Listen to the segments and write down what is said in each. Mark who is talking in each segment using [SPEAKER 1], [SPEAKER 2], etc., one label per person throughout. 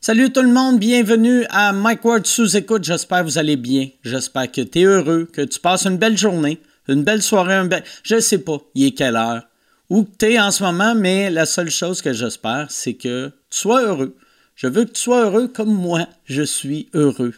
[SPEAKER 1] Salut tout le monde, bienvenue à Mike Ward sous écoute. J'espère que vous allez bien. J'espère que tu es heureux, que tu passes une belle journée, une belle soirée, un bel. Je sais pas, il est quelle heure, où tu es en ce moment, mais la seule chose que j'espère, c'est que tu sois heureux. Je veux que tu sois heureux comme moi, je suis heureux.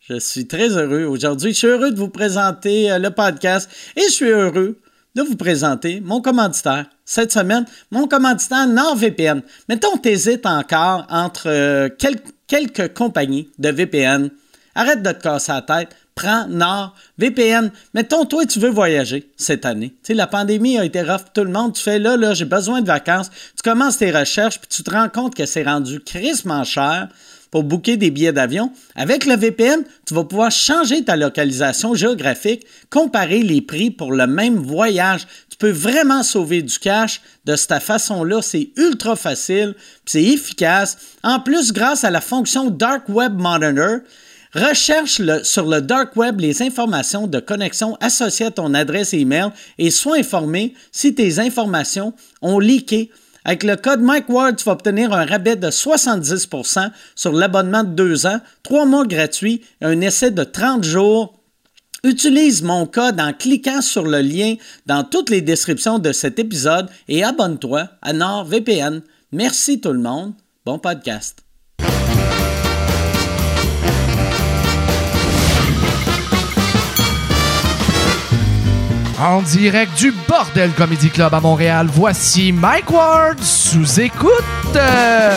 [SPEAKER 1] Je suis très heureux aujourd'hui. Je suis heureux de vous présenter euh, le podcast et je suis heureux de vous présenter mon commanditaire. Cette semaine, mon commanditaire NordVPN. Mettons, t'hésites encore entre euh, quel- quelques compagnies de VPN. Arrête de te casser la tête. Prends Nord, VPN. Mettons, toi, tu veux voyager cette année. Tu sais, la pandémie a été rough pour tout le monde. Tu fais là, là, j'ai besoin de vacances. Tu commences tes recherches, puis tu te rends compte que c'est rendu crissement cher pour booker des billets d'avion. Avec le VPN, tu vas pouvoir changer ta localisation géographique, comparer les prix pour le même voyage. Tu peux vraiment sauver du cash de cette façon-là. C'est ultra facile, puis c'est efficace. En plus, grâce à la fonction Dark Web Monitor, Recherche le- sur le Dark Web les informations de connexion associées à ton adresse email et sois informé si tes informations ont leaké. Avec le code Mike Ward, tu vas obtenir un rabais de 70 sur l'abonnement de 2 ans, 3 mois gratuits et un essai de 30 jours. Utilise mon code en cliquant sur le lien dans toutes les descriptions de cet épisode et abonne-toi à NordVPN. Merci tout le monde. Bon podcast.
[SPEAKER 2] En direct du Bordel Comedy Club à Montréal, voici Mike Ward sous écoute. Euh,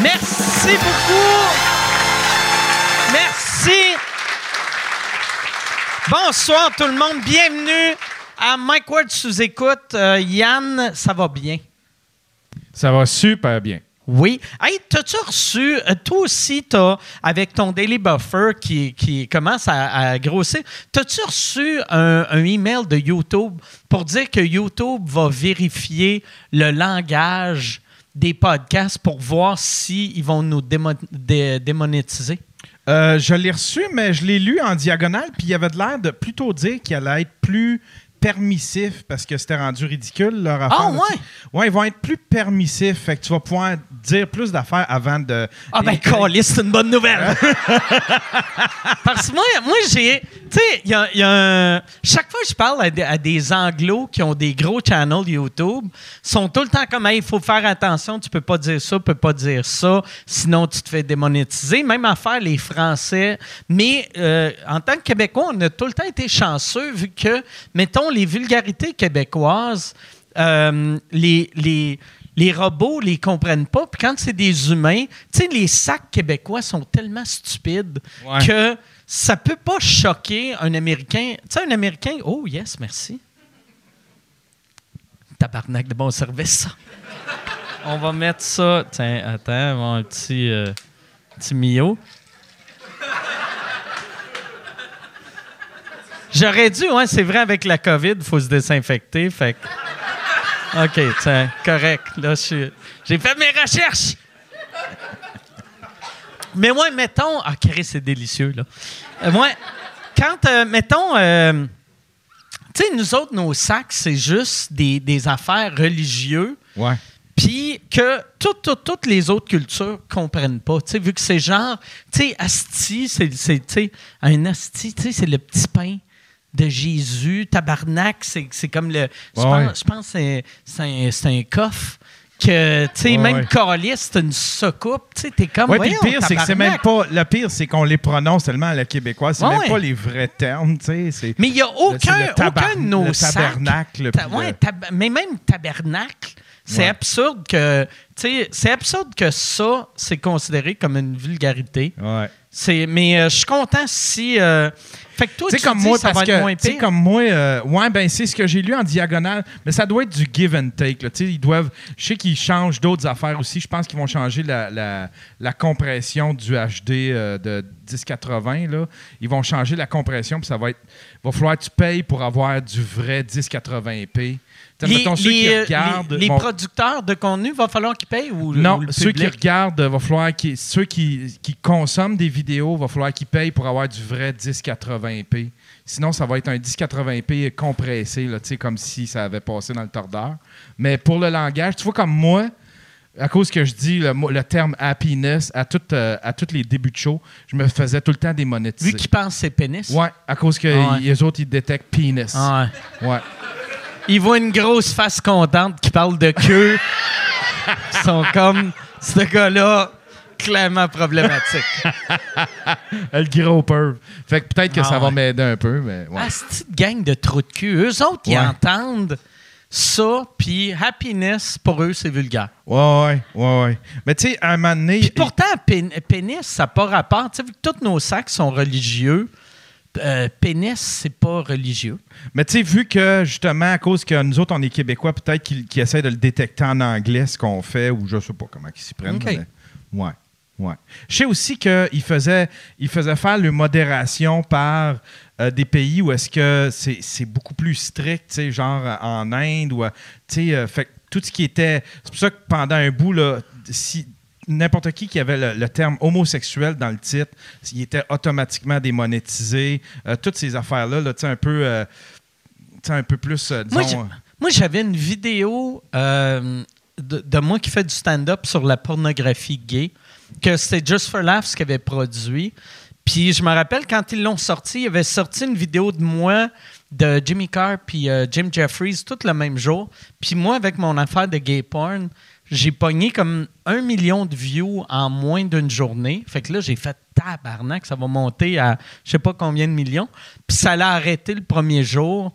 [SPEAKER 3] Merci beaucoup. Merci. Bonsoir tout le monde. Bienvenue à Mike Ward sous écoute. Euh, Yann, ça va bien?
[SPEAKER 4] Ça va super bien.
[SPEAKER 3] Oui. Hey, t'as-tu reçu, euh, toi aussi, t'as, avec ton Daily Buffer qui, qui commence à, à grossir, t'as-tu reçu un, un email de YouTube pour dire que YouTube va vérifier le langage des podcasts pour voir s'ils vont nous démo- dé- démonétiser?
[SPEAKER 4] Euh, je l'ai reçu, mais je l'ai lu en diagonale, puis il y avait de l'air de plutôt dire qu'il allait être plus permissif parce que c'était rendu ridicule leur affaire.
[SPEAKER 3] Ah,
[SPEAKER 4] là,
[SPEAKER 3] ouais?
[SPEAKER 4] tu sais. Ouais, ils vont être plus permissifs, fait que tu vas pouvoir dire plus d'affaires avant de.
[SPEAKER 3] Ah ben,
[SPEAKER 4] Et-
[SPEAKER 3] câlisse, c'est une bonne nouvelle. Parce que moi, moi j'ai... Tu sais, il y a, il y a un- Chaque fois que je parle à des, à des anglos qui ont des gros channels YouTube, ils sont tout le temps comme « Hey, il faut faire attention, tu peux pas dire ça, tu peux pas dire ça, sinon tu te fais démonétiser. » Même affaire les Français. Mais euh, en tant que Québécois, on a tout le temps été chanceux vu que, mettons, les vulgarités québécoises, euh, les... les les robots les comprennent pas. Puis quand c'est des humains, tu sais, les sacs québécois sont tellement stupides
[SPEAKER 4] Ouais.
[SPEAKER 3] que ça peut pas choquer un Américain. Tu sais, un Américain, oh yes, merci. Tabarnak de bon service, ça. On va mettre ça. Tiens, attends, mon petit, euh, petit Mio. J'aurais dû, ouais, c'est vrai, avec la COVID, il faut se désinfecter. Fait que- OK, tiens, correct. Là, je suis- j'ai fait mes recherches. Mais ouais, mettons. Ah, Chris, c'est délicieux, là. Euh, ouais, quand, euh, mettons. euh, tu sais, nous autres, nos sacs, c'est juste des, des affaires religieuses.
[SPEAKER 4] Ouais.
[SPEAKER 3] Puis que toutes toutes toutes les autres cultures comprennent pas. Tu sais, vu que c'est genre, tu sais, asti, c'est, c'est, tu sais, un asti, tu sais, c'est le petit pain de Jésus. Tabarnak, c'est, c'est comme le. Je
[SPEAKER 4] Ouais, ouais.
[SPEAKER 3] pense, je pense que c'est, c'est un, c'est un coffre. Que, tu sais,
[SPEAKER 4] Ouais,
[SPEAKER 3] même
[SPEAKER 4] ouais.
[SPEAKER 3] calice, c'est une secoupe. Tu sais, t'es comme.
[SPEAKER 4] Ouais, puis
[SPEAKER 3] Ah, voyons,
[SPEAKER 4] le pire, c'est que c'est
[SPEAKER 3] tabarnak.
[SPEAKER 4] même pas. Le pire, c'est qu'on les prononce tellement à la québécoise, c'est
[SPEAKER 3] Ouais,
[SPEAKER 4] même
[SPEAKER 3] ouais.
[SPEAKER 4] pas les vrais termes, tu sais. c'est-
[SPEAKER 3] Mais il n'y a
[SPEAKER 4] c'est
[SPEAKER 3] aucun,
[SPEAKER 4] le tabar-
[SPEAKER 3] aucun de nos
[SPEAKER 4] le
[SPEAKER 3] sacs.
[SPEAKER 4] tabernacle,
[SPEAKER 3] Ta-
[SPEAKER 4] puis
[SPEAKER 3] ouais,
[SPEAKER 4] le-
[SPEAKER 3] tab- mais même tabernacle, c'est
[SPEAKER 4] Ouais.
[SPEAKER 3] absurde que. tu sais, C'est absurde que ça, c'est considéré comme une vulgarité.
[SPEAKER 4] Ouais.
[SPEAKER 3] C'est, mais euh, je suis content si. euh, fait que toi,
[SPEAKER 4] Tu
[SPEAKER 3] tu
[SPEAKER 4] sais, comme
[SPEAKER 3] dis
[SPEAKER 4] moi,
[SPEAKER 3] ça
[SPEAKER 4] parce
[SPEAKER 3] va être
[SPEAKER 4] que,
[SPEAKER 3] moins
[SPEAKER 4] tu sais,
[SPEAKER 3] pire.
[SPEAKER 4] comme moi, euh, ouais, ben, c'est ce que j'ai lu en diagonale, mais ça doit être du give and take, là. Tu sais, ils doivent, je sais qu'ils changent d'autres affaires aussi. Je pense qu'ils vont changer la, la- la compression du HD euh, de 1080, là. Ils vont changer la compression, puis ça va être, va falloir que tu payes pour avoir du vrai 1080p. Tu sais,
[SPEAKER 3] Les,
[SPEAKER 4] mettons, ceux
[SPEAKER 3] les,
[SPEAKER 4] qui
[SPEAKER 3] euh,
[SPEAKER 4] regardent.
[SPEAKER 3] les- les
[SPEAKER 4] vont-
[SPEAKER 3] producteurs de contenu, va falloir qu'ils payent ou
[SPEAKER 4] non,
[SPEAKER 3] ou le
[SPEAKER 4] ceux qui
[SPEAKER 3] public?
[SPEAKER 4] regardent, euh, va falloir qu'ils- ceux qui, qui consomment des vidéos, va falloir qu'ils payent pour avoir du vrai 1080p. Sinon, ça va être un 1080p compressé, là, tu sais, comme si ça avait passé dans le tordeur. Mais pour le langage, tu vois, comme moi, à cause que je dis le, mot- le terme happiness à, tout, euh, à tous les débuts de show, je me faisais tout le temps démonétiser.
[SPEAKER 3] Vu qu'il pense c'est pénis.
[SPEAKER 4] Ouais, à cause que
[SPEAKER 3] Ah ouais.
[SPEAKER 4] y- les autres, ils détectent penis.
[SPEAKER 3] Ah ouais.
[SPEAKER 4] Ouais.
[SPEAKER 3] Ils voient une grosse face contente qui parle de queue. Ils sont comme, ce gars-là, clairement problématique.
[SPEAKER 4] Le gros perv. Fait que peut-être que
[SPEAKER 3] Ah
[SPEAKER 4] ça va
[SPEAKER 3] ouais.
[SPEAKER 4] m'aider un peu, mais ouais.
[SPEAKER 3] Ah, cette petite gang de trous de cul. Eux autres, ils
[SPEAKER 4] Ouais.
[SPEAKER 3] entendent ça, puis happiness, pour eux, c'est vulgaire.
[SPEAKER 4] Ouais, ouais, ouais, ouais. Mais tu sais, à un moment donné.
[SPEAKER 3] Puis pourtant, pén- pénis, ça n'a pas rapport. Tu sais, vu que tous nos sacs sont religieux, euh, pénis, c'est pas religieux.
[SPEAKER 4] Mais tu sais, vu que justement, à cause que nous autres, on est Québécois, peut-être qu'ils qu'ils essaient de le détecter en anglais, ce qu'on fait, ou je sais pas comment ils s'y prennent.
[SPEAKER 3] OK.
[SPEAKER 4] mais- ouais. Ouais. Je sais aussi qu'ils faisaient, ils faisaient faire leur modération par euh, des pays où est-ce que c'est c'est beaucoup plus strict, tu sais, genre euh, en Inde ou euh, tu sais, euh, fait que tout ce qui était. C'est pour ça que pendant un bout, là, si n'importe qui qui avait le, le terme homosexuel dans le titre, il était automatiquement démonétisé. Euh, toutes ces affaires-là, là, tu sais, un peu. euh, tu sais, un peu plus, euh,
[SPEAKER 3] Moi,
[SPEAKER 4] disons,
[SPEAKER 3] j'ai- moi, j'avais une vidéo euh, de, de moi qui fait du stand-up sur la pornographie gay, que c'était Just for Laughs qui avait produit. Puis je me rappelle quand ils l'ont sorti, ils avaient sorti une vidéo de moi, de Jimmy Carr puis euh, Jim Jeffries, tout le même jour. Puis moi, avec mon affaire de gay porn, j'ai pogné comme un million de views en moins d'une journée. Fait que là, j'ai fait tabarnak, ça va monter à je sais pas combien de millions. Puis ça l'a arrêté le premier jour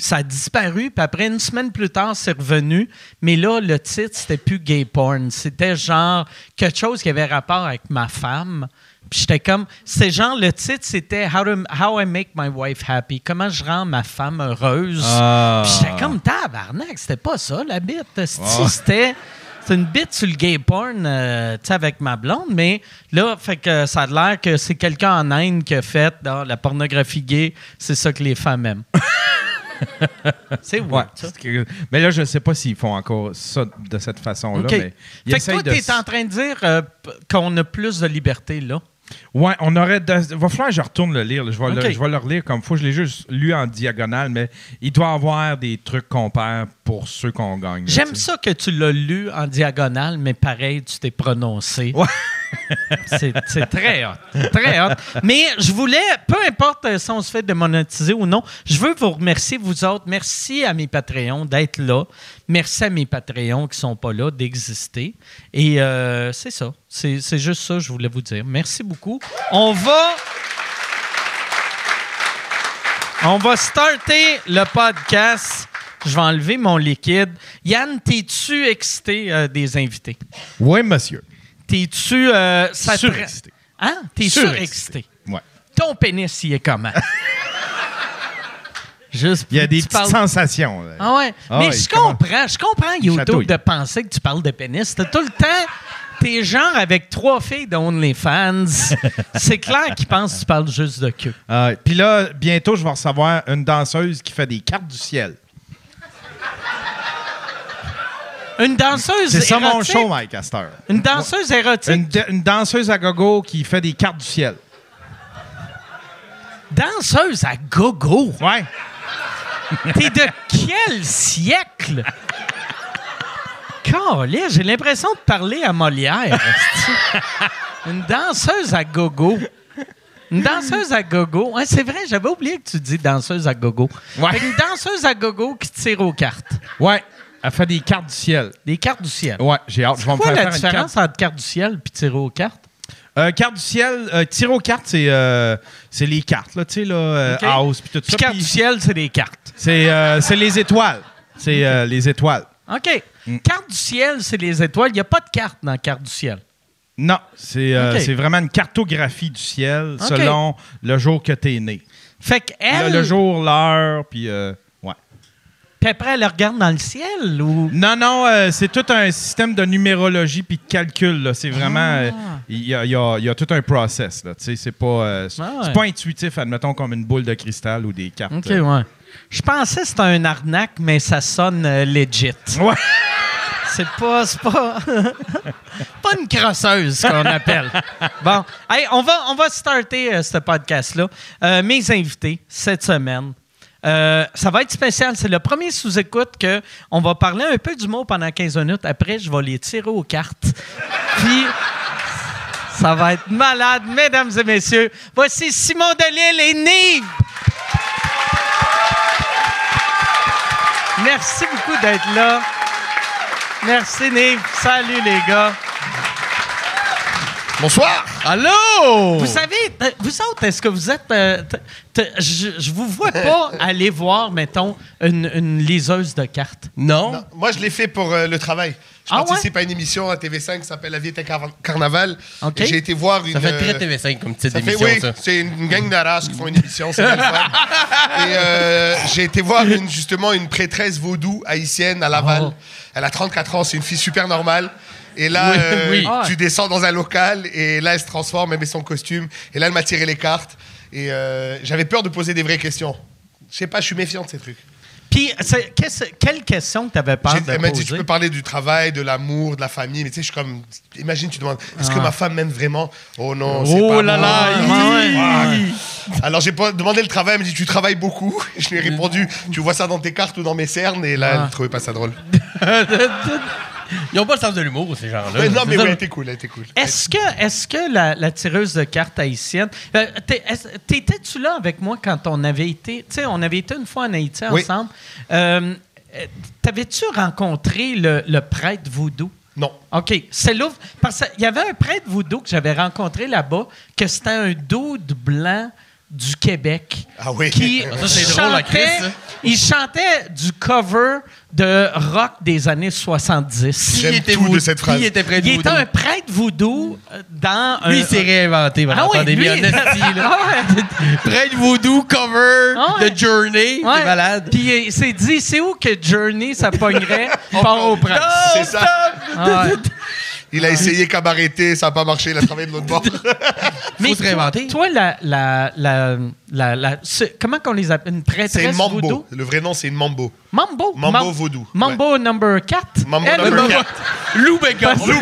[SPEAKER 3] ça a disparu, puis après, une semaine plus tard, c'est revenu. Mais là, le titre, c'était plus gay porn. C'était genre quelque chose qui avait rapport avec ma femme. Puis j'étais comme. C'est genre, le titre, c'était How, to- How I Make My Wife Happy. Comment je rends ma femme heureuse.
[SPEAKER 4] Ah.
[SPEAKER 3] Puis j'étais comme tabarnak. C'était pas ça, la bite. Si
[SPEAKER 4] Ah.
[SPEAKER 3] C'était. C'est une bite sur le gay porn, euh, tu sais, avec ma blonde, mais là, fait que ça a l'air que c'est quelqu'un en Inde qui a fait dans la pornographie gay, c'est ça que les femmes aiment. C'est
[SPEAKER 4] Ouais,
[SPEAKER 3] ouais.
[SPEAKER 4] c'est curieux. Mais là, je ne sais pas s'ils font encore ça de cette façon-là.
[SPEAKER 3] OK.
[SPEAKER 4] mais
[SPEAKER 3] fait
[SPEAKER 4] ils
[SPEAKER 3] que
[SPEAKER 4] essayent
[SPEAKER 3] toi,
[SPEAKER 4] de
[SPEAKER 3] t'es
[SPEAKER 4] s-
[SPEAKER 3] en train de dire euh, p- qu'on a plus de liberté, là.
[SPEAKER 4] Ouais, on aurait. de- Va falloir que je retourne le lire. là. Je vais, le,
[SPEAKER 3] OK.
[SPEAKER 4] je vais le relire comme faut. Je l'ai juste lu en diagonale, mais il doit avoir des trucs qu'on perd pour ceux qu'on gagne. là,
[SPEAKER 3] J'aime
[SPEAKER 4] tu sais.
[SPEAKER 3] ça que tu l'as lu en diagonale, mais pareil, tu t'es prononcé.
[SPEAKER 4] Ouais.
[SPEAKER 3] c'est c'est très hot. Très hot. Mais je voulais, peu importe euh, si on se fait démonétiser ou non, je veux vous remercier, vous autres. Merci à mes Patreons d'être là. Merci à mes Patreons qui sont pas là d'exister. Et euh, c'est ça. C'est c'est juste ça que je voulais vous dire. Merci beaucoup. On va. On va starter le podcast. Je vais enlever mon liquide. Yann, t'es-tu excité euh, des invités?
[SPEAKER 4] Oui, monsieur.
[SPEAKER 3] T'es-tu. euh, ça te-
[SPEAKER 4] Surexcité.
[SPEAKER 3] Hein? T'es surexcité.
[SPEAKER 4] Ouais.
[SPEAKER 3] Ton pénis, il est comment? Juste.
[SPEAKER 4] Il y a
[SPEAKER 3] tu
[SPEAKER 4] des petites
[SPEAKER 3] parles-
[SPEAKER 4] sensations. là.
[SPEAKER 3] Ah ouais.
[SPEAKER 4] Ah
[SPEAKER 3] Mais
[SPEAKER 4] ouais,
[SPEAKER 3] je
[SPEAKER 4] comment-
[SPEAKER 3] comprends. Je comprends, YouTube,
[SPEAKER 4] Chatouille.
[SPEAKER 3] de penser que tu parles de pénis. T'as tout le temps. T'es genre avec trois filles d'OnlyFans. C'est clair qu'ils pensent que tu parles juste de queue.
[SPEAKER 4] Ah, Puis là, bientôt, je vais recevoir une danseuse qui fait des cartes du ciel.
[SPEAKER 3] Une danseuse.
[SPEAKER 4] C'est ça mon
[SPEAKER 3] érotique?
[SPEAKER 4] show, Mike Astor.
[SPEAKER 3] Une danseuse érotique.
[SPEAKER 4] Une, da- une danseuse à gogo qui fait des cartes du ciel.
[SPEAKER 3] Danseuse à gogo.
[SPEAKER 4] Ouais.
[SPEAKER 3] T'es de quel siècle? Calais, j'ai l'impression de parler à Molière. esti. Une danseuse à gogo. Une danseuse à gogo. Ouais, c'est vrai, j'avais oublié que tu dis danseuse à gogo.
[SPEAKER 4] Ouais.
[SPEAKER 3] Fait qu'une danseuse à gogo qui tire aux cartes.
[SPEAKER 4] Ouais. Elle fait des cartes du ciel.
[SPEAKER 3] Des cartes du ciel.
[SPEAKER 4] Ouais, j'ai hâte. Je vais Oh, me
[SPEAKER 3] Quoi
[SPEAKER 4] faire
[SPEAKER 3] la
[SPEAKER 4] faire une carte.
[SPEAKER 3] différence entre carte du ciel et tirer aux cartes?
[SPEAKER 4] Euh, carte du ciel, euh, tir aux cartes, c'est euh, c'est les cartes, là, tu sais, là, euh,
[SPEAKER 3] OK.
[SPEAKER 4] house, puis tout
[SPEAKER 3] Puis
[SPEAKER 4] ça.
[SPEAKER 3] carte
[SPEAKER 4] puis
[SPEAKER 3] du ciel, c'est des cartes.
[SPEAKER 4] C'est euh, c'est les étoiles. C'est euh, les étoiles.
[SPEAKER 3] OK.
[SPEAKER 4] Mm.
[SPEAKER 3] Carte du ciel, c'est les étoiles. Il n'y a pas de carte dans carte du ciel.
[SPEAKER 4] Non, c'est euh,
[SPEAKER 3] OK.
[SPEAKER 4] c'est vraiment une cartographie du ciel
[SPEAKER 3] OK.
[SPEAKER 4] selon le jour que tu es né.
[SPEAKER 3] Fait qu'elle,
[SPEAKER 4] Le, le jour, l'heure, puis. euh, ouais.
[SPEAKER 3] puis après, elle regarde dans le ciel ou...
[SPEAKER 4] Non, non, euh, c'est tout un système de numérologie puis de calcul. là. C'est vraiment.
[SPEAKER 3] Ah!
[SPEAKER 4] euh, Il y, a, il y a- il y a tout un process. là. Tu sais, C'est pas, euh, c'est-
[SPEAKER 3] Ah ouais.
[SPEAKER 4] c'est pas intuitif, admettons, comme une boule de cristal ou des cartes.
[SPEAKER 3] OK,
[SPEAKER 4] euh,
[SPEAKER 3] ouais. Je pensais que c'était un arnaque, mais ça sonne euh, legit.
[SPEAKER 4] Ouais.
[SPEAKER 3] C'est pas, c'est pas, pas une crosseuse qu'on appelle. Bon, Hey, on va, on va starter euh, ce podcast-là. Euh, mes invités cette semaine, Euh, ça va être spécial. C'est le premier sous-écoute que on va parler un peu du mot pendant 15 minutes. Après, je vais les tirer aux cartes. Puis, ça va être malade, mesdames et messieurs. Voici Simon Delille et Nive. Merci beaucoup d'être là. Merci, Nive. Salut, les gars.
[SPEAKER 5] Bonsoir! Oh.
[SPEAKER 3] Vous savez, euh, vous autres, est-ce que vous êtes. euh, t- t- je, je vous vois pas aller voir, mettons, une, une liseuse de cartes.
[SPEAKER 5] Non, moi, je l'ai fait pour euh, le travail. Je
[SPEAKER 3] Ah
[SPEAKER 5] participe à une émission à TV5 qui s'appelle La vie est un car- carnaval.
[SPEAKER 3] Ok.
[SPEAKER 5] Et J'ai été voir une.
[SPEAKER 6] Ça fait
[SPEAKER 5] euh,
[SPEAKER 6] très TV5 comme titre
[SPEAKER 5] Ça fait,
[SPEAKER 6] d'émission,
[SPEAKER 5] oui,
[SPEAKER 6] ça.
[SPEAKER 5] c'est une gang d'arraches qui font une émission, c'est bien le fun. Et euh, j'ai été voir une- justement une prêtresse vaudou haïtienne à Laval.
[SPEAKER 3] Oh.
[SPEAKER 5] Elle a 34 ans, c'est une fille super normale. Et là,
[SPEAKER 6] Oui,
[SPEAKER 5] euh,
[SPEAKER 6] oui.
[SPEAKER 5] tu descends dans un local et là, elle se transforme, elle met son costume. Et là, elle m'a tiré les cartes. Et euh, j'avais peur de poser des vraies questions. Je sais pas, je suis méfiant de ces trucs.
[SPEAKER 3] Puis, c'est- qu'est-ce- quelle question que tu avais peur
[SPEAKER 5] J'ai-
[SPEAKER 3] de
[SPEAKER 5] Elle m'a dit,
[SPEAKER 3] poser?
[SPEAKER 5] tu peux parler du travail, de l'amour, de la famille, mais tu sais, je suis comme, imagine, tu demandes, est-ce que ma femme m'aime vraiment Oh non, c'est
[SPEAKER 3] Ah. Oh
[SPEAKER 5] pas
[SPEAKER 3] là
[SPEAKER 5] moi.
[SPEAKER 3] là, ouais, ouais.
[SPEAKER 5] Alors j'ai pas demandé le travail, elle m'a dit tu travailles beaucoup. Je lui ai répondu tu vois ça dans tes cartes ou dans mes cernes et là
[SPEAKER 3] Ah.
[SPEAKER 5] elle trouvait pas ça drôle.
[SPEAKER 6] Ils ont pas le sens de l'humour, ces gens-là.
[SPEAKER 5] Mais non mais ouais,
[SPEAKER 6] C'est ça.
[SPEAKER 5] elle était cool, elle était cool.
[SPEAKER 3] Est-ce que, est-ce que la, la tireuse de cartes haïtienne. euh, t'es- est-ce- T'étais-tu là avec moi quand on avait été. Tu sais, on avait été une fois en Haïti
[SPEAKER 5] Oui.
[SPEAKER 3] ensemble. Euh, euh, T'avais-tu rencontré le, le prêtre voodoo?
[SPEAKER 5] Non.
[SPEAKER 3] OK. C'est l'ouvre. Parce qu'il y avait un prêtre voodoo que j'avais rencontré là-bas, que c'était un dude blanc du Québec.
[SPEAKER 5] Ah oui.
[SPEAKER 3] Qui
[SPEAKER 6] Ça, c'est drôle, la
[SPEAKER 3] chantait,
[SPEAKER 6] crise, ça.
[SPEAKER 3] il chantait du cover de rock des années 70.
[SPEAKER 5] J'aime
[SPEAKER 6] Qui était
[SPEAKER 5] tout de
[SPEAKER 6] vous-
[SPEAKER 5] cette phrase.
[SPEAKER 6] Qui était près de
[SPEAKER 3] Il
[SPEAKER 6] vous
[SPEAKER 3] était
[SPEAKER 6] deux?
[SPEAKER 3] un prêtre voodoo euh, dans un...
[SPEAKER 6] Lui, il s'est réinventé pendant
[SPEAKER 3] Ah
[SPEAKER 6] la
[SPEAKER 3] oui,
[SPEAKER 6] pandémie.
[SPEAKER 3] lui-
[SPEAKER 6] en esti, là.
[SPEAKER 3] Ah ouais.
[SPEAKER 6] Près de Voodoo, cover
[SPEAKER 3] Ah ouais.
[SPEAKER 6] de Journey.
[SPEAKER 3] Ouais.
[SPEAKER 6] C'est malade.
[SPEAKER 3] Puis euh, il s'est dit, c'est où que Journey, ça pognerait? Port au prince.
[SPEAKER 5] C'est ça.
[SPEAKER 3] Ouais.
[SPEAKER 5] Il
[SPEAKER 3] Ah.
[SPEAKER 5] a essayé cabareté, ça a pas marché, il a travaillé de l'autre bord.
[SPEAKER 3] Mais
[SPEAKER 6] se
[SPEAKER 3] toi-
[SPEAKER 6] réinventer.
[SPEAKER 3] Toi, la, la, la, la, la- ce- comment qu'on les appelle? Une
[SPEAKER 5] C'est une
[SPEAKER 3] prêtresse
[SPEAKER 5] mambo.
[SPEAKER 3] voodoo?
[SPEAKER 5] Le vrai nom c'est une mambo.
[SPEAKER 3] Mambo.
[SPEAKER 5] Mambo
[SPEAKER 3] Mam-
[SPEAKER 5] voodoo.
[SPEAKER 3] Mambo number 4.
[SPEAKER 5] Mambo
[SPEAKER 6] Ouais,
[SPEAKER 5] number
[SPEAKER 6] bah,
[SPEAKER 5] quatre.
[SPEAKER 6] bah, Lou Béga. Lou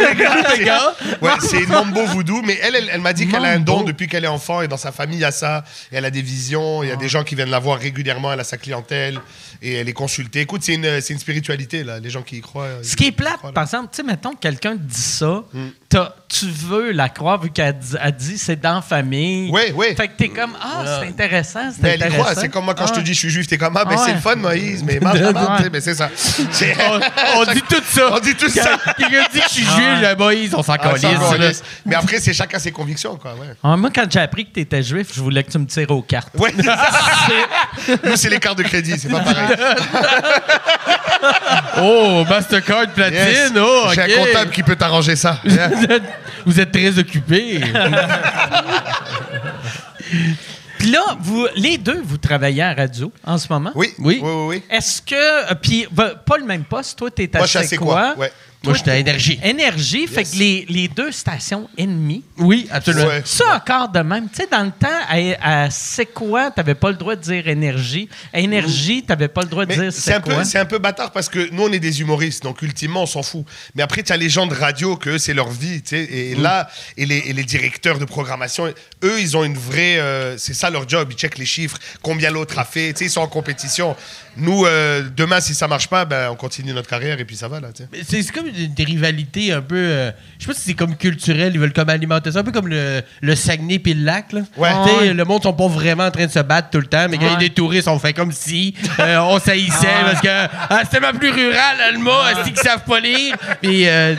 [SPEAKER 6] Béga.
[SPEAKER 5] Ouais, c'est une mambo voodoo, mais elle, elle, elle m'a dit qu'elle a un
[SPEAKER 3] Mambo.
[SPEAKER 5] don depuis qu'elle est enfant et dans sa famille, il y a ça. Et elle a des visions, il y a des gens qui viennent la voir régulièrement, elle a sa clientèle et elle est consultée. Écoute, c'est une, c'est une spiritualité, là, les gens qui y croient.
[SPEAKER 3] Ce
[SPEAKER 5] ils-
[SPEAKER 3] qui est
[SPEAKER 5] ils
[SPEAKER 3] plate,
[SPEAKER 5] croient, là.
[SPEAKER 3] par exemple, tu sais, mettons que quelqu'un te dit ça, t'as- tu veux la croire vu qu'elle dit, elle dit c'est dans la famille.
[SPEAKER 5] Ouais, ouais.
[SPEAKER 3] Fait que t'es comme, ah, c'est intéressant, c'est
[SPEAKER 5] Mais elle y
[SPEAKER 3] intéressant.
[SPEAKER 5] croit, c'est comme moi quand je te
[SPEAKER 3] Ah.
[SPEAKER 5] dis je suis juif, t'es comme ah, ben
[SPEAKER 3] Ah ouais.
[SPEAKER 5] c'est le fun Moïse, mais ma- ma- ma- tu sais, mais c'est ça. C'est-
[SPEAKER 6] On dit tout ça.
[SPEAKER 5] On dit tout ça.
[SPEAKER 6] Quelqu'un dit que je suis juif, le boys, on s'en
[SPEAKER 5] Ah, ça, on
[SPEAKER 6] calisse.
[SPEAKER 5] laisse. mais après c'est chacun ses convictions quoi. Ouais.
[SPEAKER 3] Ah, moi, quand j'ai appris que t'étais juif, je voulais que tu me tires aux cartes.
[SPEAKER 5] Ouais. Nous c'est les cartes de crédit, c'est pas pareil.
[SPEAKER 6] Oh, Mastercard platine,
[SPEAKER 5] Yes.
[SPEAKER 6] oh,
[SPEAKER 5] J'ai un comptable
[SPEAKER 6] OK.
[SPEAKER 5] qui peut t'arranger ça.
[SPEAKER 6] Vous êtes- Vous êtes très occupés.
[SPEAKER 3] Puis là, vous, les deux, vous travaillez à radio en ce moment.
[SPEAKER 5] Oui.
[SPEAKER 6] Oui.
[SPEAKER 5] Oui oui oui.
[SPEAKER 3] Est-ce que. euh, Puis, bah, pas le même poste. Toi, t'es à
[SPEAKER 5] Moi je suis assez
[SPEAKER 3] C'est
[SPEAKER 5] quoi. Ouais.
[SPEAKER 6] Moi, j'étais à énergie.
[SPEAKER 3] Énergie, fait que les, les deux stations ennemies.
[SPEAKER 6] Oui, absolument.
[SPEAKER 5] Eh, Ouais.
[SPEAKER 3] Ça encore de même. Tu sais, dans le temps, à, à c'est quoi, t'avais pas le droit de dire énergie. À énergie, t'avais pas le droit de
[SPEAKER 5] Mais
[SPEAKER 3] dire
[SPEAKER 5] c'est un
[SPEAKER 3] c'est quoi.
[SPEAKER 5] peu, c'est un peu bâtard parce que nous on est des humoristes, donc ultimement on s'en fout. Mais après tu as les gens de radio que eux, c'est leur vie, tu sais. Et
[SPEAKER 3] Mm.
[SPEAKER 5] là, et les, et les directeurs de programmation, eux ils ont une vraie, euh, c'est ça leur job. Ils checkent les chiffres, combien l'autre a fait, tu sais. Ils sont en compétition. Nous euh, demain si ça marche pas, ben on continue notre carrière et puis ça va là, tu sais.
[SPEAKER 6] Mais C'est c'est comme des des rivalités un peu. euh, je sais pas si c'est comme culturel, ils veulent comme alimenter ça, un peu comme le, le Saguenay puis le lac. Là.
[SPEAKER 5] Ouais.
[SPEAKER 6] Tu sais,
[SPEAKER 3] Ah Ouais. Ah
[SPEAKER 6] Le monde sont pas vraiment en train de se battre tout le temps, mais quand il y a
[SPEAKER 3] Ouais.
[SPEAKER 6] des touristes, on fait comme si euh, on s'haïssait
[SPEAKER 3] Ouais. Ah
[SPEAKER 6] parce que ah, c'est ma plus rurale, Alma, c'est qu'ils savent pas lire. Puis. euh,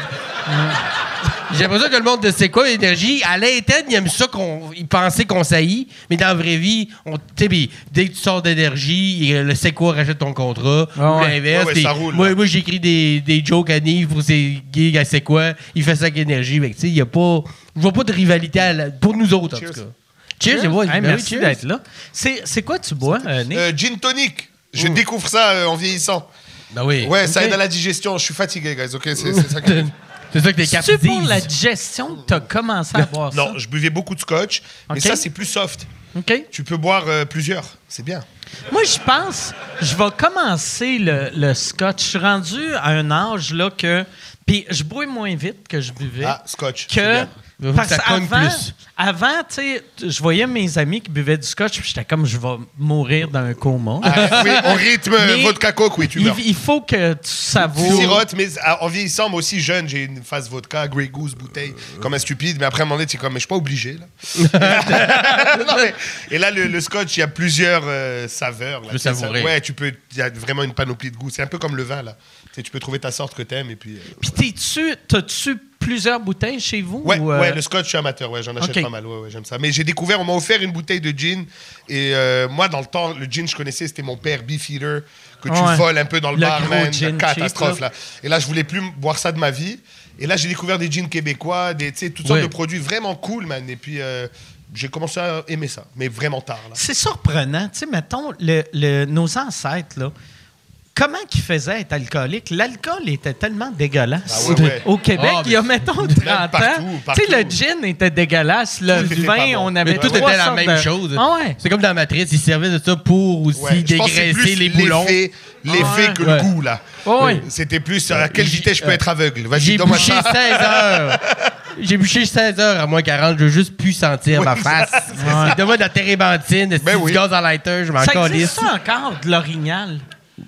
[SPEAKER 6] J'ai l'impression que le monde de C'est quoi l'énergie, à l'interne, ils aiment ça qu'on. Ils pensaient qu'on saillit, mais dans la vraie vie, on, tu sais, puis dès que tu sors d'énergie, et le C'est quoi rachète ton contrat,
[SPEAKER 3] Ah
[SPEAKER 6] ou
[SPEAKER 3] ouais.
[SPEAKER 6] l'inverse.
[SPEAKER 5] Ouais, ouais,
[SPEAKER 6] puis
[SPEAKER 5] ça roule,
[SPEAKER 6] moi,
[SPEAKER 5] là.
[SPEAKER 6] moi, j'écris des, des jokes à Nive pour ses gigs, elle sait quoi. Il fait ça avec énergie. Mais tu sais, il n'y a pas. Je vois pas de rivalité à la- pour nous autres, en tout cas. Cheers, je vois.
[SPEAKER 3] Hey,
[SPEAKER 5] hein?
[SPEAKER 6] Ben oui,
[SPEAKER 3] merci
[SPEAKER 6] cheers.
[SPEAKER 3] d'être là. C'est c'est quoi tu bois, euh, Nick?
[SPEAKER 5] Euh, gin tonic. Je découvre ça euh, en vieillissant.
[SPEAKER 6] Ben oui.
[SPEAKER 5] Ouais, ça
[SPEAKER 3] Mm. Ok.
[SPEAKER 5] aide à la digestion. Je suis fatigué, guys. Ok, c'est c'est ça. que-
[SPEAKER 6] C'est ça que t'es
[SPEAKER 3] C'est pour la
[SPEAKER 6] captif.
[SPEAKER 3] digestion que t'as commencé à boire ça.
[SPEAKER 5] Non, je buvais beaucoup de scotch, mais
[SPEAKER 3] Ok.
[SPEAKER 5] ça c'est plus soft.
[SPEAKER 3] OK.
[SPEAKER 5] Tu peux boire euh, plusieurs, c'est bien.
[SPEAKER 3] Moi, je pense, je vais commencer le, le scotch. Je suis rendu à un âge là que. Puis je bois moins vite que je buvais.
[SPEAKER 5] Ah, scotch. c'est
[SPEAKER 3] que
[SPEAKER 5] bien.
[SPEAKER 6] Il va
[SPEAKER 3] Parce
[SPEAKER 6] falloir que ça cogne
[SPEAKER 3] qu'avant,
[SPEAKER 6] plus.
[SPEAKER 3] avant, tu sais, je voyais mes amis qui buvaient du scotch, puis j'étais comme, je vais mourir d'un coma.
[SPEAKER 5] Ah, oui, on rythme
[SPEAKER 3] Mais
[SPEAKER 5] vodka coke, oui, tu
[SPEAKER 3] il,
[SPEAKER 5] meurs.
[SPEAKER 3] il faut que tu
[SPEAKER 5] Tu
[SPEAKER 3] savoures.
[SPEAKER 5] sirotes, mais à- en vieillissant, moi aussi jeune, j'ai une phase vodka, Grey Goose, bouteille, comme un stupide. Mais après, à un moment donné, c'est comme, mais je suis pas obligé, là. Non, mais- et là, le, le scotch, il y a plusieurs euh, saveurs. Là,
[SPEAKER 6] peux
[SPEAKER 5] Tu sais, ça-
[SPEAKER 6] savourer.
[SPEAKER 5] ouais, tu peux, il y a vraiment une panoplie de goûts. C'est un peu comme le vin, là. Tu, sais, tu peux trouver ta sorte que t'aimes, et puis... euh,
[SPEAKER 3] Puis t'es-tu, t'as-tu plusieurs bouteilles chez vous?
[SPEAKER 5] Ouais,
[SPEAKER 3] ou, euh,
[SPEAKER 5] ouais, le scotch, je suis amateur, ouais, j'en achète
[SPEAKER 3] Ok.
[SPEAKER 5] pas mal, ouais, ouais, j'aime ça. Mais j'ai découvert, on m'a offert une bouteille de gin, et euh, moi, dans le temps, le gin, je connaissais, c'était mon père, Beefeater, que tu
[SPEAKER 3] Ouais.
[SPEAKER 5] voles un peu dans le,
[SPEAKER 3] Le
[SPEAKER 5] bar,
[SPEAKER 3] gros
[SPEAKER 5] man,
[SPEAKER 3] gin
[SPEAKER 5] catastrophe,
[SPEAKER 3] cheap,
[SPEAKER 5] là. Et là, je voulais plus boire ça de ma vie, et là, j'ai découvert des gins québécois, des, tu sais, toutes
[SPEAKER 6] Ouais.
[SPEAKER 5] sortes de produits vraiment cool, man, et puis... euh, j'ai commencé à aimer ça, mais vraiment tard. Là.
[SPEAKER 3] C'est surprenant. Tu sais, mettons, le- le- nos ancêtres, là, comment qu'ils faisaient être alcooliques? L'alcool était tellement dégueulasse.
[SPEAKER 5] Ah ouais, ouais.
[SPEAKER 3] Au Québec,
[SPEAKER 6] Ah,
[SPEAKER 3] il y a, mettons, 30
[SPEAKER 5] partout,
[SPEAKER 3] ans.
[SPEAKER 5] partout.
[SPEAKER 3] Tu sais, le gin était dégueulasse. Le
[SPEAKER 5] Tout était pas
[SPEAKER 3] vin,
[SPEAKER 5] bon.
[SPEAKER 3] on avait
[SPEAKER 6] Mais tout
[SPEAKER 3] trois
[SPEAKER 6] était la
[SPEAKER 3] sortes
[SPEAKER 6] même
[SPEAKER 3] de-
[SPEAKER 6] chose.
[SPEAKER 3] Ah ouais.
[SPEAKER 6] C'est comme dans Matrice, ils servaient de ça pour aussi
[SPEAKER 5] Ouais, je pense que c'est
[SPEAKER 6] dégraisser
[SPEAKER 5] plus
[SPEAKER 6] les boulons.
[SPEAKER 5] L'effet, l'effet
[SPEAKER 3] ouais.
[SPEAKER 5] que
[SPEAKER 6] Ouais.
[SPEAKER 5] le goût, là.
[SPEAKER 3] Ouais.
[SPEAKER 5] C'était plus à quelle
[SPEAKER 6] J'ai-
[SPEAKER 5] vitesse je peux
[SPEAKER 6] euh,
[SPEAKER 5] être aveugle. Vas-y,
[SPEAKER 6] J'ai
[SPEAKER 5] donne-moi
[SPEAKER 6] bouché
[SPEAKER 5] ça.
[SPEAKER 6] 16 heures. J'ai bouché 16 heures à moins 40. Je veux juste plus sentir
[SPEAKER 5] Oui,
[SPEAKER 6] ma
[SPEAKER 5] ça,
[SPEAKER 6] face. Ouais. Donne-moi de la térébenthine, de
[SPEAKER 5] Ben oui.
[SPEAKER 6] du gaz en lighter, je m'en
[SPEAKER 3] Ça
[SPEAKER 6] calisse.
[SPEAKER 3] existe ça encore, de l'orignal?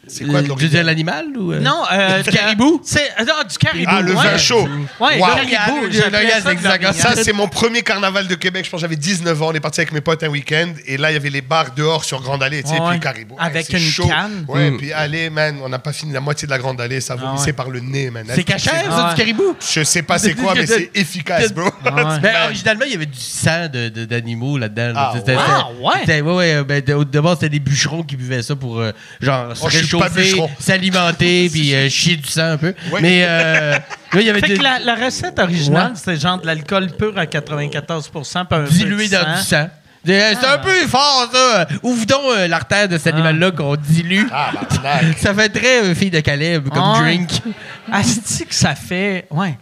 [SPEAKER 5] C'est quoi de
[SPEAKER 6] Tu veux
[SPEAKER 5] l'original
[SPEAKER 6] dire l'animal ou. euh?
[SPEAKER 3] Non, euh,
[SPEAKER 6] Du caribou?
[SPEAKER 3] C'est, ah, non, du caribou.
[SPEAKER 5] Ah, le
[SPEAKER 3] ouais.
[SPEAKER 5] vin chaud.
[SPEAKER 3] Ouais,
[SPEAKER 5] Wow.
[SPEAKER 3] le caribou.
[SPEAKER 6] Le
[SPEAKER 3] j'appelais
[SPEAKER 6] gars,
[SPEAKER 3] ça de
[SPEAKER 6] c'est exact.
[SPEAKER 3] l'orignal.
[SPEAKER 5] Ça, c'est mon premier carnaval de Québec. Je pense que j'avais 19 ans. On est parti avec mes potes un week-end. Et là, il y avait les bars dehors sur Grande Allée, tu sais,
[SPEAKER 3] Ouais.
[SPEAKER 5] puis Caribou. Hey,
[SPEAKER 3] Avec
[SPEAKER 5] c'est
[SPEAKER 3] une
[SPEAKER 5] chaud.
[SPEAKER 3] canne.
[SPEAKER 5] Ouais, puis allez, man, on n'a pas fini la moitié de la Grande Allée. Ça vomissait
[SPEAKER 3] ouais.
[SPEAKER 5] par le nez, man.
[SPEAKER 6] C'est cachère, ça,
[SPEAKER 3] Ouais.
[SPEAKER 6] du caribou?
[SPEAKER 5] Je sais pas c'est quoi, mais c'est efficace, bro.
[SPEAKER 3] Ouais.
[SPEAKER 6] Ben, originalement, il y avait du sang de- de- d'animaux là-dedans. là.
[SPEAKER 5] Ah,
[SPEAKER 6] C'était-
[SPEAKER 3] ouais.
[SPEAKER 6] c'était-
[SPEAKER 3] Ah, ouais.
[SPEAKER 6] c'était- ouais, ouais, ben, de, de base, c'était des bûcherons qui buvaient ça pour, euh, genre, se
[SPEAKER 5] Oh, je suis pas
[SPEAKER 6] réchauffer,
[SPEAKER 5] bûcheron.
[SPEAKER 6] s'alimenter, puis euh, chier du sang un peu.
[SPEAKER 5] Ouais.
[SPEAKER 6] Mais, euh, là, il y avait
[SPEAKER 3] Fait
[SPEAKER 6] du-
[SPEAKER 3] que la, la recette originale,
[SPEAKER 6] Ouais.
[SPEAKER 3] c'est genre de l'alcool pur à 94 puis un peu de
[SPEAKER 6] dilué dans du
[SPEAKER 3] sang.
[SPEAKER 6] sang. De- euh, C'est
[SPEAKER 3] Ah,
[SPEAKER 6] un peu fort, ça. Ouvre donc euh, l'artère de cet animal-là qu'on dilue.
[SPEAKER 5] Ah, barnac.
[SPEAKER 6] Ça fait très euh, fille de Caleb comme
[SPEAKER 3] Ah, ouais.
[SPEAKER 6] drink.
[SPEAKER 3] Asti que ça fait. Ouais.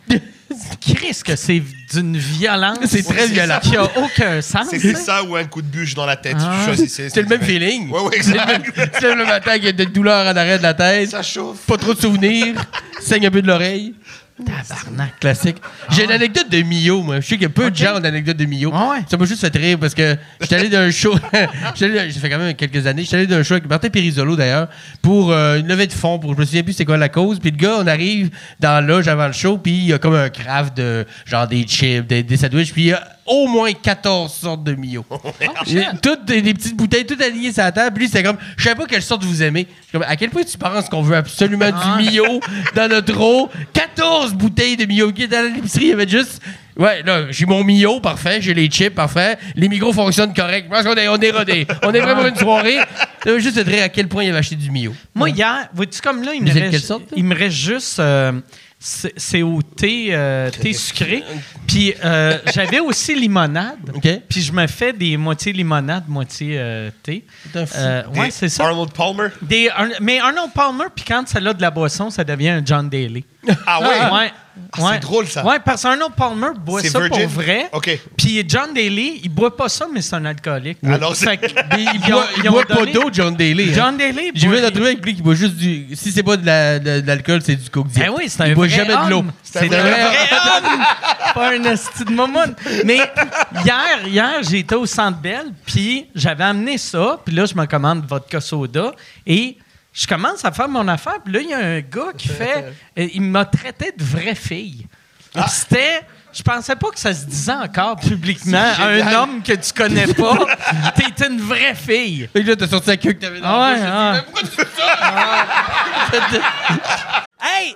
[SPEAKER 3] Chris, que c'est d'une violence.
[SPEAKER 6] C'est très
[SPEAKER 3] qui-
[SPEAKER 6] violent.
[SPEAKER 3] Qui a aucun sens.
[SPEAKER 5] C'était
[SPEAKER 3] hein.
[SPEAKER 5] ça ou un coup de bûche dans la tête.
[SPEAKER 3] Ah.
[SPEAKER 5] Tu choisissais.
[SPEAKER 6] C'est le même feeling.
[SPEAKER 5] Ouais, ouais,
[SPEAKER 6] C'est le même-
[SPEAKER 5] exact.
[SPEAKER 6] Tu te lèves le matin avec des douleurs en arrêt de la tête.
[SPEAKER 5] Ça chauffe.
[SPEAKER 6] Pas trop de souvenirs. Saigne un peu de l'oreille.
[SPEAKER 3] Tabarnak.
[SPEAKER 6] Classique. J'ai une anecdote de Mio, moi. Je sais qu'il y a peu de gens ont une anecdote de Mio.
[SPEAKER 3] Ah ouais.
[SPEAKER 6] Ça m'a juste fait rire parce que j'étais allé d'un show. j'étais allé- J'ai fait quand même quelques années. J'étais allé d'un show avec Martin Périsolo d'ailleurs pour euh, une levée de fonds. Pour, je me souviens plus c'est quoi la cause. Puis le gars, on arrive dans la loge avant le show. Puis il y a comme un craft de genre des chips, des, des sandwichs. Puis il y a au moins 14 sortes de Mio. Il y a Toutes des, des petites bouteilles, toutes alignées sur la table. Puis lui, c'était comme, je sais pas quelle sorte vous aimez. Je suis Comme, à quel point tu penses qu'on veut absolument
[SPEAKER 3] Ah.
[SPEAKER 6] du Mio dans notre eau? 14 bouteilles de Mio qui étaient à l'épicerie. Il y avait juste, ouais, là, j'ai mon Mio, parfait. J'ai les chips, parfait. Les micros fonctionnent correct. Je pense qu'on est, on est rodé. On est vraiment une soirée. Ça veut juste te dire à quel point il avait acheté du Mio.
[SPEAKER 3] Moi, hier, vois-tu comme là, il me
[SPEAKER 6] Vous êtes
[SPEAKER 3] reste,
[SPEAKER 6] quelle sorte, là?
[SPEAKER 3] il me reste juste. euh, c'est c'est au thé, euh, thé sucré. Puis euh, j'avais aussi limonade.
[SPEAKER 6] OK.
[SPEAKER 3] Puis je me fais des moitiés limonade, moitié euh, thé.
[SPEAKER 6] T'es un fou.
[SPEAKER 3] Euh, ouais,
[SPEAKER 5] Des
[SPEAKER 3] c'est ça.
[SPEAKER 5] Arnold Palmer.
[SPEAKER 3] Des, un- mais Arnold Palmer, puis quand ça a de la boisson, ça devient un John Daly.
[SPEAKER 5] Ah ouais.
[SPEAKER 3] Ouais.
[SPEAKER 5] c'est
[SPEAKER 3] ouais.
[SPEAKER 5] drôle, ça.
[SPEAKER 3] Ouais, parce qu'Arnold Palmer boit
[SPEAKER 5] C'est
[SPEAKER 3] ça
[SPEAKER 5] virgin?
[SPEAKER 3] pour vrai.
[SPEAKER 5] OK.
[SPEAKER 3] Puis John Daly, il boit pas ça, mais c'est un alcoolique.
[SPEAKER 5] Alors, c'est-
[SPEAKER 3] Fait que-
[SPEAKER 6] Il
[SPEAKER 3] ils ont-
[SPEAKER 6] boit, il
[SPEAKER 3] ils ont
[SPEAKER 6] boit pas
[SPEAKER 3] donné-
[SPEAKER 6] d'eau, John Daly. hein.
[SPEAKER 3] John Daly,
[SPEAKER 6] J'ai vu
[SPEAKER 3] boit-
[SPEAKER 6] un entrevue avec lui qui boit juste du. Si c'est pas de la- de de l'alcool, c'est du coke diet.
[SPEAKER 3] Eh oui, c'est un
[SPEAKER 6] Il boit
[SPEAKER 3] vrai
[SPEAKER 6] jamais de l'eau.
[SPEAKER 3] homme.
[SPEAKER 6] C'est un
[SPEAKER 5] un vrai
[SPEAKER 6] vrai homme.
[SPEAKER 3] pas un esti de momoun. Mais hier, hier j'étais au Centre Belle, puis j'avais amené ça, puis là, je me commande vodka soda, et je commence à faire mon affaire, puis là, il y a un gars qui fait... euh, Il m'a traité de vraie fille. Puis
[SPEAKER 6] Ah.
[SPEAKER 3] C'était... Je pensais pas que ça se disait encore publiquement à un homme que tu connais pas. T'es une vraie fille.
[SPEAKER 6] Fait que là, t'as sorti la queue que t'avais dans
[SPEAKER 3] Ah
[SPEAKER 6] la
[SPEAKER 3] ouais,
[SPEAKER 6] bouche.
[SPEAKER 3] ah.
[SPEAKER 6] Mais pourquoi tu fais ça?
[SPEAKER 7] Hey,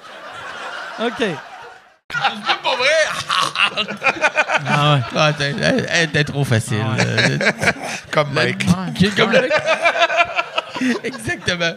[SPEAKER 7] ha! OK.
[SPEAKER 6] Ah, t'es- elle- elle était trop facile.
[SPEAKER 3] Ah
[SPEAKER 6] Euh,
[SPEAKER 5] Comme Mike.
[SPEAKER 6] qui est comme le- Exactement.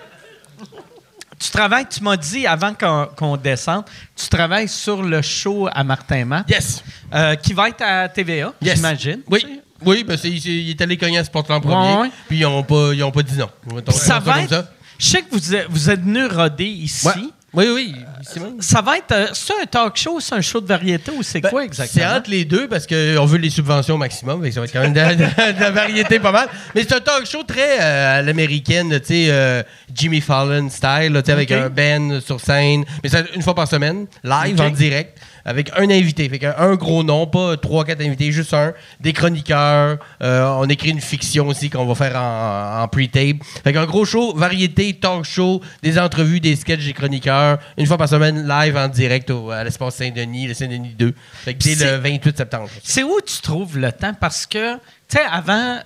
[SPEAKER 3] Tu travailles, tu m'as dit avant qu'on qu'on descende, tu travailles sur le show à Martin Matt,
[SPEAKER 6] Yes.
[SPEAKER 3] euh, qui va être à TVA,
[SPEAKER 6] Yes.
[SPEAKER 3] j'imagine.
[SPEAKER 6] Oui. Oui, ben c'est, c'est- il est allé cogner à ce porte-là en premier.
[SPEAKER 3] Ouais, ouais.
[SPEAKER 6] Puis ils n'ont pas, ils ont pas dit non. On va
[SPEAKER 3] Puis ça va
[SPEAKER 6] dire comme
[SPEAKER 3] être. Je sais que vous êtes, vous êtes venu roder ici.
[SPEAKER 6] Ouais. Oui, oui. c'est vrai.
[SPEAKER 3] Ça va être. euh, c'est un talk show, c'est un show de variété ou c'est
[SPEAKER 6] Ben,
[SPEAKER 3] quoi exactement?
[SPEAKER 6] C'est entre les deux parce qu'on veut les subventions au maximum. fait que Ça va être quand même de, de- de la variété pas mal. Mais c'est un talk show très euh, à l'américaine, tu sais, euh, Jimmy Fallon style, là, tu sais, avec
[SPEAKER 3] Ok.
[SPEAKER 6] un band sur scène. Mais ça, une fois par semaine, live
[SPEAKER 3] Ok.
[SPEAKER 6] en direct, avec un invité. Fait qu'un un gros nom, pas trois, quatre invités, juste un. Des chroniqueurs. euh, on écrit une fiction aussi qu'on va faire en, en pre-tape. Fait qu'un gros show, variété, talk show, des entrevues, des sketchs des chroniqueurs. Une fois par semaine, live en direct au- à l'espace Saint-Denis, le Saint-Denis 2. Fait que dès
[SPEAKER 3] C'est-
[SPEAKER 6] le 28 septembre.
[SPEAKER 3] C'est où tu trouves le temps? Parce que, tu sais, avant,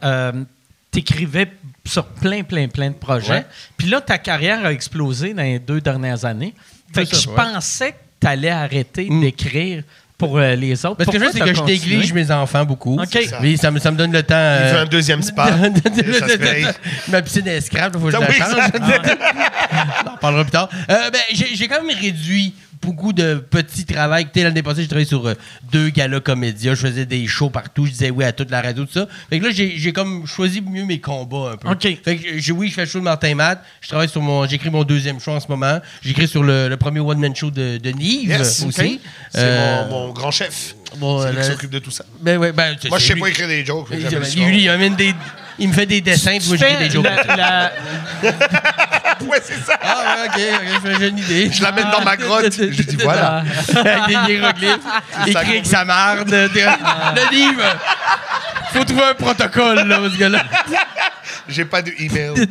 [SPEAKER 3] tu écrivais sur plein, plein, plein de projets.
[SPEAKER 6] Ouais.
[SPEAKER 3] Puis là, ta carrière a explosé dans les deux dernières années. Fait
[SPEAKER 6] C'est
[SPEAKER 3] que
[SPEAKER 6] ça,
[SPEAKER 3] je
[SPEAKER 6] ouais.
[SPEAKER 3] pensais que tu allais arrêter d'écrire pour euh, les autres.
[SPEAKER 6] Parce que je
[SPEAKER 3] Pourquoi
[SPEAKER 6] sais que
[SPEAKER 3] t'as
[SPEAKER 6] je
[SPEAKER 3] continué?
[SPEAKER 6] néglige mes enfants beaucoup.
[SPEAKER 3] Ok. C'est ça.
[SPEAKER 6] Mais ça me, ça me donne le temps.
[SPEAKER 5] Il
[SPEAKER 6] euh,
[SPEAKER 5] fait un deuxième spa.
[SPEAKER 6] de- de- de-
[SPEAKER 5] Ça se paye.
[SPEAKER 6] de- Ma piscine est scrap, faut que je
[SPEAKER 5] Ah
[SPEAKER 6] la
[SPEAKER 5] oui,
[SPEAKER 6] change.
[SPEAKER 5] ça-
[SPEAKER 6] On en parlera plus tard. Euh, ben, j'ai j'ai quand même réduit beaucoup de petits travails. Écoutez, L'année passée, j'ai travaillé sur euh, deux galas comédia. Je faisais des shows partout. Je disais oui à toute la radio, tout ça. Fait que là, j'ai j'ai comme choisi mieux mes combats un peu.
[SPEAKER 3] OK.
[SPEAKER 6] Fait que j'ai- oui, je fais le show de Martin Matt. Je travaille sur mon... J'écris mon deuxième show en ce moment. J'écris sur le, le premier one-man show de, de Nive
[SPEAKER 5] Yes,
[SPEAKER 6] aussi.
[SPEAKER 5] ok. C'est
[SPEAKER 6] Euh,
[SPEAKER 5] mon, mon grand chef.
[SPEAKER 6] bon,
[SPEAKER 5] c'est lui
[SPEAKER 6] euh,
[SPEAKER 5] qui s'occupe de tout ça.
[SPEAKER 6] ben ouais, ben, c'est-
[SPEAKER 5] Moi, je
[SPEAKER 6] c'est
[SPEAKER 5] sais
[SPEAKER 6] lui.
[SPEAKER 5] pas écrire des jokes.
[SPEAKER 6] Il,
[SPEAKER 5] j'aime
[SPEAKER 6] il-
[SPEAKER 5] ça.
[SPEAKER 6] lui, il amène des- il me fait des dessins, puis moi,
[SPEAKER 3] Tu
[SPEAKER 6] j'écris des
[SPEAKER 3] fais
[SPEAKER 6] jokes.
[SPEAKER 3] la- la-
[SPEAKER 5] Ouais, c'est ça.
[SPEAKER 6] Ah, ouais, ok, ok, je fais- j'ai une idée.
[SPEAKER 5] Je l'amène dans ma grotte. Je lui dis voilà.
[SPEAKER 6] Avec des hiéroglyphes.
[SPEAKER 5] C'est ça
[SPEAKER 6] Écrit
[SPEAKER 5] qu'on
[SPEAKER 6] avec sa marde. euh, des- Le livre. Faut trouver un protocole, là, parce que là.
[SPEAKER 5] J'ai pas de email.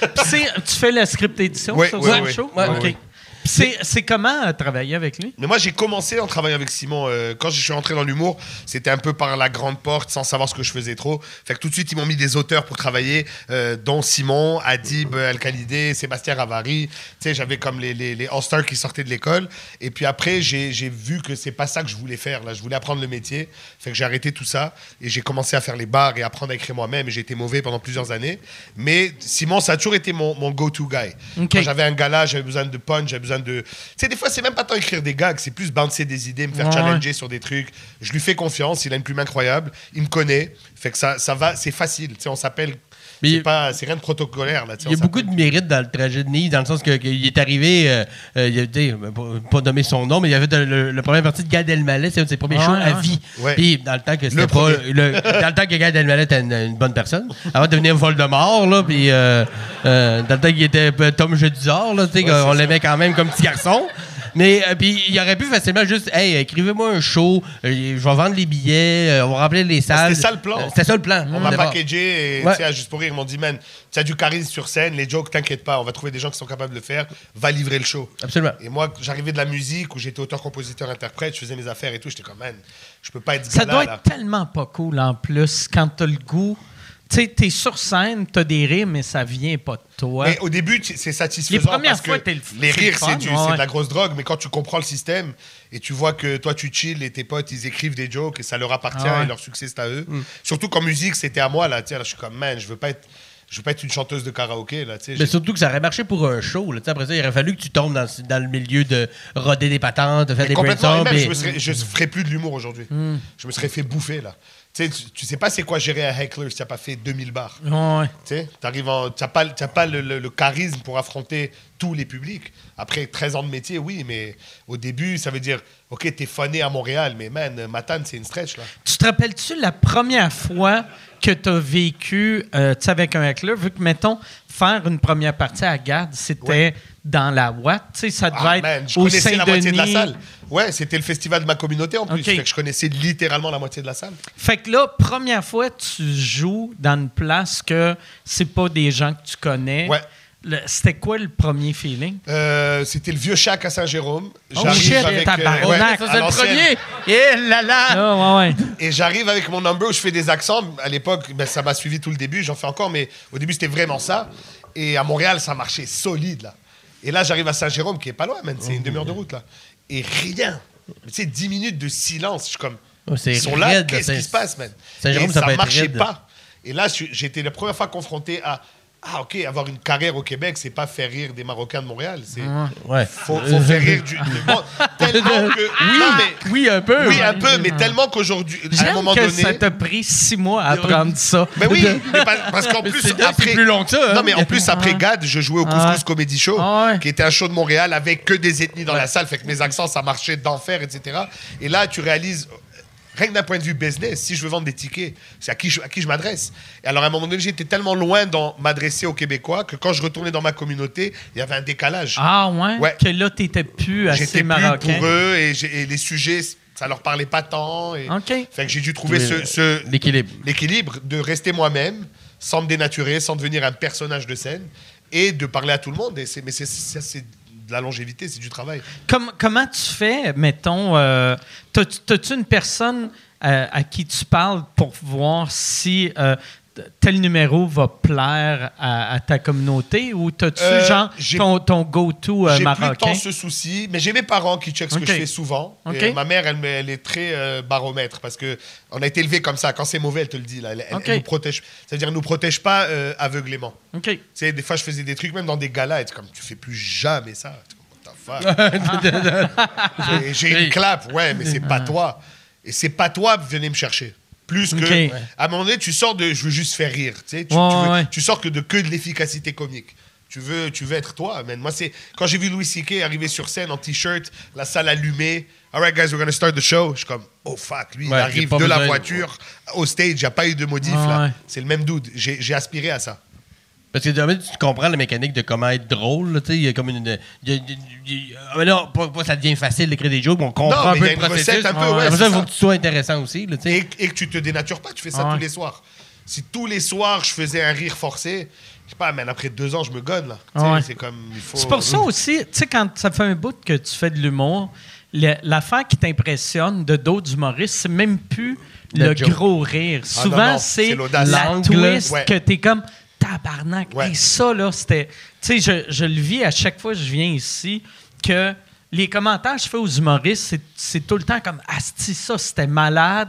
[SPEAKER 3] Puis c'est- tu fais le script édition
[SPEAKER 5] Oui,
[SPEAKER 3] sur
[SPEAKER 5] oui,
[SPEAKER 3] le
[SPEAKER 5] oui.
[SPEAKER 3] show?
[SPEAKER 5] Ouais,
[SPEAKER 3] OK.
[SPEAKER 5] oui.
[SPEAKER 3] Puis C'est c'est comment euh, travailler avec lui?
[SPEAKER 5] Mais moi, j'ai commencé en travaillant avec Simon. euh, quand je suis entré dans l'humour, c'était un peu par la grande porte, sans savoir ce que je faisais trop. Fait que tout de suite, ils m'ont mis des auteurs pour travailler, euh, dont Simon, Adib, euh, Al-Khalidé, Sébastien Ravari. Tu sais, j'avais comme les, les, les All-Stars qui sortaient de l'école. Et puis après, j'ai j'ai vu que c'est pas ça que je voulais faire. Là, je voulais apprendre le métier. Fait que j'ai arrêté tout ça et j'ai commencé à faire les bars et apprendre à écrire moi-même. Et J'ai été mauvais pendant plusieurs années. Mais Simon, ça a toujours été mon, mon go-to guy.
[SPEAKER 3] Ok.
[SPEAKER 5] Quand j'avais j'avais un gala, j'avais besoin de punch, j'avais besoin de. Tu sais, des fois, c'est même pas tant écrire des gags, c'est plus bouncer des idées, me faire
[SPEAKER 3] Ouais.
[SPEAKER 5] challenger sur des trucs. Je lui fais confiance, il a une plume incroyable, il me connaît, fait que ça, ça va, c'est facile. Tu sais, on s'appelle.
[SPEAKER 6] Mais-
[SPEAKER 5] C'est pas, c'est rien de protocolaire là. tu sais,
[SPEAKER 6] Il y a
[SPEAKER 5] on
[SPEAKER 6] beaucoup de mérite dans le trajet de Nice, dans le sens que- qu'il est arrivé, euh, euh, il a, tu sais, pas- pas nommé son nom, mais il avait de- le, le premier parti de Gad Elmaleh, c'est un de ses premiers
[SPEAKER 3] Ouais,
[SPEAKER 6] shows à
[SPEAKER 3] ouais.
[SPEAKER 6] vie.
[SPEAKER 5] Ouais.
[SPEAKER 6] Puis dans le temps que c'était
[SPEAKER 5] Le
[SPEAKER 6] pas,
[SPEAKER 5] premier.
[SPEAKER 6] le- dans le temps que Gad Elmaleh était une, une bonne personne, avant de devenir Voldemort, là, puis euh, euh, dans le temps qu'il était euh, Tom Jedusor, là, tu sais, on l'aimait quand même comme petit garçon. Mais euh, puis il aurait pu facilement juste, hey, écrivez-moi un show, euh, je vais vendre les billets, euh, on va remplir les salles.
[SPEAKER 5] c'était ça, le plan.
[SPEAKER 6] Euh, C'était ça le plan.
[SPEAKER 5] On m'a
[SPEAKER 6] au départ.
[SPEAKER 5] packagé et
[SPEAKER 6] Ouais.
[SPEAKER 5] tu sais, à juste pour rire, ils m'ont dit, man, tu as du charisme sur scène, les jokes, t'inquiète pas, on va trouver des gens qui sont capables de le faire, va livrer le show.
[SPEAKER 6] Absolument.
[SPEAKER 5] Et moi, j'arrivais de la musique où j'étais auteur, compositeur, interprète, je faisais mes affaires et tout, j'étais comme, man, je peux pas être
[SPEAKER 3] Ça
[SPEAKER 5] gala,
[SPEAKER 3] doit
[SPEAKER 5] là.
[SPEAKER 3] être tellement pas cool en plus quand t'as le goût. Tu sais, t'es sur scène, t'as des rires, mais ça vient pas de toi.
[SPEAKER 5] Mais au début, tu- c'est satisfaisant.
[SPEAKER 3] Les premières
[SPEAKER 5] parce que
[SPEAKER 3] fois, t'es le-
[SPEAKER 5] Les
[SPEAKER 3] c'est le
[SPEAKER 5] rires,
[SPEAKER 3] fun,
[SPEAKER 5] c'est du-
[SPEAKER 3] ouais,
[SPEAKER 5] c'est
[SPEAKER 3] ouais.
[SPEAKER 5] de la grosse drogue, mais quand tu comprends le système et tu vois que toi, tu chill et tes potes, ils écrivent des jokes et ça leur appartient
[SPEAKER 3] Ah ouais.
[SPEAKER 5] et leur succès, c'est à eux. Surtout qu'en musique, c'était à moi, là. Tu sais, là, je suis comme, man, je veux pas être. Je veux pas être une chanteuse de karaoké, là, tu sais.
[SPEAKER 6] Mais
[SPEAKER 5] j'ai-
[SPEAKER 6] surtout que ça aurait marché pour un show. Là. Tu sais, Après ça, il aurait fallu que tu tombes dans, le- dans le milieu de roder des patentes, de faire des
[SPEAKER 5] Complètement,
[SPEAKER 6] brainstorms.
[SPEAKER 5] et même,
[SPEAKER 6] puis-
[SPEAKER 5] je me serais-
[SPEAKER 3] Mm.
[SPEAKER 5] je ferais plus de l'humour aujourd'hui. Je me serais fait bouffer, là. Tu sais, tu- tu sais pas c'est quoi gérer un heckler si t'as pas fait 2000 bars.
[SPEAKER 3] Ouais.
[SPEAKER 5] Tu sais, t'arrives en- t'as pas, t'as pas le, le- le charisme pour affronter tous les publics. Après 13 ans de métier, oui, mais au début, ça veut dire, OK, t'es fané à Montréal, mais man, Matane, c'est une stretch, là.
[SPEAKER 3] Tu te rappelles-tu la première fois que t'as vécu euh, tu sais, avec un heckler, vu que, mettons, faire une première partie à Garde, c'était
[SPEAKER 5] Ouais.
[SPEAKER 3] dans la Watt, tu sais, ça devait
[SPEAKER 5] Ah,
[SPEAKER 3] être
[SPEAKER 5] man, je
[SPEAKER 3] au
[SPEAKER 5] connaissais la moitié de la
[SPEAKER 3] Saint-Denis.
[SPEAKER 5] salle. Ouais, c'était le festival de ma communauté, en plus.
[SPEAKER 3] Ok.
[SPEAKER 5] Fait que je connaissais littéralement la moitié de la salle.
[SPEAKER 3] Fait que là, première fois, tu joues dans une place que c'est pas des gens que tu connais.
[SPEAKER 5] Ouais.
[SPEAKER 3] Le- C'était quoi le premier feeling?
[SPEAKER 5] Euh, c'était le vieux chac à Saint-Jérôme. euh,
[SPEAKER 3] Oh shit, tabarnak, ça,
[SPEAKER 5] à
[SPEAKER 3] c'est le
[SPEAKER 5] l'ancienne.
[SPEAKER 6] Eh là là!
[SPEAKER 3] Ah, ouais, ouais.
[SPEAKER 5] Et j'arrive avec mon number où je fais des accents. À l'époque, ben, ça m'a suivi tout le début, j'en fais encore, mais au début, c'était vraiment ça. Et à Montréal, ça marchait solide, là. Et là, j'arrive à Saint-Jérôme, qui est pas loin, man. C'est une demi-heure de route, là. Et rien. Tu sais, 10 minutes de silence. Je suis comme.
[SPEAKER 6] Oh, c'est
[SPEAKER 5] Ils sont là,
[SPEAKER 6] raide,
[SPEAKER 5] qu'est-ce
[SPEAKER 6] Saint-
[SPEAKER 5] qui se passe, man?
[SPEAKER 6] Saint-Jérôme,
[SPEAKER 5] Et
[SPEAKER 6] ça
[SPEAKER 5] ça
[SPEAKER 6] peut être
[SPEAKER 5] marchait
[SPEAKER 6] raide.
[SPEAKER 5] pas. Et là, je suis- j'étais la première fois confronté à Ah, OK, avoir une carrière au Québec, c'est pas faire rire des Marocains de Montréal. C'est
[SPEAKER 6] Ouais.
[SPEAKER 5] faut, faut faire rire du, du monde. Tellement que. Oui,
[SPEAKER 6] Oui, un peu.
[SPEAKER 5] oui, un peu, mais tellement qu'aujourd'hui, à un
[SPEAKER 3] J'aime
[SPEAKER 5] moment
[SPEAKER 3] que
[SPEAKER 5] donné.
[SPEAKER 3] ça t'a pris six mois à apprendre ça.
[SPEAKER 5] Mais oui, mais pas- parce qu'en
[SPEAKER 6] Mais
[SPEAKER 5] plus,
[SPEAKER 6] c'est dingue, c'est
[SPEAKER 5] après.
[SPEAKER 6] plus long que ça. hein.
[SPEAKER 5] Non, mais en plus, après GAD, je jouais au Couscous
[SPEAKER 3] ouais.
[SPEAKER 5] Comedy Show,
[SPEAKER 3] Ah ouais.
[SPEAKER 5] qui était un show de Montréal avec que des ethnies dans la salle. Fait que mes accents, ça marchait d'enfer, etc. Et là, tu réalises, euh, rien que d'un point de vue business, si je veux vendre des tickets, c'est à qui je, à qui je m'adresse. Et alors, à un moment donné, j'étais tellement loin d'en m'adresser aux Québécois que quand je retournais dans ma communauté, il y avait un décalage.
[SPEAKER 3] Ah, ouais?
[SPEAKER 5] Ouais.
[SPEAKER 3] Que là, t'étais plus assez
[SPEAKER 5] J'étais plus
[SPEAKER 3] marocain.
[SPEAKER 5] pour eux et, j'ai- et les sujets, ça leur parlait pas tant. Et...
[SPEAKER 3] OK.
[SPEAKER 5] Fait que j'ai dû trouver ce- ce,
[SPEAKER 6] L'équilibre.
[SPEAKER 5] l'équilibre de rester moi-même sans me dénaturer, sans devenir un personnage de scène et de parler à tout le monde. Et c'est- mais c'est, ça, c'est de la longévité, c'est du travail.
[SPEAKER 3] Com- comment tu fais, mettons, euh, t'as- t'as-tu une personne euh, à qui tu parles pour voir si euh, t- tel numéro va plaire à, à ta communauté ou t'as-tu
[SPEAKER 5] Euh,
[SPEAKER 3] genre
[SPEAKER 5] j'ai-
[SPEAKER 3] ton, ton go-to euh,
[SPEAKER 5] j'ai plus
[SPEAKER 3] marocain?
[SPEAKER 5] tant ce souci, mais j'ai mes parents qui checkent ce
[SPEAKER 3] Ok.
[SPEAKER 5] que je fais souvent.
[SPEAKER 3] Ok.
[SPEAKER 5] Et ma mère, elle, me- elle est très euh, baromètre parce que on a été élevé comme ça. Quand c'est mauvais, elle te le dit. Là. Elle, elle-
[SPEAKER 3] Ok.
[SPEAKER 5] elle nous protège. C'est-à-dire, elle nous protège pas euh, aveuglément.
[SPEAKER 3] OK.
[SPEAKER 5] Tu sais, des fois, je faisais des trucs, même dans des galas, et c'est comme, tu fais plus jamais ça. Tu comprends, what the
[SPEAKER 3] Ah.
[SPEAKER 5] fuck? J'ai- J'ai une clap, ouais, mais c'est pas toi. Et c'est pas toi, venez me chercher. Plus que.
[SPEAKER 3] Ok. Ouais.
[SPEAKER 5] À un moment donné, tu sors de. Je veux juste faire rire. Tu, sais, tu,
[SPEAKER 3] Ouais,
[SPEAKER 5] tu veux-
[SPEAKER 3] ouais.
[SPEAKER 5] tu sors que de, que de l'efficacité comique. Tu veux, tu veux être toi, man. Moi, c'est. Quand j'ai vu Louis C.K. arriver sur scène en t-shirt, la salle allumée. All right, guys, we're gonna start the show. Je suis comme, oh fuck, lui, il
[SPEAKER 6] Ouais, il
[SPEAKER 5] arrive
[SPEAKER 6] a pas
[SPEAKER 5] de la
[SPEAKER 6] besoin de-
[SPEAKER 5] voiture au stage. Il n'y a pas eu de modif,
[SPEAKER 3] Ouais,
[SPEAKER 5] là.
[SPEAKER 3] ouais.
[SPEAKER 5] C'est le même dude. J'ai j'ai aspiré à ça.
[SPEAKER 6] Parce que jamais tu comprends la mécanique de comment être drôle. là, tu sais, Il y a comme une. il y a- il y a- ah, mais là, pas- pas ça devient facile d'écrire des jokes, mais on comprend
[SPEAKER 5] Non,
[SPEAKER 6] un
[SPEAKER 5] mais
[SPEAKER 6] peu
[SPEAKER 5] il y a
[SPEAKER 6] le
[SPEAKER 5] une
[SPEAKER 6] processus.
[SPEAKER 5] recette un peu, ouais,
[SPEAKER 6] Après
[SPEAKER 5] c'est
[SPEAKER 6] ça, il faut
[SPEAKER 5] ça.
[SPEAKER 6] que tu sois intéressant aussi. Là, tu sais.
[SPEAKER 5] et, et que tu te dénatures pas, tu fais ça
[SPEAKER 3] Ah ouais.
[SPEAKER 5] tous les soirs. Si tous les soirs je faisais un rire forcé, je sais pas, mais après deux ans je me gonne là. Tu sais,
[SPEAKER 3] Ah ouais.
[SPEAKER 5] C'est comme il faut.
[SPEAKER 3] C'est pour ça aussi, tu sais, quand ça fait un bout que tu fais de l'humour, le- l'affaire qui t'impressionne de d'autres humoristes, c'est même plus le,
[SPEAKER 6] Le joke.
[SPEAKER 3] gros rire.
[SPEAKER 5] Ah
[SPEAKER 3] Souvent,
[SPEAKER 5] non, non,
[SPEAKER 3] c'est
[SPEAKER 5] c'est l'audace.
[SPEAKER 3] la
[SPEAKER 6] L'angle.
[SPEAKER 3] twist
[SPEAKER 5] Ouais.
[SPEAKER 3] que t'es comme tabarnak.
[SPEAKER 5] Ouais.
[SPEAKER 3] Et ça, là, c'était. Tu sais, je, je le vis à chaque fois que je viens ici que. Les commentaires que je fais aux humoristes, c'est- c'est tout le temps comme Asti, ça, c'était malade.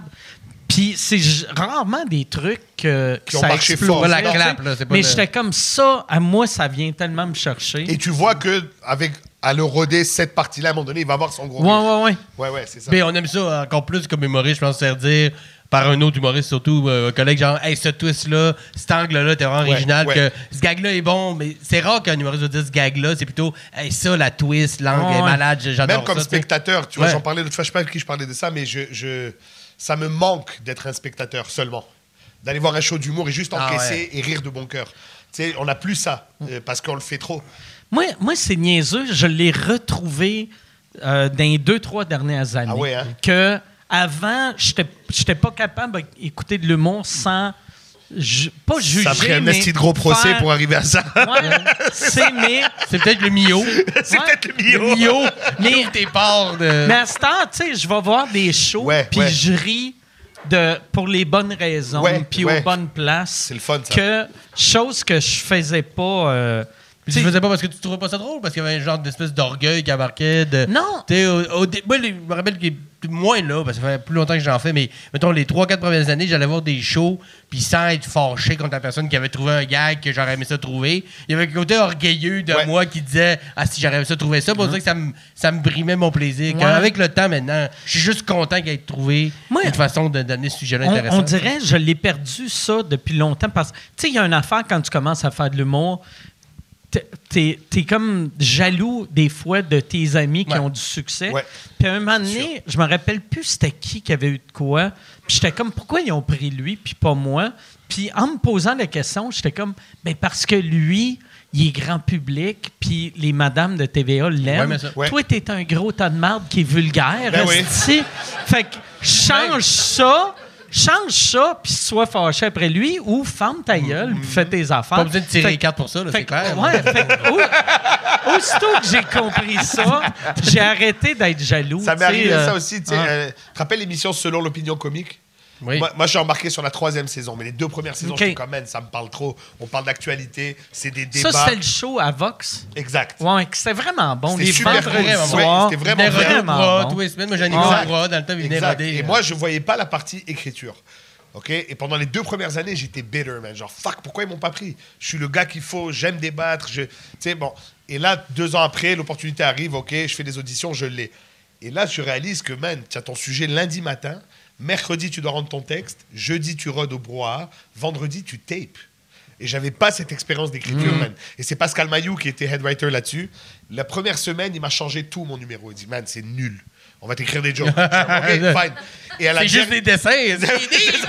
[SPEAKER 3] Puis c'est j- rarement des trucs que, que
[SPEAKER 5] Qui ont
[SPEAKER 3] ça
[SPEAKER 5] marché
[SPEAKER 3] explosait,
[SPEAKER 5] fort.
[SPEAKER 6] La
[SPEAKER 3] tu sais.
[SPEAKER 6] clap, là, c'est pas
[SPEAKER 3] Mais
[SPEAKER 6] le-
[SPEAKER 3] j'étais comme ça, à moi, ça vient tellement me chercher.
[SPEAKER 5] Et tu vois que avec à le roder cette partie-là, à un moment donné, il va avoir son gros.
[SPEAKER 3] Ouais,
[SPEAKER 5] rire.
[SPEAKER 3] ouais, ouais.
[SPEAKER 5] ouais, ouais, c'est ça.
[SPEAKER 6] Mais Ben, on aime ça encore plus comme humoriste, je pense, se faire dire par un autre humoriste, surtout euh, un collègue, genre, hey, ce twist-là, cet angle-là, t'es vraiment
[SPEAKER 5] Ouais,
[SPEAKER 6] original,
[SPEAKER 5] ouais.
[SPEAKER 6] que ce gag-là est bon, mais c'est rare qu'un humoriste va dire ce gag-là, c'est plutôt, hey, ça, la twist, l'angle
[SPEAKER 3] Ouais, ouais.
[SPEAKER 6] est malade, j'adore
[SPEAKER 5] Même comme
[SPEAKER 6] ça, tu sais.
[SPEAKER 5] spectateur, tu vois,
[SPEAKER 6] Ouais.
[SPEAKER 5] j'en parlais l'autre fois, je sais pas avec qui je parlais de ça, mais je, je- ça me manque d'être un spectateur seulement. D'aller voir un show d'humour et juste
[SPEAKER 6] Ah
[SPEAKER 5] encaisser et rire de bon cœur. Tu sais, on n'a plus ça euh, parce qu'on le fait trop.
[SPEAKER 3] Moi, moi c'est niaiseux. Je l'ai retrouvé euh, dans les deux, trois dernières années.
[SPEAKER 5] Ah ouais, hein?
[SPEAKER 3] Que avant, j'étais j'étais pas capable d'écouter de l'humour sans. ju- pas juger.
[SPEAKER 5] ça a pris un
[SPEAKER 3] mais
[SPEAKER 5] esti de gros procès
[SPEAKER 3] faire-
[SPEAKER 5] pour arriver à ça.
[SPEAKER 3] Ouais, c'est mais.
[SPEAKER 6] C'est peut-être le mio.
[SPEAKER 5] C'est
[SPEAKER 3] ouais.
[SPEAKER 5] peut-être le milieu.
[SPEAKER 6] mio, mais tes parts de.
[SPEAKER 3] Mais à ce temps, tu sais, je vais voir des shows,
[SPEAKER 5] Ouais,
[SPEAKER 3] puis
[SPEAKER 5] ouais.
[SPEAKER 3] je ris de, pour les bonnes raisons,
[SPEAKER 5] Ouais,
[SPEAKER 3] puis
[SPEAKER 5] ouais.
[SPEAKER 3] aux bonnes places.
[SPEAKER 5] C'est le fun, ça.
[SPEAKER 3] Que, chose que je faisais pas. euh,
[SPEAKER 6] Puis tu le faisais pas parce que tu trouvais pas ça drôle, parce qu'il y avait un genre d'espèce d'orgueil qui embarquait. De,
[SPEAKER 3] Non.
[SPEAKER 6] Tu sais, au- au dé- moi, les- je me rappelle que moins là, parce que ça fait plus longtemps que j'en fais, mais mettons, les 3-4 premières années, j'allais voir des shows, puis sans être fâché contre la personne qui avait trouvé un gag que j'aurais aimé ça trouver, il y avait un côté orgueilleux de
[SPEAKER 5] Ouais. Mm-hmm.
[SPEAKER 6] moi qui disait Ah, si j'aurais aimé ça trouver ça, pour dire que ça me, ça me brimait mon plaisir.
[SPEAKER 3] Ouais.
[SPEAKER 6] Quand, avec le temps maintenant, je suis juste content qu'il ait trouvé
[SPEAKER 3] Moi,
[SPEAKER 6] une façon de- d'amener ce sujet-là
[SPEAKER 3] On-
[SPEAKER 6] intéressant.
[SPEAKER 3] On, dirait, je l'ai perdu ça depuis longtemps parce que, tu sais, il y a une affaire quand tu commences à faire de l'humour. t'es- T'es t'es comme jaloux des fois de tes amis qui
[SPEAKER 6] Ouais.
[SPEAKER 3] ont du succès.
[SPEAKER 5] Ouais.
[SPEAKER 3] Puis à un moment donné, je me rappelle plus c'était qui qui avait eu de quoi. Puis j'étais comme, pourquoi ils ont pris lui puis pas moi? Puis en me posant la question, j'étais comme, ben parce que lui, il est grand public, puis les madames de TVA
[SPEAKER 6] Ouais,
[SPEAKER 3] l'aiment.
[SPEAKER 6] mais ça-
[SPEAKER 5] ouais.
[SPEAKER 3] Toi, t'es un gros tas de marde qui est vulgaire.
[SPEAKER 5] Ben oui. Ben.
[SPEAKER 3] esti. Fait que change ça, change ça, puis sois fâché après lui, ou ferme ta gueule, puis fais tes affaires.
[SPEAKER 6] Pas besoin de tirer
[SPEAKER 3] Fait
[SPEAKER 6] les
[SPEAKER 3] que-
[SPEAKER 6] cartes pour ça, là,
[SPEAKER 3] fait
[SPEAKER 6] c'est
[SPEAKER 3] que-
[SPEAKER 6] clair.
[SPEAKER 3] ouais, fait que- au- aussitôt que j'ai compris ça, j'ai arrêté d'être jaloux.
[SPEAKER 5] Ça
[SPEAKER 3] tu
[SPEAKER 5] m'est
[SPEAKER 3] sais,
[SPEAKER 5] arrivé
[SPEAKER 3] euh,
[SPEAKER 5] ça aussi. Tu sais,
[SPEAKER 3] ouais.
[SPEAKER 5] euh, tu te rappelles l'émission Selon l'opinion comique
[SPEAKER 6] Oui.
[SPEAKER 5] Moi, moi, je suis embarqué sur la troisième saison, mais les deux premières saisons,
[SPEAKER 3] Ok.
[SPEAKER 5] je suis comme, Man, ça me parle trop. On parle d'actualité, c'est des
[SPEAKER 3] Ça,
[SPEAKER 5] débats.
[SPEAKER 3] c'était le show à Vox.
[SPEAKER 5] Exact.
[SPEAKER 3] Ouais, que c'était vraiment bon.
[SPEAKER 5] C'était
[SPEAKER 3] Les
[SPEAKER 5] super
[SPEAKER 3] vendredis
[SPEAKER 6] bon.
[SPEAKER 3] soirs,
[SPEAKER 5] Ouais, c'était
[SPEAKER 6] Venait
[SPEAKER 5] vraiment
[SPEAKER 6] roder au
[SPEAKER 3] vraiment
[SPEAKER 6] bras
[SPEAKER 3] bon.
[SPEAKER 6] tous les semaines. Moi,
[SPEAKER 5] Exact.
[SPEAKER 6] j'animais au bras dans le temps, il venait
[SPEAKER 5] Exact.
[SPEAKER 6] roder, hein.
[SPEAKER 5] Et
[SPEAKER 6] euh.
[SPEAKER 5] moi, je voyais pas la partie écriture. OK? Et pendant les deux premières années, j'étais bitter, man. Genre, fuck, pourquoi ils m'ont pas pris? Je suis le gars qu'il faut, j'aime débattre. Je... Tu sais, bon. Et là, deux ans après, l'opportunité arrive, OK, je fais des auditions, je l'ai. Et là, tu réalises que, man, tu as ton sujet lundi matin, mercredi, tu dois rendre ton texte, jeudi, tu rodes au brouhaha, vendredi, tu tapes. Et j'avais pas cette expérience
[SPEAKER 6] Mm.
[SPEAKER 5] d'écriture, man. Et c'est Pascal Mayou qui était head writer là-dessus. La première semaine, il m'a changé tout mon numéro. Il dit, man, c'est nul. On va t'écrire des jokes. Je suis comme, OK, fine. Et à la
[SPEAKER 6] C'est juste
[SPEAKER 5] dernière-
[SPEAKER 6] des dessins. C'est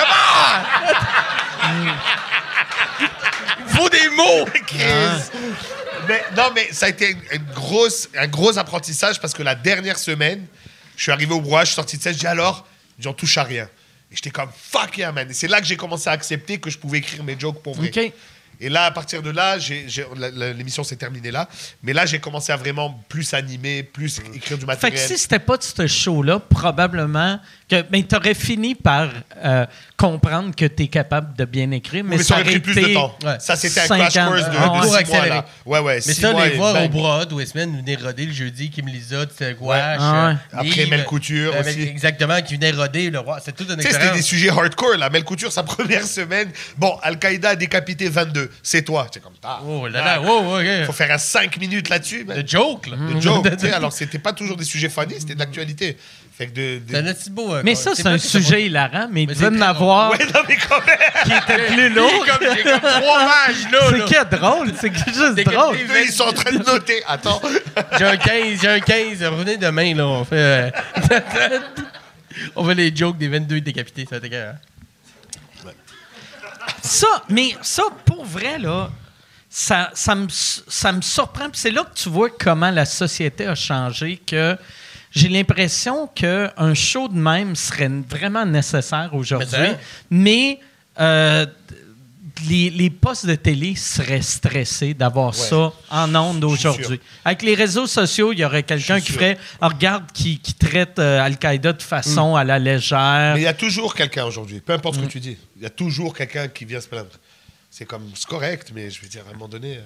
[SPEAKER 6] Comment? Il faut des mots.
[SPEAKER 5] Chris. Mais, non, mais ça a été une- une grosse, un gros apprentissage parce que la dernière semaine, je suis arrivé au brouhaha, je suis sorti de scène, je dis alors, j'en touche à rien. Et j'étais comme fuck yeah, man. Et c'est là que j'ai commencé à accepter que je pouvais écrire mes jokes pour vrai.
[SPEAKER 3] OK.
[SPEAKER 5] Et là, à partir de là, j'ai- j'ai- la- la- l'émission s'est terminée là. Mais là, j'ai commencé à vraiment plus animer, plus écrire du
[SPEAKER 3] Fait que
[SPEAKER 5] matériel.
[SPEAKER 3] si c'était pas de ce show-là, probablement que. Mais t'aurais fini par euh, comprendre que t'es capable de bien écrire, mais,
[SPEAKER 5] mais ça aurait pris plus de
[SPEAKER 3] été
[SPEAKER 5] temps. Ça, c'était un
[SPEAKER 3] cinq
[SPEAKER 5] crash
[SPEAKER 3] ans.
[SPEAKER 5] course de, de
[SPEAKER 3] Ah ouais.
[SPEAKER 5] six
[SPEAKER 6] Pour
[SPEAKER 5] mois,
[SPEAKER 6] accélérer.
[SPEAKER 5] là. Ouais, ouais, ben
[SPEAKER 6] Mais
[SPEAKER 5] six
[SPEAKER 6] ça,
[SPEAKER 5] mois
[SPEAKER 6] les
[SPEAKER 5] et
[SPEAKER 6] voir
[SPEAKER 5] bang.
[SPEAKER 6] au bras ou Westman venaient roder le jeudi, Kim Lisa, tu sais, gouache.
[SPEAKER 3] Ah ouais.
[SPEAKER 6] euh,
[SPEAKER 5] Après,
[SPEAKER 6] Yves,
[SPEAKER 5] Mel Couture
[SPEAKER 6] euh, Mel-
[SPEAKER 5] aussi.
[SPEAKER 6] Exactement, qui venait roder le roi. C'est tout un
[SPEAKER 5] Tu sais, c'était des
[SPEAKER 6] expérience.
[SPEAKER 5] sujets hardcore, là. Mel Couture, sa première semaine, bon, Al-Qaïda a décapité 22. C'est toi. C'est comme ça.
[SPEAKER 6] Oh là là, wow,
[SPEAKER 5] Faut
[SPEAKER 6] OK.
[SPEAKER 5] faire un 5 minutes là-dessus, man.
[SPEAKER 6] Le joke, là.
[SPEAKER 5] De joke. tu sais, alors, c'était pas toujours des sujets funny, c'était de l'actualité. Fait que de. de-
[SPEAKER 6] C'est un petit beau. euh,
[SPEAKER 3] Mais
[SPEAKER 6] quoi.
[SPEAKER 3] ça, c'est
[SPEAKER 6] pas
[SPEAKER 3] un
[SPEAKER 6] que
[SPEAKER 3] sujet hilarant, mais,
[SPEAKER 6] Mais
[SPEAKER 3] ils
[SPEAKER 6] c'est
[SPEAKER 3] veulent
[SPEAKER 6] très
[SPEAKER 3] m'avoir
[SPEAKER 5] Ouais, non, mais quand même.
[SPEAKER 3] qui était plus lourd.
[SPEAKER 6] J'ai comme, j'ai comme trois pages, là.
[SPEAKER 3] C'est
[SPEAKER 6] là.
[SPEAKER 3] qui est drôle, c'est que juste
[SPEAKER 6] C'est que-
[SPEAKER 3] drôle.
[SPEAKER 5] Eux, ils sont en train de noter. Attends.
[SPEAKER 6] J'ai un 15, j'ai un 15. Revenez demain, là. On fait. euh, on fait les jokes des 22 décapités, ça t'écœure. hein?
[SPEAKER 3] Ça, mais ça, pour vrai, là, ça, ça, me, ça me surprend. Puis C'est là que tu vois comment la société a changé, que j'ai l'impression qu'un show de même serait vraiment nécessaire
[SPEAKER 6] Mais c'est
[SPEAKER 3] aujourd'hui,
[SPEAKER 6] vrai.
[SPEAKER 3] mais euh, les, les postes de télé seraient stressés d'avoir ça en ondes
[SPEAKER 5] suis
[SPEAKER 3] aujourd'hui. Avec les réseaux sociaux, il y aurait quelqu'un qui
[SPEAKER 5] sûr.
[SPEAKER 3] ferait Ah, Regarde, qui, qui traite euh, Al-Qaïda de façon à la légère.
[SPEAKER 5] Mm. Mais il y a toujours quelqu'un aujourd'hui, peu importe ce que tu dis. Il y a toujours quelqu'un qui vient se plaindre. C'est comme, c'est correct, mais je veux dire, à un moment donné. euh,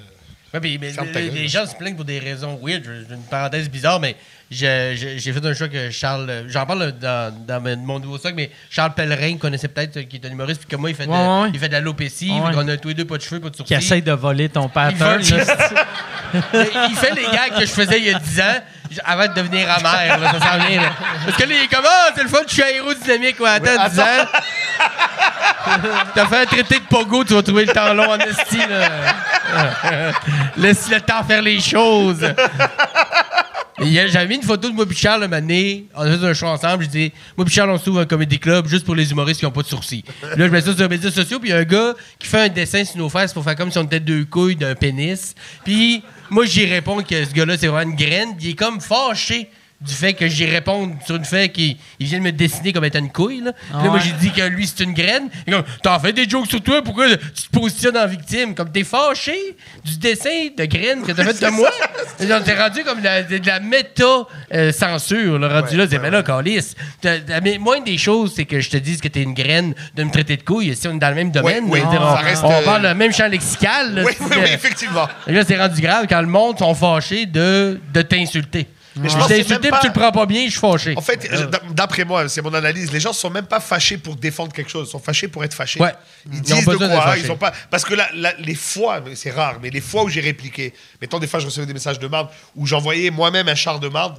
[SPEAKER 6] Ouais, puis, mais,
[SPEAKER 5] Ferme ta
[SPEAKER 6] les,
[SPEAKER 5] gueule.
[SPEAKER 6] les gens se plaignent pour des raisons weird. Je- je- Une parenthèse bizarre, mais je- je- j'ai fait un choix que Charles. euh, J'en parle dans, dans mon- mon nouveau socle, mais Charles Pellerin connaissait peut-être, euh, qui est un humoriste, puis que moi, il fait de,
[SPEAKER 3] Ouais, ouais, ouais.
[SPEAKER 6] il fait de l'alopécie.
[SPEAKER 3] Ouais.
[SPEAKER 6] On a tous les deux pas de cheveux, pas de
[SPEAKER 3] Qui
[SPEAKER 6] sourcils.
[SPEAKER 3] essaye de voler ton pattern.
[SPEAKER 6] veulent-
[SPEAKER 3] là, c'est-
[SPEAKER 6] Mais il fait les gags que je faisais il y a 10 ans j- avant de devenir amer. Là, ça s'en vient. là. Parce que là, il est comme Ah, c'est le fun, je suis aérodynamique. Ouais, attends, 10 ans. T'as fait un traité de pogo, tu vas trouver le temps long en esti. là. Laisse le temps faire les choses. Il y a- J'avais mis une photo de moi et Charles un moment donné. On a fait un show ensemble. Je dis Moi et Charles, on s'ouvre un comédie club juste pour les humoristes qui n'ont pas de sourcils. Là, je mets ça sur les médias sociaux. Puis il y a un gars qui fait un dessin sur nos fesses pour faire comme si on était deux couilles d'un pénis. Puis moi, j'y réponds que ce gars-là, c'est vraiment une graine. Puis il est comme fâché du fait que j'y réponde sur le fait qu'il il vient de me dessiner comme étant une couille. Là, Puis là, moi,
[SPEAKER 3] Ouais.
[SPEAKER 6] j'ai dit que lui, c'est une graine. Il est comme T'en fais des jokes sur toi, pourquoi tu te positionnes en victime Comme t'es fâché du dessin de graine que t'as fait de moi. Genre, T'es rendu comme de la, de la méta-censure. le rendu là, c'est mais là, calice. T'as- t'as- mais Moins des choses, c'est que je te dise que t'es une graine de me traiter de couille. Si on est dans le même domaine,
[SPEAKER 5] oui,
[SPEAKER 6] je veux dire,
[SPEAKER 5] ça
[SPEAKER 6] on,
[SPEAKER 5] reste,
[SPEAKER 6] on
[SPEAKER 5] euh,
[SPEAKER 6] parle le même champ lexical. là,
[SPEAKER 5] Oui,
[SPEAKER 6] si
[SPEAKER 5] oui,
[SPEAKER 6] c'est-
[SPEAKER 5] oui, effectivement.
[SPEAKER 6] Fait que Là, c'est rendu grave quand le monde sont fâchés de, de t'insulter.
[SPEAKER 5] je
[SPEAKER 6] Je
[SPEAKER 5] pense que c'est
[SPEAKER 6] t'ai insulté,
[SPEAKER 5] même pas-
[SPEAKER 6] puis tu le prends pas bien, je suis fâché.
[SPEAKER 5] En fait, je- d'a- d'après moi, c'est mon analyse, les gens sont même pas fâchés pour défendre quelque chose, ils sont fâchés pour être fâchés.
[SPEAKER 6] Ouais. Ils
[SPEAKER 5] Ils
[SPEAKER 6] ont
[SPEAKER 5] disent
[SPEAKER 6] pas
[SPEAKER 5] de
[SPEAKER 6] besoin
[SPEAKER 5] quoi,
[SPEAKER 6] d'être
[SPEAKER 5] ils ont pas. Parce que là, là, les fois, mais c'est rare, mais les fois où j'ai répliqué, mettons des fois je recevais des messages de marde, où j'envoyais moi-même un char de marde,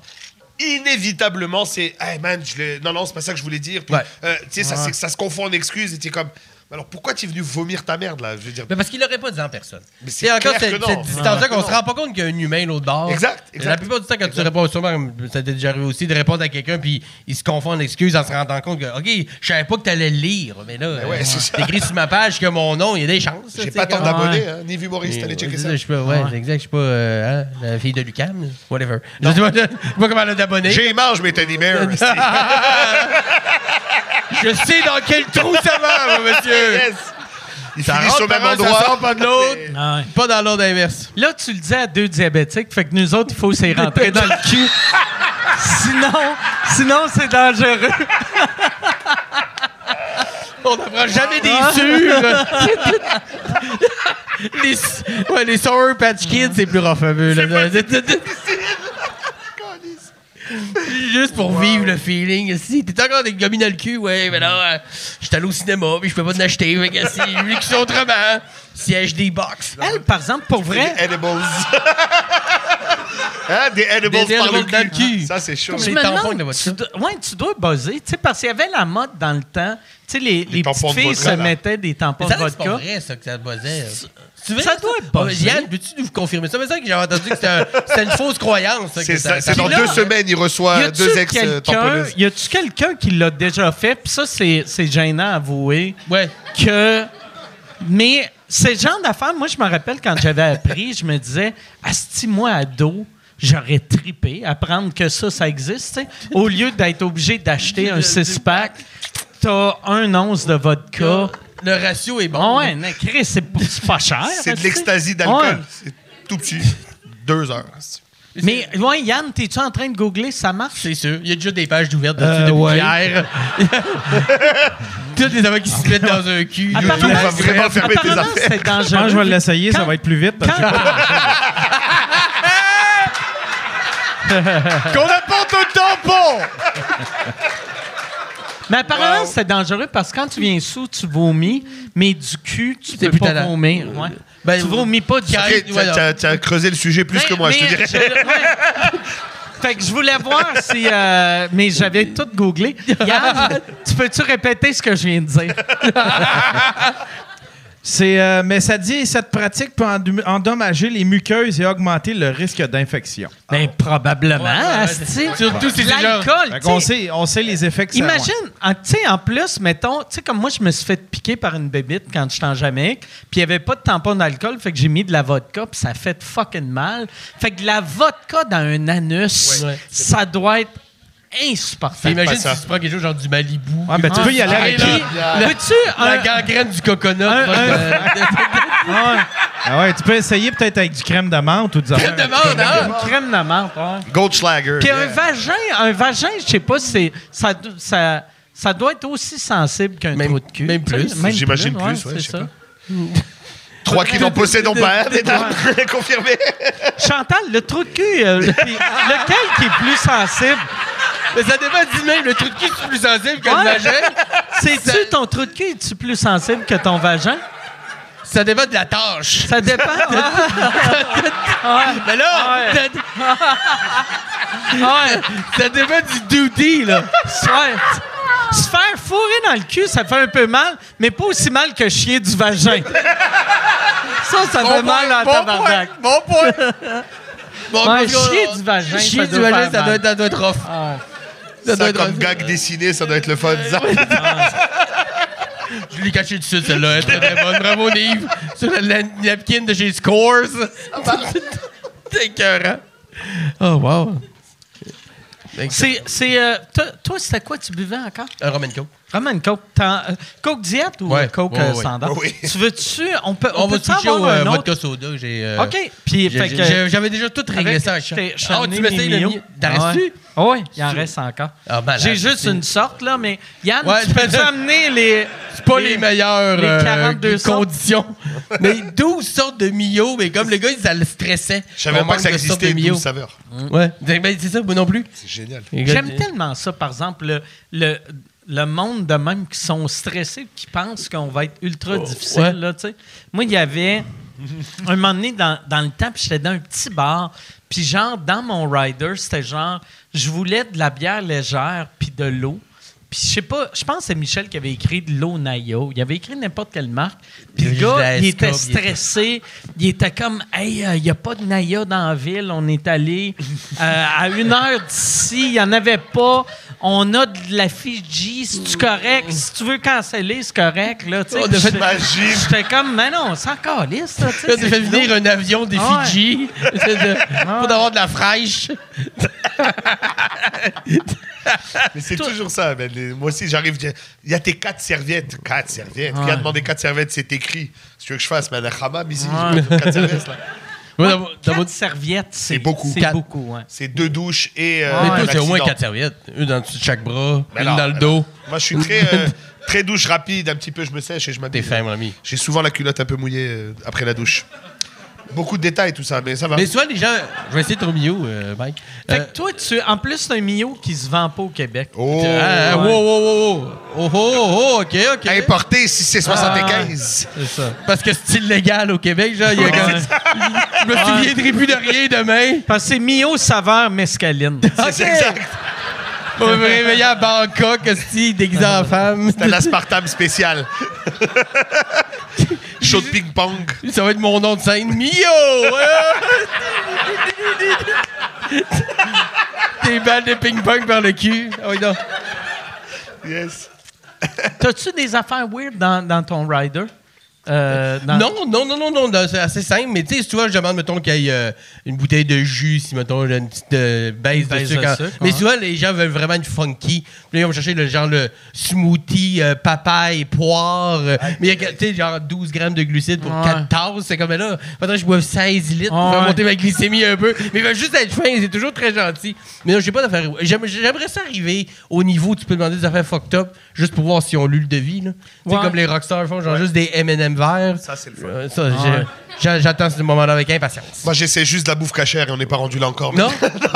[SPEAKER 5] inévitablement c'est, hey man, je l'ai- non non, c'est pas ça que je voulais dire. Puis,
[SPEAKER 6] Ouais.
[SPEAKER 5] euh, tu sais, ça, c'est- ça se confond en excuses, et t'es comme, alors pourquoi t'es venu vomir ta merde là, je veux dire.
[SPEAKER 6] Mais Ben, parce qu'il l'aurait pas dit en personne.
[SPEAKER 5] Mais c'est
[SPEAKER 6] C'est encore
[SPEAKER 5] clair
[SPEAKER 6] cette,
[SPEAKER 5] que non.
[SPEAKER 6] cette
[SPEAKER 5] Ouais.
[SPEAKER 6] distance-là qu'on
[SPEAKER 5] Que
[SPEAKER 6] se
[SPEAKER 5] non.
[SPEAKER 6] rend pas compte qu'il y a un humain l'autre bord.
[SPEAKER 5] Exact, exact.
[SPEAKER 6] La plupart du temps, quand tu réponds, sûrement, comme ça t'est déjà arrivé aussi, de répondre à quelqu'un, puis il se confond en excuses en se rendant compte que, OK, je savais pas que t'allais le lire, mais là,
[SPEAKER 5] Ben ouais,
[SPEAKER 6] euh,
[SPEAKER 5] c'est ça.
[SPEAKER 6] c'est écrit sur ma page que mon nom, il y a des chances.
[SPEAKER 5] J'ai
[SPEAKER 6] tu sais,
[SPEAKER 5] pas tant
[SPEAKER 6] comme-
[SPEAKER 5] d'abonnés, hein, ni humoriste, allez
[SPEAKER 6] Ouais,
[SPEAKER 5] checker
[SPEAKER 6] c'est
[SPEAKER 5] ça.
[SPEAKER 6] ça, Je suis pas, ouais, c'est exact, je suis pas euh, hein, la fille de Lucam, whatever. Je sais pas, je sais pas comment elle a d'abonnés.
[SPEAKER 5] J'ai marre, je mets Teddy Bear. esti.
[SPEAKER 6] Je sais dans quel trou ça va, moi, monsieur.
[SPEAKER 5] Yes. Il
[SPEAKER 6] Ça
[SPEAKER 5] finit
[SPEAKER 6] rentre
[SPEAKER 5] sur le
[SPEAKER 6] par
[SPEAKER 5] même
[SPEAKER 6] un, ça
[SPEAKER 5] endroit.
[SPEAKER 6] sort par de l'autre.
[SPEAKER 3] Ah ouais.
[SPEAKER 6] Pas dans l'ordre inverse.
[SPEAKER 3] Là, tu le dis à deux diabétiques, fait que nous autres, il faut s'y rentrer dans le cul. sinon, sinon c'est dangereux.
[SPEAKER 6] On n'apprend jamais Ah, des sûrs. les, ouais, les Sour Patch Kids, c'est plus rough un peu. là. juste pour vivre le feeling. Si t'es encore des gommes dans le cul, ouais, mais là, euh, j'étais allé au cinéma, puis je peux pas en acheter. Fait que si, je que c'est autrement. Siège des box.
[SPEAKER 3] Elle, par exemple, pour vrai,
[SPEAKER 5] Des edibles. Hein, des edibles
[SPEAKER 6] Des
[SPEAKER 5] par le
[SPEAKER 6] edibles dans le cul.
[SPEAKER 5] Ça, c'est chaud.
[SPEAKER 6] les
[SPEAKER 3] me
[SPEAKER 6] tampons
[SPEAKER 3] demande,
[SPEAKER 6] de votre
[SPEAKER 3] tu,
[SPEAKER 6] chat.
[SPEAKER 3] dois- ouais, tu dois buzzer, tu sais, parce qu'il y avait la mode dans le temps. Tu sais, les, les,
[SPEAKER 5] tampons
[SPEAKER 3] petites
[SPEAKER 5] de
[SPEAKER 3] filles
[SPEAKER 5] vodka,
[SPEAKER 3] se
[SPEAKER 5] là.
[SPEAKER 3] mettaient des tampons
[SPEAKER 6] Mais ça,
[SPEAKER 3] de
[SPEAKER 6] c'est pas
[SPEAKER 3] vodka.
[SPEAKER 6] vrai, ça, que ça buzzait. C'est
[SPEAKER 3] ça doit buzzer.
[SPEAKER 6] Euh, Yann, peux-tu nous confirmer ça? Mais ça que j'avais entendu que c'était un- c'était une fausse croyance. ça, que
[SPEAKER 5] C'est ça- c'est
[SPEAKER 6] ça-
[SPEAKER 5] dans
[SPEAKER 3] Puis là,
[SPEAKER 5] deux semaines, il
[SPEAKER 3] Y
[SPEAKER 5] reçoit deux
[SPEAKER 3] a-tu
[SPEAKER 5] ex euh,
[SPEAKER 3] quelqu'un,
[SPEAKER 5] tamponneuses.
[SPEAKER 3] y a-tu quelqu'un qui l'a déjà fait? Puis ça, c'est c'est gênant à avouer.
[SPEAKER 6] Ouais.
[SPEAKER 3] que. Mais ce genre d'affaires, moi, je me rappelle quand j'avais appris, je me disais, asti-moi à dos. J'aurais tripé apprendre que ça, ça existe. tu sais. Au lieu d'être obligé d'acheter un six-pack, t'as un once de vodka.
[SPEAKER 6] Le ratio est
[SPEAKER 3] Ah
[SPEAKER 6] bon.
[SPEAKER 3] ouais, mais Chris, c'est p- c'est pas cher.
[SPEAKER 5] C'est de
[SPEAKER 3] asti.
[SPEAKER 5] l'extasie d'alcool.
[SPEAKER 3] Ouais.
[SPEAKER 5] C'est tout petit. Deux heures.
[SPEAKER 3] Mais ouais, Yann, t'es-tu en train de googler ça marche?
[SPEAKER 6] C'est sûr. Il y a déjà des pages ouvertes dessus
[SPEAKER 3] Euh,
[SPEAKER 6] depuis
[SPEAKER 3] ouais.
[SPEAKER 6] hier. Toutes les affaires qui se mettent dans un cul.
[SPEAKER 3] Apparemment,
[SPEAKER 5] YouTube va vraiment fermer tes
[SPEAKER 3] apparemment,
[SPEAKER 5] affaires.
[SPEAKER 3] c'est dangereux.
[SPEAKER 4] Je pense que je vais l'essayer, ça
[SPEAKER 3] Quand-
[SPEAKER 4] va être plus vite. parce que-
[SPEAKER 3] Quand-
[SPEAKER 5] Qu'on apporte un tampon!
[SPEAKER 3] Mais apparemment, c'est dangereux parce que quand tu viens sous, tu vomis, mais du cul, tu
[SPEAKER 6] C'est
[SPEAKER 3] peux
[SPEAKER 6] plus
[SPEAKER 3] pas
[SPEAKER 6] talent.
[SPEAKER 3] vomir. Ouais.
[SPEAKER 6] Ben,
[SPEAKER 3] tu vomis pas du
[SPEAKER 6] Car-
[SPEAKER 3] cul.
[SPEAKER 5] Hey,
[SPEAKER 6] Ouais,
[SPEAKER 5] t'as- T'as t'as creusé le sujet plus que
[SPEAKER 3] Mais-
[SPEAKER 5] moi, je te
[SPEAKER 3] mais-
[SPEAKER 5] dirais.
[SPEAKER 3] ouais. Fait que je voulais voir si... euh, mais j'avais tout googlé. Yann, tu peux-tu répéter ce que je viens de dire?
[SPEAKER 4] C'est, euh, mais ça dit, cette pratique peut endom- endommager les muqueuses et augmenter le risque d'infection.
[SPEAKER 3] Ben, probablement,
[SPEAKER 6] ouais,
[SPEAKER 3] asti.
[SPEAKER 6] Surtout si c'est genre-
[SPEAKER 3] L'alcool,
[SPEAKER 4] Fait
[SPEAKER 3] tu
[SPEAKER 4] qu'on
[SPEAKER 3] sais,
[SPEAKER 4] sait, on sait les effets que ça
[SPEAKER 3] Imagine, en- tu sais, en plus, mettons, tu sais, comme moi, je me suis fait piquer par une bébite quand j'étais en Jamaïque, puis il n'y avait pas de tampon d'alcool, fait que j'ai mis de la vodka, puis ça a fait fucking mal. Fait que la vodka dans un anus,
[SPEAKER 6] Ouais.
[SPEAKER 3] ça doit être
[SPEAKER 6] Fait
[SPEAKER 3] insupportable.
[SPEAKER 6] imagine
[SPEAKER 5] pas ça.
[SPEAKER 6] si tu prends quelque chose genre du Malibu.
[SPEAKER 4] Ouais, mais tu peux y aller
[SPEAKER 3] Ah,
[SPEAKER 4] avec.
[SPEAKER 3] puis,
[SPEAKER 6] la-
[SPEAKER 3] Veux-tu
[SPEAKER 6] La
[SPEAKER 3] un,
[SPEAKER 6] gangrène du coconut.
[SPEAKER 3] Un-
[SPEAKER 6] va-
[SPEAKER 3] un-
[SPEAKER 6] euh,
[SPEAKER 4] Ah ouais, tu peux essayer peut-être avec du crème d'amande ou des
[SPEAKER 6] Je te
[SPEAKER 4] affaires.
[SPEAKER 6] demande, hein?
[SPEAKER 3] une crème de menthe? ouais.
[SPEAKER 5] Goldschlager.
[SPEAKER 3] Puis
[SPEAKER 5] yeah.
[SPEAKER 3] un vagin, un vagin, je sais pas, c'est ça, do- ça, ça doit être aussi sensible qu'un
[SPEAKER 6] Même-
[SPEAKER 3] trou de cul.
[SPEAKER 6] même
[SPEAKER 3] Tu sais,
[SPEAKER 6] plus.
[SPEAKER 5] J'imagine plus, ouais,
[SPEAKER 3] c'est
[SPEAKER 5] je sais
[SPEAKER 3] ça.
[SPEAKER 5] pas. Trois qui n'en possèdent pas, mesdames. Confirmé.
[SPEAKER 3] Chantal, le trou de cul, euh, puis lequel qui est plus sensible?
[SPEAKER 6] Mais ça dépend du même. Le truc de cul, c'est plus sensible que le
[SPEAKER 3] Ouais.
[SPEAKER 6] vagin.
[SPEAKER 3] C'est-tu ton trou de cul? Es-tu plus sensible que ton vagin?
[SPEAKER 6] Ça dépend de la tâche.
[SPEAKER 3] Ça dépend. de-
[SPEAKER 6] Mais là,
[SPEAKER 3] Ouais.
[SPEAKER 6] ça-
[SPEAKER 3] Ouais.
[SPEAKER 6] ça dépend du duty, là.
[SPEAKER 3] Ouais. Se faire fourrer dans le cul, ça fait un peu mal, mais pas aussi mal que chier du vagin. Ça, ça fait mal à
[SPEAKER 6] bon
[SPEAKER 3] tabarnak.
[SPEAKER 6] Bon point. Bon,
[SPEAKER 3] Ouais,
[SPEAKER 6] parce qu'on-
[SPEAKER 3] chier du vagin,
[SPEAKER 6] Chier
[SPEAKER 3] ça
[SPEAKER 6] du
[SPEAKER 3] doit
[SPEAKER 6] vagin,
[SPEAKER 3] faire
[SPEAKER 6] ça
[SPEAKER 3] mal. Ah.
[SPEAKER 6] doit être, ça doit être rough. Ça doit
[SPEAKER 5] Ça,
[SPEAKER 6] être
[SPEAKER 5] comme
[SPEAKER 6] rough.
[SPEAKER 5] gag dessiné, ça doit être le fun. ça.
[SPEAKER 6] Je l'ai caché dessus, celle-là. Elle est très bonne. Bravo, Nive. Sur le lan- napkin de chez Scores. C'est écœurant. Oh, wow.
[SPEAKER 3] C'est, c'est, euh, toi- toi, c'était quoi tu buvais encore?
[SPEAKER 6] Un Roman Coke.
[SPEAKER 3] Vraiment une coke. t'en- euh, coke diète ou
[SPEAKER 6] Ouais.
[SPEAKER 3] coke
[SPEAKER 6] Ouais,
[SPEAKER 3] euh,
[SPEAKER 6] ouais.
[SPEAKER 3] standard?
[SPEAKER 5] Oui.
[SPEAKER 3] Tu veux-tu? On peut, on
[SPEAKER 6] On va
[SPEAKER 3] peut
[SPEAKER 6] switcher au
[SPEAKER 3] avoir
[SPEAKER 6] euh,
[SPEAKER 3] un autre?
[SPEAKER 6] vodka soda. J'ai, euh,
[SPEAKER 3] OK. Puis,
[SPEAKER 6] j'ai-
[SPEAKER 3] fait que-
[SPEAKER 6] j'ai- J'avais déjà tout réglé
[SPEAKER 3] Avec-
[SPEAKER 6] ça. à
[SPEAKER 3] je t'ai-
[SPEAKER 6] chaque-
[SPEAKER 3] je t'ai
[SPEAKER 6] Ah,
[SPEAKER 3] amené
[SPEAKER 6] tu m'essayes
[SPEAKER 3] mes
[SPEAKER 6] le
[SPEAKER 3] mio.
[SPEAKER 6] mien. T'en restes-tu?
[SPEAKER 3] Ah ouais. Oui, il en reste encore.
[SPEAKER 6] Ah, malade.
[SPEAKER 3] J'ai juste
[SPEAKER 6] C'est-
[SPEAKER 3] une sorte, là, mais Yann,
[SPEAKER 6] Ouais,
[SPEAKER 3] tu
[SPEAKER 6] je
[SPEAKER 3] peux
[SPEAKER 6] peux-
[SPEAKER 3] amener les.
[SPEAKER 6] C'est pas les, meilleures
[SPEAKER 3] les
[SPEAKER 6] euh,
[SPEAKER 3] 42 sortes.
[SPEAKER 6] conditions. mais 12 sortes de Mio, mais comme le gars, ça le stressait.
[SPEAKER 5] Je savais
[SPEAKER 6] On
[SPEAKER 5] pas que ça
[SPEAKER 6] manque de sortes de
[SPEAKER 5] existait,
[SPEAKER 6] Mio.
[SPEAKER 5] 12 saveurs.
[SPEAKER 6] Ouais. Ben, c'est ça, moi non plus.
[SPEAKER 5] C'est génial.
[SPEAKER 3] J'aime tellement ça, par exemple, le, le, le monde de même qui sont stressés, qui pensent qu'on va être ultra difficile.
[SPEAKER 6] Oh, ouais.
[SPEAKER 3] Là, tu sais. Moi, il y avait un moment donné dans, dans le temps, puis j'étais dans un petit bar, puis genre, dans mon rider, c'était genre, je voulais de la bière légère, puis de l'eau. Puis je sais pas, je pense que c'est Michel qui avait écrit de l'eau Nayo. Il avait écrit n'importe quelle marque. Puis le
[SPEAKER 6] Il y a
[SPEAKER 3] gars,
[SPEAKER 6] juste de la
[SPEAKER 3] il était
[SPEAKER 6] S-Cup, il était-
[SPEAKER 3] stressé. Il était comme, hey, euh, il n'y a pas de Naya dans la ville. On est allé euh, à une heure d'ici. Il n'y en avait pas. On a de la Fiji. Si tu correct, si tu veux canceller, c'est correct. Là, tu sais.
[SPEAKER 6] On a
[SPEAKER 3] Puis
[SPEAKER 6] fait
[SPEAKER 3] j'étais-
[SPEAKER 5] Imagine.
[SPEAKER 3] J'étais comme, mais non, sans calisse. Là, tu sais,
[SPEAKER 6] Là, tu
[SPEAKER 3] c'est
[SPEAKER 6] fais
[SPEAKER 3] de
[SPEAKER 6] venir
[SPEAKER 3] l'eau.
[SPEAKER 6] un avion des
[SPEAKER 3] Ah ouais.
[SPEAKER 6] Fidji C'est de- pour avoir de la fraîche.
[SPEAKER 5] Mais c'est toujours ça. ben, les- moi aussi, j'arrive. j'ai- Il y a tes quatre serviettes. Quatre serviettes. Qui a demandé quatre serviettes, c'est écrit. Si tu veux que je fasse, mais le hammam ici, j'ai pas quatre serviettes. là.
[SPEAKER 6] Ouais,
[SPEAKER 3] Ouais,
[SPEAKER 6] dans votre-
[SPEAKER 3] Quatre serviettes, c'est
[SPEAKER 5] beaucoup.
[SPEAKER 3] C'est
[SPEAKER 6] Quatre. Euh,
[SPEAKER 3] beaucoup, ouais.
[SPEAKER 5] C'est deux douches et. euh,
[SPEAKER 6] Mais
[SPEAKER 5] un
[SPEAKER 6] toi, c'est au moins
[SPEAKER 5] accident.
[SPEAKER 6] quatre serviettes. Une dans le dessus de chaque bras,
[SPEAKER 5] Mais
[SPEAKER 6] une
[SPEAKER 5] non,
[SPEAKER 6] dans le
[SPEAKER 5] mais
[SPEAKER 6] dos.
[SPEAKER 5] non. Moi, je suis très, euh, très douche rapide. Un petit peu, je me sèche et je m'habille.
[SPEAKER 6] T'es fin, mon ami.
[SPEAKER 5] J'ai souvent la culotte un peu mouillée euh, après la douche. Beaucoup de détails, tout ça, mais ça va.
[SPEAKER 6] Mais soit les gens. Je vais essayer de trouver où, euh, Mike.
[SPEAKER 3] Fait
[SPEAKER 6] Euh,
[SPEAKER 3] que toi, tu, en plus, c'est un Mio qui se vend pas au Québec. Euh,
[SPEAKER 5] Oh.
[SPEAKER 6] ah, ah, wow, wow, wow, wow. Oh, oh, oh, OK, OK.
[SPEAKER 5] Importé
[SPEAKER 6] Ah.
[SPEAKER 5] 675.
[SPEAKER 3] C'est ça.
[SPEAKER 6] Parce que c'est illégal au Québec, genre. il y a comme- Je me souviendrai plus de rien demain.
[SPEAKER 3] Parce que c'est Mio saveur mescaline.
[SPEAKER 5] C'est exact.
[SPEAKER 6] On va me réveiller à Bangkok, hostie, déguisé en femme.
[SPEAKER 5] T'as l'aspartame spécial. Show de ping-pong.
[SPEAKER 6] Ça va être mon nom de scène. Mio! euh. Des balles de ping-pong par le cul. Ah oui, non.
[SPEAKER 5] Yes.
[SPEAKER 3] T'as-tu des affaires weird dans, dans ton rider? Euh, dans-
[SPEAKER 6] Non, non, non, non, non, non, c'est assez simple. Mais tu sais, souvent, je demande, mettons, qu'il y ait euh, une bouteille de jus, si, mettons, j'ai une petite euh, baisse,
[SPEAKER 3] Une baisse
[SPEAKER 6] de sucre.
[SPEAKER 3] de
[SPEAKER 6] en-
[SPEAKER 3] sucre,
[SPEAKER 6] mais
[SPEAKER 3] ouais.
[SPEAKER 6] souvent, les gens veulent vraiment une funky. Puis là, ils vont chercher le genre le smoothie, euh, papaye, poire. euh, mais il y a, tu sais, genre 12 grammes de glucides pour
[SPEAKER 3] Ouais.
[SPEAKER 6] 4 tasses. C'est comme, mais là, faudrait que je boive 16 litres pour faire
[SPEAKER 3] Ouais.
[SPEAKER 6] monter ma glycémie un peu. Mais il va juste être fin, c'est toujours très gentil. Mais non, je sais pas d'affaires. j'aime- J'aimerais ça arriver au niveau où tu peux demander des affaires fucked up juste pour voir si on lu le devis. Là. Tu sais,
[SPEAKER 3] Ouais.
[SPEAKER 6] comme les rockstars font, genre juste des M&M verts.
[SPEAKER 5] Ça, c'est le fun.
[SPEAKER 6] Euh, ça, j'ai- j'a- J'attends ce moment-là avec impatience.
[SPEAKER 5] Moi, j'essaie juste de la bouffe cachère et on n'est pas rendu là encore. mais-
[SPEAKER 6] Non?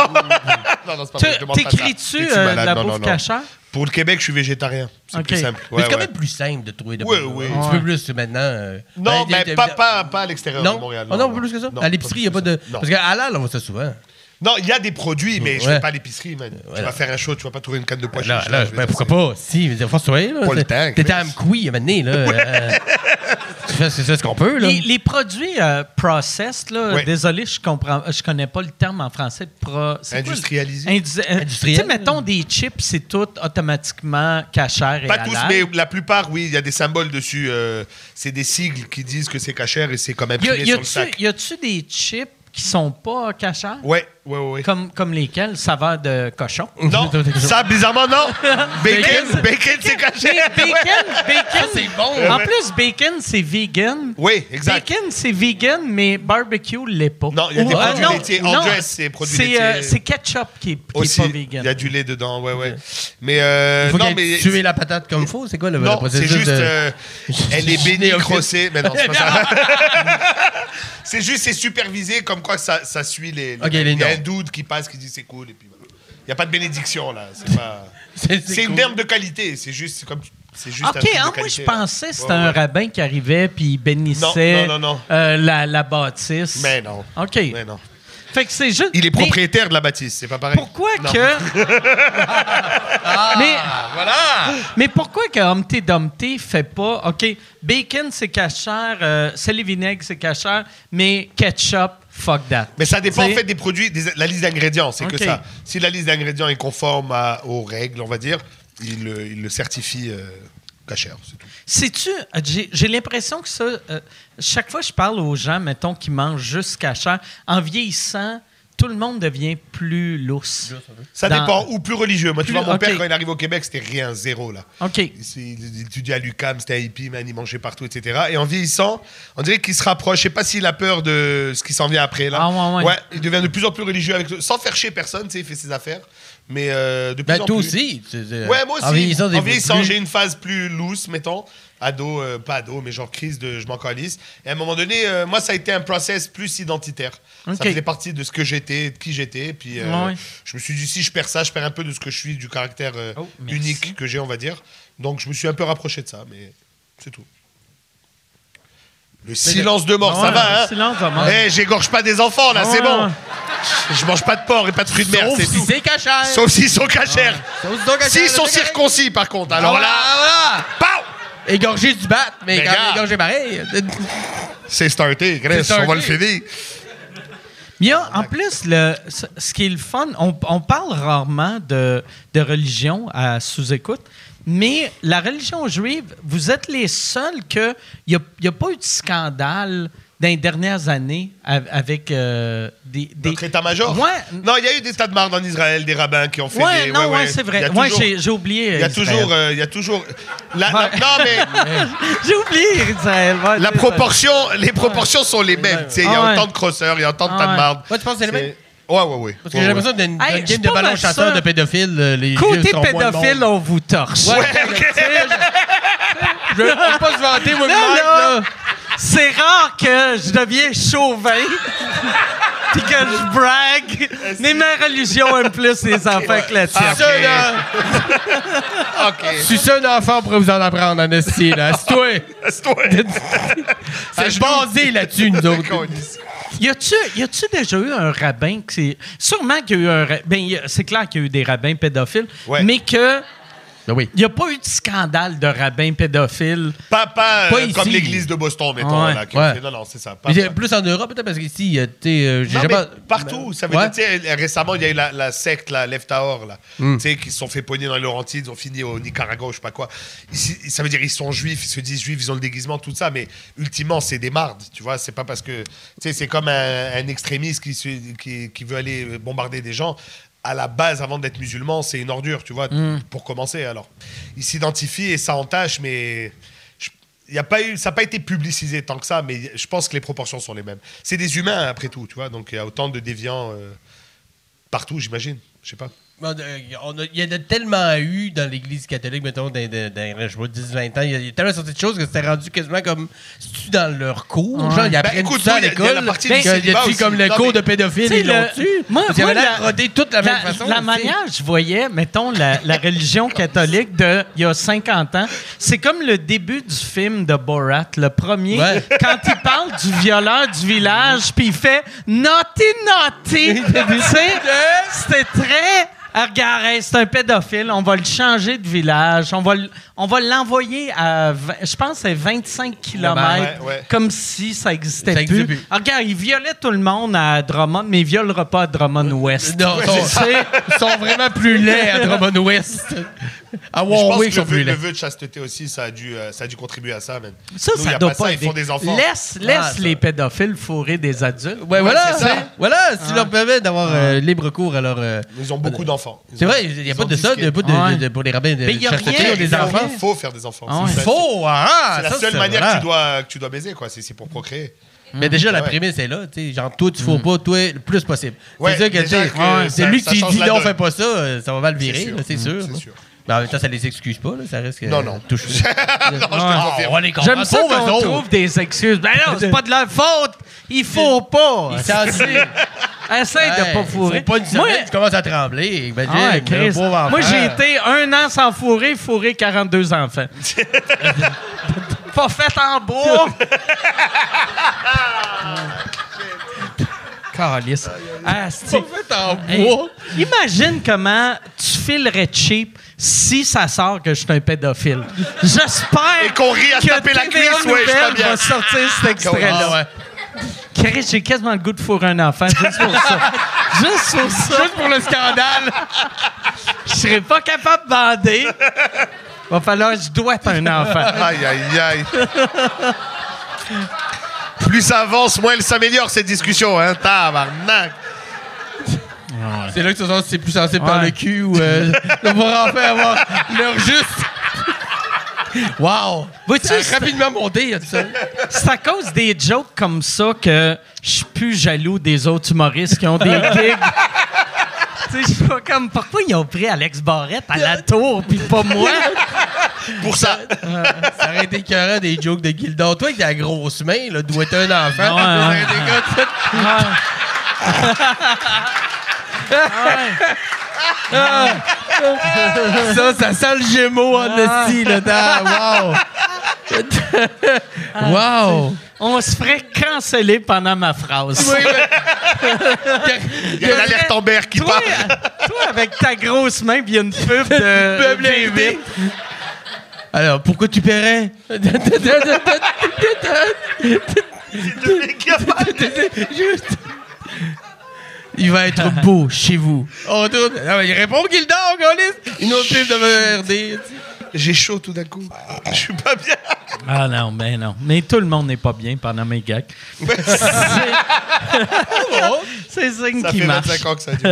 [SPEAKER 5] non, non, c'est pas
[SPEAKER 3] Tu-
[SPEAKER 5] vrai, je demande pas ça.
[SPEAKER 3] T'écris-tu
[SPEAKER 5] Es-tu
[SPEAKER 3] euh, de
[SPEAKER 5] malade?
[SPEAKER 3] la
[SPEAKER 5] Non, non,
[SPEAKER 3] bouffe
[SPEAKER 5] non.
[SPEAKER 3] cachère?
[SPEAKER 5] Pour le Québec, je suis végétarien. C'est
[SPEAKER 3] Ok.
[SPEAKER 5] plus simple.
[SPEAKER 6] mais
[SPEAKER 5] Ouais,
[SPEAKER 6] c'est quand
[SPEAKER 5] ouais.
[SPEAKER 6] même plus simple de trouver de
[SPEAKER 5] Ouais,
[SPEAKER 6] bonnes-
[SPEAKER 5] ouais.
[SPEAKER 6] Un petit peu plus maintenant. euh,
[SPEAKER 5] Non,
[SPEAKER 6] ben,
[SPEAKER 5] mais
[SPEAKER 6] t'es-
[SPEAKER 5] pas,
[SPEAKER 6] t'es-
[SPEAKER 5] pas, pas à l'extérieur
[SPEAKER 6] Non,
[SPEAKER 5] de Montréal.
[SPEAKER 6] Ah non, pas plus que ça.
[SPEAKER 5] Non,
[SPEAKER 6] à l'épicerie, il n'y a
[SPEAKER 5] plus
[SPEAKER 6] pas
[SPEAKER 5] que
[SPEAKER 6] de.
[SPEAKER 5] ça. Non.
[SPEAKER 6] Parce qu'à l'al, on voit ça souvent.
[SPEAKER 5] Non, il y a des produits, mais je
[SPEAKER 6] Ouais.
[SPEAKER 5] vais pas à l'épicerie, man. Tu vas faire un show, tu vas pas trouver une canne de pois
[SPEAKER 6] Là,
[SPEAKER 5] chiches,
[SPEAKER 6] là,
[SPEAKER 5] je vais
[SPEAKER 6] ben,
[SPEAKER 5] dire,
[SPEAKER 6] pourquoi
[SPEAKER 5] c'est-
[SPEAKER 6] pas? Si, il faut se trouver. là.
[SPEAKER 5] Pas le temps,
[SPEAKER 6] T'étais à
[SPEAKER 5] Chris.
[SPEAKER 6] Amkoui, à un moment donné, là. euh, tu fais- C'est ça ce qu'on peut, là.
[SPEAKER 3] Les, les produits euh, processed, là,
[SPEAKER 5] Oui.
[SPEAKER 3] désolé, je comprends, je connais pas le terme en français. Pro, c'est quoi le-
[SPEAKER 5] Industrialisé.
[SPEAKER 3] Indu- euh,
[SPEAKER 6] Industriel.
[SPEAKER 3] Tu sais, mettons des chips, c'est tout automatiquement cachère et
[SPEAKER 5] Pas tous,
[SPEAKER 3] halal.
[SPEAKER 5] mais la plupart, oui, il y a des symboles dessus. euh, c'est des sigles qui disent que c'est cachère et c'est comme
[SPEAKER 3] Y a-
[SPEAKER 5] imprimé
[SPEAKER 3] y
[SPEAKER 5] sur le
[SPEAKER 3] a-tu-
[SPEAKER 5] sac.
[SPEAKER 3] Y a-tu des chips qui sont pas cachères?
[SPEAKER 5] Ouais, ouais, ouais. ouais.
[SPEAKER 3] Comme, comme lesquels? Saveur de cochon.
[SPEAKER 5] Non, ça, bizarrement, non. Bacon, bacon,
[SPEAKER 3] Mais
[SPEAKER 5] c'est cachère.
[SPEAKER 3] Bacon, bacon,
[SPEAKER 6] c'est bon.
[SPEAKER 3] En plus, bacon, c'est vegan.
[SPEAKER 5] Oui, exact.
[SPEAKER 3] Bacon, c'est vegan, mais barbecue l'est pas.
[SPEAKER 5] Non, il y a des
[SPEAKER 3] Ou-
[SPEAKER 5] produits
[SPEAKER 3] ah, non,
[SPEAKER 5] laitiers. En
[SPEAKER 3] non,
[SPEAKER 5] dress, c'est produits
[SPEAKER 3] c'est, euh,
[SPEAKER 5] laitiers.
[SPEAKER 3] c'est ketchup qui est, qui est
[SPEAKER 5] Aussi,
[SPEAKER 3] pas
[SPEAKER 5] il
[SPEAKER 3] vegan.
[SPEAKER 5] y a du lait dedans, ouais, ouais. Mais euh,
[SPEAKER 6] Il faut
[SPEAKER 5] non,
[SPEAKER 6] qu'elle
[SPEAKER 5] mais
[SPEAKER 6] tuer la patate comme il faut. C'est quoi le, le
[SPEAKER 5] Non, c'est
[SPEAKER 6] processus?
[SPEAKER 5] juste.
[SPEAKER 6] de-
[SPEAKER 5] euh, elle est bénie,
[SPEAKER 6] Néophyte.
[SPEAKER 5] crossée. Mais non, c'est pas ça. c'est juste, c'est supervisé comme quoi ça, ça suit les. les-
[SPEAKER 6] Ok, les
[SPEAKER 5] il y a un
[SPEAKER 6] normes.
[SPEAKER 5] dude qui passe qui dit c'est cool. Et puis voilà. Il n'y a pas de bénédiction là. C'est pas. C'est une
[SPEAKER 6] cool.
[SPEAKER 5] herbe de qualité. C'est juste c'est comme. C'est juste un
[SPEAKER 3] OK,
[SPEAKER 5] truc de
[SPEAKER 3] ah, moi, je
[SPEAKER 5] qualité, là.
[SPEAKER 3] pensais que c'était
[SPEAKER 5] Ouais,
[SPEAKER 3] un
[SPEAKER 5] ouais.
[SPEAKER 3] rabbin qui arrivait puis il bénissait
[SPEAKER 5] Non, non, non, non.
[SPEAKER 3] euh, la, la bâtisse.
[SPEAKER 5] Mais non.
[SPEAKER 3] OK.
[SPEAKER 5] Mais non.
[SPEAKER 3] Fait que c'est juste...
[SPEAKER 5] Il est
[SPEAKER 3] Mais
[SPEAKER 5] propriétaire de la bâtisse, c'est pas pareil.
[SPEAKER 3] Pourquoi
[SPEAKER 5] Non. Ah,
[SPEAKER 3] que... Ah. mais,
[SPEAKER 6] Voilà!
[SPEAKER 3] mais pourquoi que Humpty Dumpty fait pas... OK, bacon, c'est cachère, euh, sel et vinaigre, c'est cachère, mais ketchup, fuck that.
[SPEAKER 5] Mais ça dépend en
[SPEAKER 3] C'est-
[SPEAKER 5] fait des produits, des- la liste d'ingrédients, c'est
[SPEAKER 3] Ok.
[SPEAKER 5] que ça. Si la liste d'ingrédients est conforme à- aux règles, on va dire, il, le- il le certifie euh, cachère, c'est tout.
[SPEAKER 3] Sais-tu, euh, j'ai j'ai l'impression que ça, euh, chaque fois que je parle aux gens, mettons, qui mangent juste cachère, en vieillissant, tout le monde devient plus lousse.
[SPEAKER 5] Ça
[SPEAKER 3] Dans-
[SPEAKER 5] dépend, ou plus religieux. Moi, tu
[SPEAKER 3] Plus-
[SPEAKER 5] vois, mon
[SPEAKER 3] ok.
[SPEAKER 5] père, quand il arrive au Québec, c'était rien, zéro, là.
[SPEAKER 3] OK.
[SPEAKER 5] Il s'est- Il étudiait à l'UCAM, c'était un hippie, man, il mangeait partout, etc. Et en vieillissant, on dirait qu'il se rapproche. Je sais pas s'il a peur de ce qui s'en vient après, là.
[SPEAKER 3] Ah, ouais, ouais.
[SPEAKER 5] il devient de plus en plus religieux, avec, sans faire chier personne, tu sais, il fait ses affaires. Mais euh, de plus
[SPEAKER 6] Ben,
[SPEAKER 5] en
[SPEAKER 6] toi
[SPEAKER 5] plus.
[SPEAKER 6] aussi. tu-
[SPEAKER 3] Euh,
[SPEAKER 6] tu-
[SPEAKER 5] Ouais, moi aussi.
[SPEAKER 6] En vieillissant, des- plus-
[SPEAKER 5] j'ai une phase plus loose, mettons. Ado, euh, pas ado, mais genre crise de je m'en calisse. Et à un moment donné, euh, moi, ça a été un process plus identitaire.
[SPEAKER 3] Ok.
[SPEAKER 5] Ça faisait partie de ce que j'étais, de qui j'étais. Puis euh,
[SPEAKER 3] Ouais.
[SPEAKER 5] je me suis dit, si je perds ça, je perds un peu de ce que je suis, du caractère euh,
[SPEAKER 3] Oh, merci.
[SPEAKER 5] unique que j'ai, on va dire. Donc je me suis un peu rapproché de ça, mais c'est tout. Le silence de mort,
[SPEAKER 3] Ouais,
[SPEAKER 5] ça va,
[SPEAKER 3] le
[SPEAKER 5] hein?
[SPEAKER 3] silence de mort.
[SPEAKER 5] Eh, j'égorge pas des enfants, là,
[SPEAKER 3] Ouais.
[SPEAKER 5] c'est bon. Je mange pas de porc et pas de fruits de mer,
[SPEAKER 6] Sauf
[SPEAKER 5] c'est
[SPEAKER 6] si
[SPEAKER 5] tout.
[SPEAKER 6] c'est cachère.
[SPEAKER 5] Sauf s'ils sont cachères.
[SPEAKER 6] Sauf si c'est cachère,
[SPEAKER 5] S'ils sont
[SPEAKER 6] c'est correct.
[SPEAKER 5] circoncis, par contre,
[SPEAKER 6] Ah,
[SPEAKER 5] alors
[SPEAKER 6] Voilà,
[SPEAKER 5] là,
[SPEAKER 6] voilà!
[SPEAKER 5] pow
[SPEAKER 6] Égorgé du bat, mais,
[SPEAKER 5] Mais
[SPEAKER 6] quand
[SPEAKER 5] gars.
[SPEAKER 6] égorgé pareil.
[SPEAKER 5] C'est starté, Grèce,
[SPEAKER 6] C'est starté.
[SPEAKER 5] on va le finir.
[SPEAKER 3] Mais il y a, en plus, le, ce ce qui est le fun, on, on parle rarement de, de religion à sous-écoute, mais la religion juive, vous êtes les seuls que. Il n'y a, pas eu de scandale dans les dernières années av- avec euh, des. des-
[SPEAKER 5] Notre état-major
[SPEAKER 3] Ouais.
[SPEAKER 5] Non, il y a eu des tas de marde en Israël, des rabbins qui ont fait
[SPEAKER 3] Ouais,
[SPEAKER 5] des...
[SPEAKER 3] non, ouais, c'est
[SPEAKER 5] Il y
[SPEAKER 3] vrai.
[SPEAKER 5] a
[SPEAKER 3] Ouais,
[SPEAKER 5] toujours-
[SPEAKER 3] j'ai j'ai oublié.
[SPEAKER 5] Il y a
[SPEAKER 3] Israël.
[SPEAKER 5] toujours... euh, Il y a toujours... La- la-
[SPEAKER 3] Ouais.
[SPEAKER 5] non, mais
[SPEAKER 3] J'ai oublié Israël. ouais,
[SPEAKER 5] la
[SPEAKER 3] c'est ça.
[SPEAKER 5] proportion, les proportions sont les mêmes. tu sais, Il y
[SPEAKER 3] Ah
[SPEAKER 5] a
[SPEAKER 3] ouais.
[SPEAKER 5] autant de crosseurs, il y a autant de
[SPEAKER 3] Ah
[SPEAKER 5] tas
[SPEAKER 3] ouais.
[SPEAKER 5] de marde.
[SPEAKER 6] Ouais, tu penses que c'est les mêmes?
[SPEAKER 5] Ouais, ouais, ouais.
[SPEAKER 6] Parce que
[SPEAKER 5] Ouais,
[SPEAKER 6] j'ai
[SPEAKER 5] ouais.
[SPEAKER 6] l'impression d'une
[SPEAKER 3] Hey,
[SPEAKER 6] d'une
[SPEAKER 3] je suis
[SPEAKER 6] game de
[SPEAKER 3] pas
[SPEAKER 6] ballon
[SPEAKER 3] mal
[SPEAKER 6] chasseur
[SPEAKER 3] sûr.
[SPEAKER 6] de pédophiles. euh, Les
[SPEAKER 3] Côté
[SPEAKER 6] yeux sont moins le
[SPEAKER 3] pédophile,
[SPEAKER 6] monde.
[SPEAKER 3] on vous torche.
[SPEAKER 6] Ouais, Je veux pas se vanter, moi,
[SPEAKER 3] Non,
[SPEAKER 6] Mike,
[SPEAKER 3] là.
[SPEAKER 6] là.
[SPEAKER 3] c'est rare que je devienne chauvin puis que je brague. Mais ma religion aime plus les enfants que la tienne.
[SPEAKER 6] Ça, là. Si c'est un enfant, on pourrait vous en apprendre, en esti, là. C'est toi.
[SPEAKER 5] Laisse-toi.
[SPEAKER 6] C'est basé là-dessus, nous autres.
[SPEAKER 3] Ah, Y a-tu, y a-tu déjà eu un rabbin qui s'est- Sûrement qu'il y a eu un. ra- Ben, y a- c'est clair qu'il y a eu des rabbins pédophiles,
[SPEAKER 5] Ouais.
[SPEAKER 3] mais que.
[SPEAKER 6] Ben oui.
[SPEAKER 3] Il n'y a pas eu de scandale de rabbin pédophile.
[SPEAKER 5] Pas, pas, euh,
[SPEAKER 6] Pas ici.
[SPEAKER 5] comme l'église de Boston, mettons.
[SPEAKER 3] Ouais,
[SPEAKER 5] là, que-
[SPEAKER 6] ouais.
[SPEAKER 5] Non, non, c'est ça. Pas-
[SPEAKER 6] Mais j'ai- plus en Europe, peut-être, parce qu'ici, euh, tu sais, euh, j'ai
[SPEAKER 5] Non,
[SPEAKER 6] jamais.
[SPEAKER 5] mais partout. Ça veut
[SPEAKER 6] Ouais.
[SPEAKER 5] dire, tu sais, récemment, il y a eu la, la secte, la Left Ahor, là. Tu sais, qui se sont fait pogner dans les Laurentides, ils ont fini au Nicaragua, je sais pas quoi. Ici, ça veut dire, ils sont juifs, ils se disent juifs, ils ont le déguisement, tout ça, mais ultimement, c'est des mardes, tu vois. C'est pas parce que. Tu sais, c'est comme un, un extrémiste qui, se- qui, qui veut aller bombarder des gens. À la base, avant d'être musulman, c'est une ordure, tu vois, pour commencer. Alors, ils s'identifient et ça entache, mais. je- il Y a pas eu, ça n'a pas été publicisé tant que ça, mais je pense que les proportions sont les mêmes. C'est des humains, après tout, tu vois, donc il y a autant de déviants euh, partout, j'imagine. Je sais pas.
[SPEAKER 6] On a- Ben, euh, on a- Il y en a tellement eu dans l'Église catholique, mettons, dans, dans, dans, je vois, 10-20 ans. Il y a- il y a tellement sorti de choses que c'était rendu quasiment comme. C'est-tu dans leur cours? Genre, ils apprennent
[SPEAKER 5] Ben, écoute,
[SPEAKER 6] tout ça à
[SPEAKER 5] moi, il y a-
[SPEAKER 6] l'école.
[SPEAKER 5] il y a la partie du
[SPEAKER 6] que- y
[SPEAKER 5] célibat
[SPEAKER 6] a-tu
[SPEAKER 5] aussi.
[SPEAKER 6] comme le
[SPEAKER 5] Non,
[SPEAKER 6] cours
[SPEAKER 5] mais-
[SPEAKER 6] de pédophiles?
[SPEAKER 3] Tu sais,
[SPEAKER 6] Ils l'ont
[SPEAKER 3] le-
[SPEAKER 6] tu
[SPEAKER 3] Moi,
[SPEAKER 6] Parce qu'il y
[SPEAKER 3] moi,
[SPEAKER 6] avait l'air
[SPEAKER 3] la-
[SPEAKER 6] rodé toute la même
[SPEAKER 3] la,
[SPEAKER 6] façon.
[SPEAKER 3] la
[SPEAKER 6] tu sais.
[SPEAKER 3] manière, je voyais, mettons, la, la religion catholique de il y a 50 ans, c'est comme le début du film de Borat, le premier,
[SPEAKER 6] Ouais.
[SPEAKER 3] quand il parle du violeur du village, puis il fait naughty, naughty. Tu sais, C'était très. Ah, Regarde, hey, c'est un pédophile, on va le changer de village, on va le- on va l'envoyer à, vingt- je pense, c'est 25 km,
[SPEAKER 5] Ouais, ouais.
[SPEAKER 3] comme si ça existait
[SPEAKER 6] Ça
[SPEAKER 3] plus.
[SPEAKER 6] existe plus.
[SPEAKER 3] Ah, regarde, il violait tout le monde à Drummond, mais il violera pas à Drummond-Ouest.
[SPEAKER 6] Non, ils sont, ils sont vraiment plus laids à Drummond Ouest. À
[SPEAKER 5] Je pense
[SPEAKER 6] Warwick, ils
[SPEAKER 5] que le
[SPEAKER 6] sont
[SPEAKER 5] vœu,
[SPEAKER 6] plus
[SPEAKER 5] le
[SPEAKER 6] laids.
[SPEAKER 5] vœu de chasteté aussi, ça a dû, euh, ça a dû contribuer à ça, même.
[SPEAKER 3] Ça,
[SPEAKER 5] Nous,
[SPEAKER 3] ça
[SPEAKER 5] il y a
[SPEAKER 3] doit pas,
[SPEAKER 5] ça, ils
[SPEAKER 3] aider.
[SPEAKER 5] font des enfants.
[SPEAKER 3] Laisse, laisse
[SPEAKER 6] Ah, ça.
[SPEAKER 3] les pédophiles fourrer des adultes.
[SPEAKER 6] Ouais, ben, voilà,
[SPEAKER 5] c'est ça.
[SPEAKER 6] voilà, si
[SPEAKER 3] Ah.
[SPEAKER 6] leur permet d'avoir euh, libre cours à leur. euh,
[SPEAKER 5] Ils ont beaucoup d'enfants. Ils
[SPEAKER 6] C'est
[SPEAKER 5] ont-
[SPEAKER 6] vrai, il n'y a
[SPEAKER 5] ils
[SPEAKER 6] pas
[SPEAKER 5] ont
[SPEAKER 6] de ça, de,
[SPEAKER 5] disqué.
[SPEAKER 6] pas de-
[SPEAKER 3] Ouais.
[SPEAKER 6] de- de- pour les rabbins de
[SPEAKER 3] Mais il y a
[SPEAKER 6] chasteté,
[SPEAKER 3] rien,
[SPEAKER 6] ils ont des
[SPEAKER 3] il y a
[SPEAKER 6] enfants.
[SPEAKER 5] Il faut faire des enfants.
[SPEAKER 3] Ah ouais.
[SPEAKER 5] ça,
[SPEAKER 6] Faux, ah,
[SPEAKER 5] C'est la
[SPEAKER 6] ça,
[SPEAKER 5] seule
[SPEAKER 6] c'est
[SPEAKER 5] manière
[SPEAKER 6] vrai.
[SPEAKER 5] que tu, dois, que tu dois baiser, quoi. C'est c'est pour procréer.
[SPEAKER 3] Mhm.
[SPEAKER 6] Mais déjà, la
[SPEAKER 5] Ouais.
[SPEAKER 6] prémisse est là. tu sais, Genre, toi, tu ne fous pas, toi, le plus possible.
[SPEAKER 5] Ouais,
[SPEAKER 6] c'est ça que tu
[SPEAKER 5] déjà
[SPEAKER 6] sais,
[SPEAKER 5] que ça-
[SPEAKER 6] C'est lui
[SPEAKER 5] ça
[SPEAKER 6] qui
[SPEAKER 5] change
[SPEAKER 6] dit
[SPEAKER 5] la
[SPEAKER 6] non,
[SPEAKER 5] donne.
[SPEAKER 6] fais pas ça, euh, ça va mal virer,
[SPEAKER 5] sûr. mm,
[SPEAKER 6] là, c'est sûr.
[SPEAKER 5] C'est
[SPEAKER 6] là.
[SPEAKER 5] sûr.
[SPEAKER 6] Mais en même temps, ça les excuse pas, là, ça risque.
[SPEAKER 5] Non, non.
[SPEAKER 6] Euh, Touche.
[SPEAKER 5] non, je te
[SPEAKER 6] Ah,
[SPEAKER 5] confirme.
[SPEAKER 6] on va les comprendre.
[SPEAKER 3] J'aime ça
[SPEAKER 6] Pauvres
[SPEAKER 3] qu'on
[SPEAKER 6] autres.
[SPEAKER 3] trouve des excuses. Ben non, c'est pas de leur faute. Il faut pas.
[SPEAKER 6] Ils s'en tirent.
[SPEAKER 3] Essaye de pas fourrer.
[SPEAKER 6] Faut pas une
[SPEAKER 3] Moi,
[SPEAKER 6] semaine, tu commences à trembler. Ben,
[SPEAKER 3] Ah,
[SPEAKER 6] Jim,
[SPEAKER 3] Chris.
[SPEAKER 6] le pauvre enfant.
[SPEAKER 3] Moi, j'ai été un an sans fourrer, fourrer 42 enfants. pas fait en bois. Calice. Ah, c'est-
[SPEAKER 6] fait en
[SPEAKER 3] Hey,
[SPEAKER 6] bois.
[SPEAKER 3] imagine comment tu filerais cheap si ça sort que je suis un pédophile. J'espère
[SPEAKER 5] Et qu'on rit à se
[SPEAKER 3] que
[SPEAKER 5] taper la
[SPEAKER 3] TVA
[SPEAKER 5] cuisse, ouais, je suis pas
[SPEAKER 3] Nouvelle
[SPEAKER 5] bien. ah.
[SPEAKER 3] va sortir cet
[SPEAKER 6] Ah,
[SPEAKER 3] extrait-là.
[SPEAKER 6] ouais.
[SPEAKER 3] Chris, j'ai quasiment le goût de fourrer un enfant juste pour ça. juste pour ça.
[SPEAKER 6] Juste pour le scandale.
[SPEAKER 3] Je serais pas capable de bander. Va falloir que je dois un enfant.
[SPEAKER 5] Aïe, aïe, aïe. Plus ça avance, moins elle s'améliore, cette discussion. Hein. Tabarnak.
[SPEAKER 6] C'est là que tu sens c'est plus censé par
[SPEAKER 3] Ouais.
[SPEAKER 6] le cul ou euh, de pouvoir enfin avoir leur juste. Wow!
[SPEAKER 3] Vois-tu,
[SPEAKER 6] Ça a
[SPEAKER 3] c'est-
[SPEAKER 6] rapidement monté, là, tout ça.
[SPEAKER 3] C'est à cause des jokes comme ça que je suis plus jaloux des autres humoristes qui ont des gigs. Tu sais, je suis pas comme, pourquoi ils ont pris Alex Barrette à la tour puis pas moi?
[SPEAKER 5] Pour ça.
[SPEAKER 6] Ça aurait été écœurant des jokes de Gildor. Toi, avec ta grosse main, là, doit être un enfant.
[SPEAKER 3] Ouais,
[SPEAKER 6] ça aurait
[SPEAKER 3] ouais.
[SPEAKER 6] été comme ça. Ça, ça sent le Gémeaux en esti, là, dedans.
[SPEAKER 3] Ah,
[SPEAKER 6] Wow! wow!
[SPEAKER 3] On se ferait canceller pendant ma phrase.
[SPEAKER 6] Oui, mais-
[SPEAKER 5] Il y a l'alerte en berre qui
[SPEAKER 3] Toi,
[SPEAKER 5] part.
[SPEAKER 3] toi, avec ta grosse main puis une pub de
[SPEAKER 6] Pub invité. Alors, pourquoi tu paierais? Juste. Il va être beau chez vous. On tourne. Ah, mais il répond qu'il dort, Golis. Une autre pub de VRD.
[SPEAKER 5] J'ai chaud tout d'un coup. Je suis pas bien.
[SPEAKER 3] Ah non, ben non. Mais tout le monde n'est pas bien pendant mes gags. C'est ça
[SPEAKER 5] Ça
[SPEAKER 3] qui
[SPEAKER 5] fait
[SPEAKER 3] marche.
[SPEAKER 5] 25 ans que ça dure.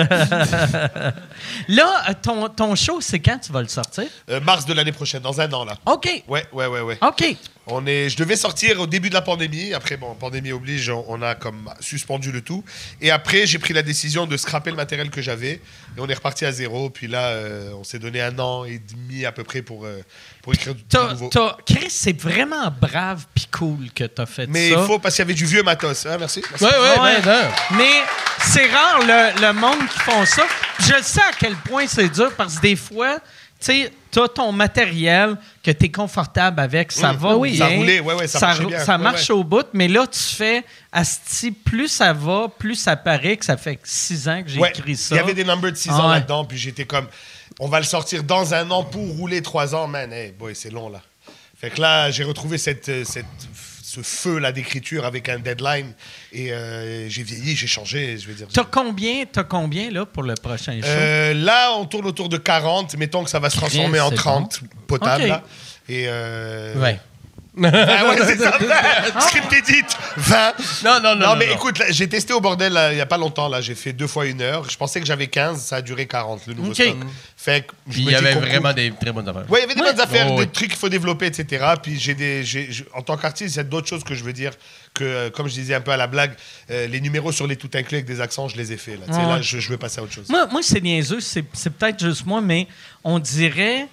[SPEAKER 3] Là, euh, ton, ton show, c'est quand tu vas le sortir?
[SPEAKER 5] Euh, mars de l'année prochaine, dans un an, là.
[SPEAKER 3] OK.
[SPEAKER 5] Ouais, ouais, ouais, ouais.
[SPEAKER 3] OK.
[SPEAKER 5] On est, je devais sortir au début de la pandémie. Après, bon, pandémie oblige, on, on a comme suspendu le tout. Et après, j'ai pris la décision de scraper le matériel que j'avais. Et on est reparti à zéro. Puis là, euh, on s'est donné un an et demi à peu près pour, euh, pour écrire du
[SPEAKER 3] T'as-
[SPEAKER 5] nouveau.
[SPEAKER 3] t'as- Chris, c'est vraiment brave puis cool que t'as fait
[SPEAKER 5] Mais
[SPEAKER 3] ça.
[SPEAKER 5] il faut, parce qu'il y avait du vieux matos. Hein, merci. merci.
[SPEAKER 6] Ouais, ouais,
[SPEAKER 3] Ouais.
[SPEAKER 6] ben, non.
[SPEAKER 3] Mais c'est rare le, le monde qui font ça. Je sais à quel point c'est dur parce que des fois, tu sais, t'as ton matériel que t'es confortable avec, ça
[SPEAKER 5] Mm.
[SPEAKER 3] va
[SPEAKER 5] Oui.
[SPEAKER 3] bien.
[SPEAKER 5] Ça roulait, ouais, ouais, ça marchait
[SPEAKER 3] rou-
[SPEAKER 5] bien.
[SPEAKER 3] ça
[SPEAKER 5] Ouais,
[SPEAKER 3] marche
[SPEAKER 5] ouais.
[SPEAKER 3] au bout, mais là, tu fais, asti, plus ça va, plus ça paraît que ça fait six ans que j'ai
[SPEAKER 5] Ouais,
[SPEAKER 3] écrit ça.
[SPEAKER 5] Il y avait des numbers de 6
[SPEAKER 3] Ah
[SPEAKER 5] ans
[SPEAKER 3] ouais.
[SPEAKER 5] là-dedans, puis j'étais comme, on va le sortir dans un an pour rouler 3 ans, man. Hey, boy, c'est long là. Fait que là, j'ai retrouvé cette, euh, cette, ce feu là d'écriture avec un deadline et euh, j'ai vieilli, j'ai changé, je veux dire.
[SPEAKER 3] T'as combien, t'as combien là pour le prochain show?
[SPEAKER 5] Euh, là, on tourne autour de 40, mettons que ça va se transformer en
[SPEAKER 3] c'est
[SPEAKER 5] 30 potable.
[SPEAKER 3] Ok.
[SPEAKER 5] là. Et euh...
[SPEAKER 6] Ouais.
[SPEAKER 5] Ah ouais, c'est ça. Script édite, 20.
[SPEAKER 6] Non, non, non.
[SPEAKER 5] Non, mais
[SPEAKER 6] non.
[SPEAKER 5] écoute, là, j'ai testé au bordel là, il n'y a pas longtemps. Là, j'ai fait deux fois une heure. Je pensais que j'avais 15, ça a duré 40, le nouveau
[SPEAKER 3] Ok.
[SPEAKER 5] stock. Fait que je me
[SPEAKER 6] Puis il y
[SPEAKER 5] dis
[SPEAKER 6] avait
[SPEAKER 5] qu'on
[SPEAKER 6] vraiment
[SPEAKER 5] coupe.
[SPEAKER 6] des très bonnes affaires.
[SPEAKER 5] Ouais, il y avait des bonnes affaires,
[SPEAKER 6] Oh,
[SPEAKER 5] des
[SPEAKER 6] ouais.
[SPEAKER 5] trucs qu'il faut développer, etc. Puis j'ai des, j'ai- je- en tant qu'artiste, il y a d'autres choses que je veux dire que, euh, comme je disais un peu à la blague, euh, les numéros sur les tout inclus avec des accents, je les ai faits. Là, Tu sais,
[SPEAKER 3] Ouais,
[SPEAKER 5] là
[SPEAKER 3] ouais.
[SPEAKER 5] je, je veux passer à autre chose.
[SPEAKER 3] Moi, moi c'est niaiseux, c'est, c'est peut-être juste moi, mais on dirait,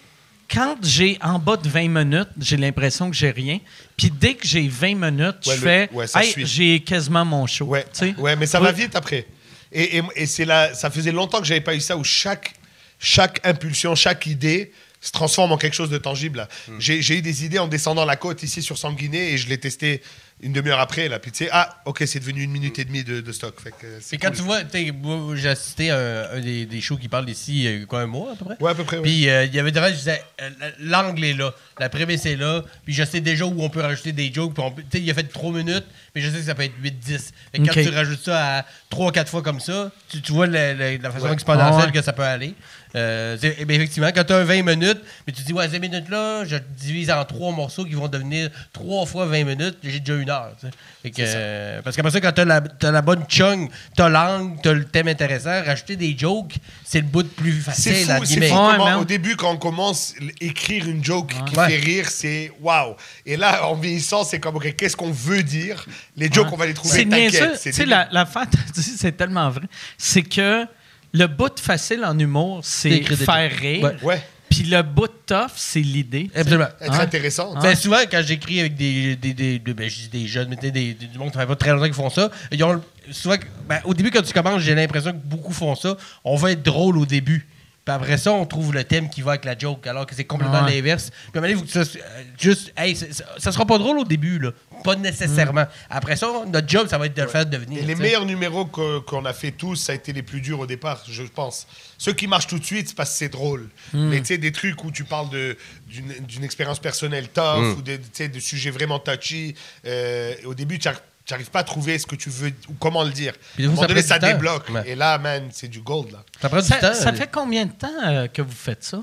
[SPEAKER 3] quand j'ai en bas de 20 minutes, j'ai l'impression que j'ai rien. Puis dès que j'ai 20 minutes,
[SPEAKER 5] Ouais,
[SPEAKER 3] je
[SPEAKER 5] le-
[SPEAKER 3] fais,
[SPEAKER 5] ouais, ça
[SPEAKER 3] Hey,
[SPEAKER 5] suit.
[SPEAKER 3] j'ai quasiment mon show.
[SPEAKER 5] Ouais,
[SPEAKER 3] Tu sais?
[SPEAKER 5] ouais mais ça va
[SPEAKER 3] Ouais.
[SPEAKER 5] vite après. Et, et, et c'est là, ça faisait longtemps que j'avais pas eu ça où chaque, chaque impulsion, chaque idée se transforme en quelque chose de tangible. là. J'ai j'ai eu des idées en descendant la côte ici sur Sanguiné et je l'ai testé une demi-heure après. Là. Puis tu sais, ah, ok, c'est devenu une minute et demie de, de stock. Fait que, euh, c'est
[SPEAKER 6] Puis quand
[SPEAKER 5] cool.
[SPEAKER 6] tu vois, tu sais, moi, j'ai assisté à un, un des, des shows qui parle d'ici, il y a eu quoi, un mois à peu près?
[SPEAKER 5] Ouais, à peu près. ouais.
[SPEAKER 6] Puis euh, il y avait des gens qui disaient, euh, l'angle est là, la prémisse est là, puis je sais déjà où on peut rajouter des jokes. puis on peut- tu sais, il a fait 3 minutes, mais je sais que ça peut être 8-10. Fait que
[SPEAKER 3] Ok.
[SPEAKER 6] Quand tu rajoutes ça à 3-4 fois comme ça, tu, tu vois le- le- la façon
[SPEAKER 3] Ah
[SPEAKER 6] exponentielle
[SPEAKER 3] ouais.
[SPEAKER 6] que ça peut aller. Euh, c'est- eh bien, effectivement, quand tu as 20 minutes, mais tu dis, ouais, ces minutes-là, je divise en trois morceaux qui vont devenir 3 fois 20 minutes, j'ai déjà une heure. tu sais. Fait que, euh, parce qu'après ça, quand tu as, la bonne chung, tu as l'angle, tu as le thème intéressant, rajouter des jokes, c'est le bout de plus facile.
[SPEAKER 5] C'est
[SPEAKER 6] à
[SPEAKER 5] fou, c'est
[SPEAKER 6] guillemets.
[SPEAKER 5] fou
[SPEAKER 3] Ouais, hein.
[SPEAKER 5] comment,
[SPEAKER 3] man.
[SPEAKER 5] au début, quand on commence, l- écrire une joke qui
[SPEAKER 6] Ouais.
[SPEAKER 5] fait rire, c'est waouh. Et là, en vieillissant, c'est comme, ok, qu'est-ce qu'on veut dire Les jokes, on va les trouver.
[SPEAKER 3] C'est bien
[SPEAKER 5] t'inquiète,
[SPEAKER 3] sûr.
[SPEAKER 5] c'est
[SPEAKER 3] Tu sais,
[SPEAKER 5] débile.
[SPEAKER 3] la, la fin, t'as dit, c'est tellement vrai. C'est que le bout facile en humour, c'est
[SPEAKER 6] D'écrire des
[SPEAKER 3] faire
[SPEAKER 6] jokes.
[SPEAKER 3] rire.
[SPEAKER 6] Ouais.
[SPEAKER 5] Ouais,
[SPEAKER 3] Puis le bout tough, c'est l'idée.
[SPEAKER 6] Absolument.
[SPEAKER 5] être
[SPEAKER 3] Hein?
[SPEAKER 5] intéressant.
[SPEAKER 6] Ben, souvent, quand j'écris avec des, des, des, des- ben, je dis des jeunes, mais tu sais, des, des- du monde qui fait pas très longtemps qu'ils font ça, ils ont, le- souvent, ben, au début, quand tu commences, j'ai l'impression que beaucoup font ça. On va être drôle au début. Puis après ça, on trouve le thème qui va avec la joke, alors que c'est complètement
[SPEAKER 3] Ouais.
[SPEAKER 6] l'inverse. Puis à un moment donné, faut que ça, se- euh, juste, hey, c'est- ça, ça sera pas drôle au début, là. Pas
[SPEAKER 3] Mm.
[SPEAKER 6] nécessairement. Après ça, notre job, ça va être de le faire devenir.
[SPEAKER 5] Et les
[SPEAKER 6] tu sais.
[SPEAKER 5] meilleurs numéros que- qu'on a fait tous, ça a été les plus durs au départ, je pense. Ceux qui marchent tout de suite, c'est parce que c'est drôle.
[SPEAKER 6] Hmm.
[SPEAKER 5] Mais tu sais, des trucs où tu parles de- d'une d'une expérience personnelle tough ou de, tu sais, de sujets vraiment touchy, euh, au début, tu n'arrives pas à trouver ce que tu veux ou comment le dire.
[SPEAKER 6] Puis
[SPEAKER 5] à
[SPEAKER 6] des
[SPEAKER 5] un moment
[SPEAKER 6] fois, ça
[SPEAKER 5] donné,
[SPEAKER 6] prend
[SPEAKER 5] ça
[SPEAKER 6] du temps.
[SPEAKER 5] débloque.
[SPEAKER 6] Ouais.
[SPEAKER 5] Et là, man, c'est du gold. Là.
[SPEAKER 6] Ça prend du
[SPEAKER 3] Ça,
[SPEAKER 6] temps.
[SPEAKER 3] ça fait combien de temps euh, que vous faites ça?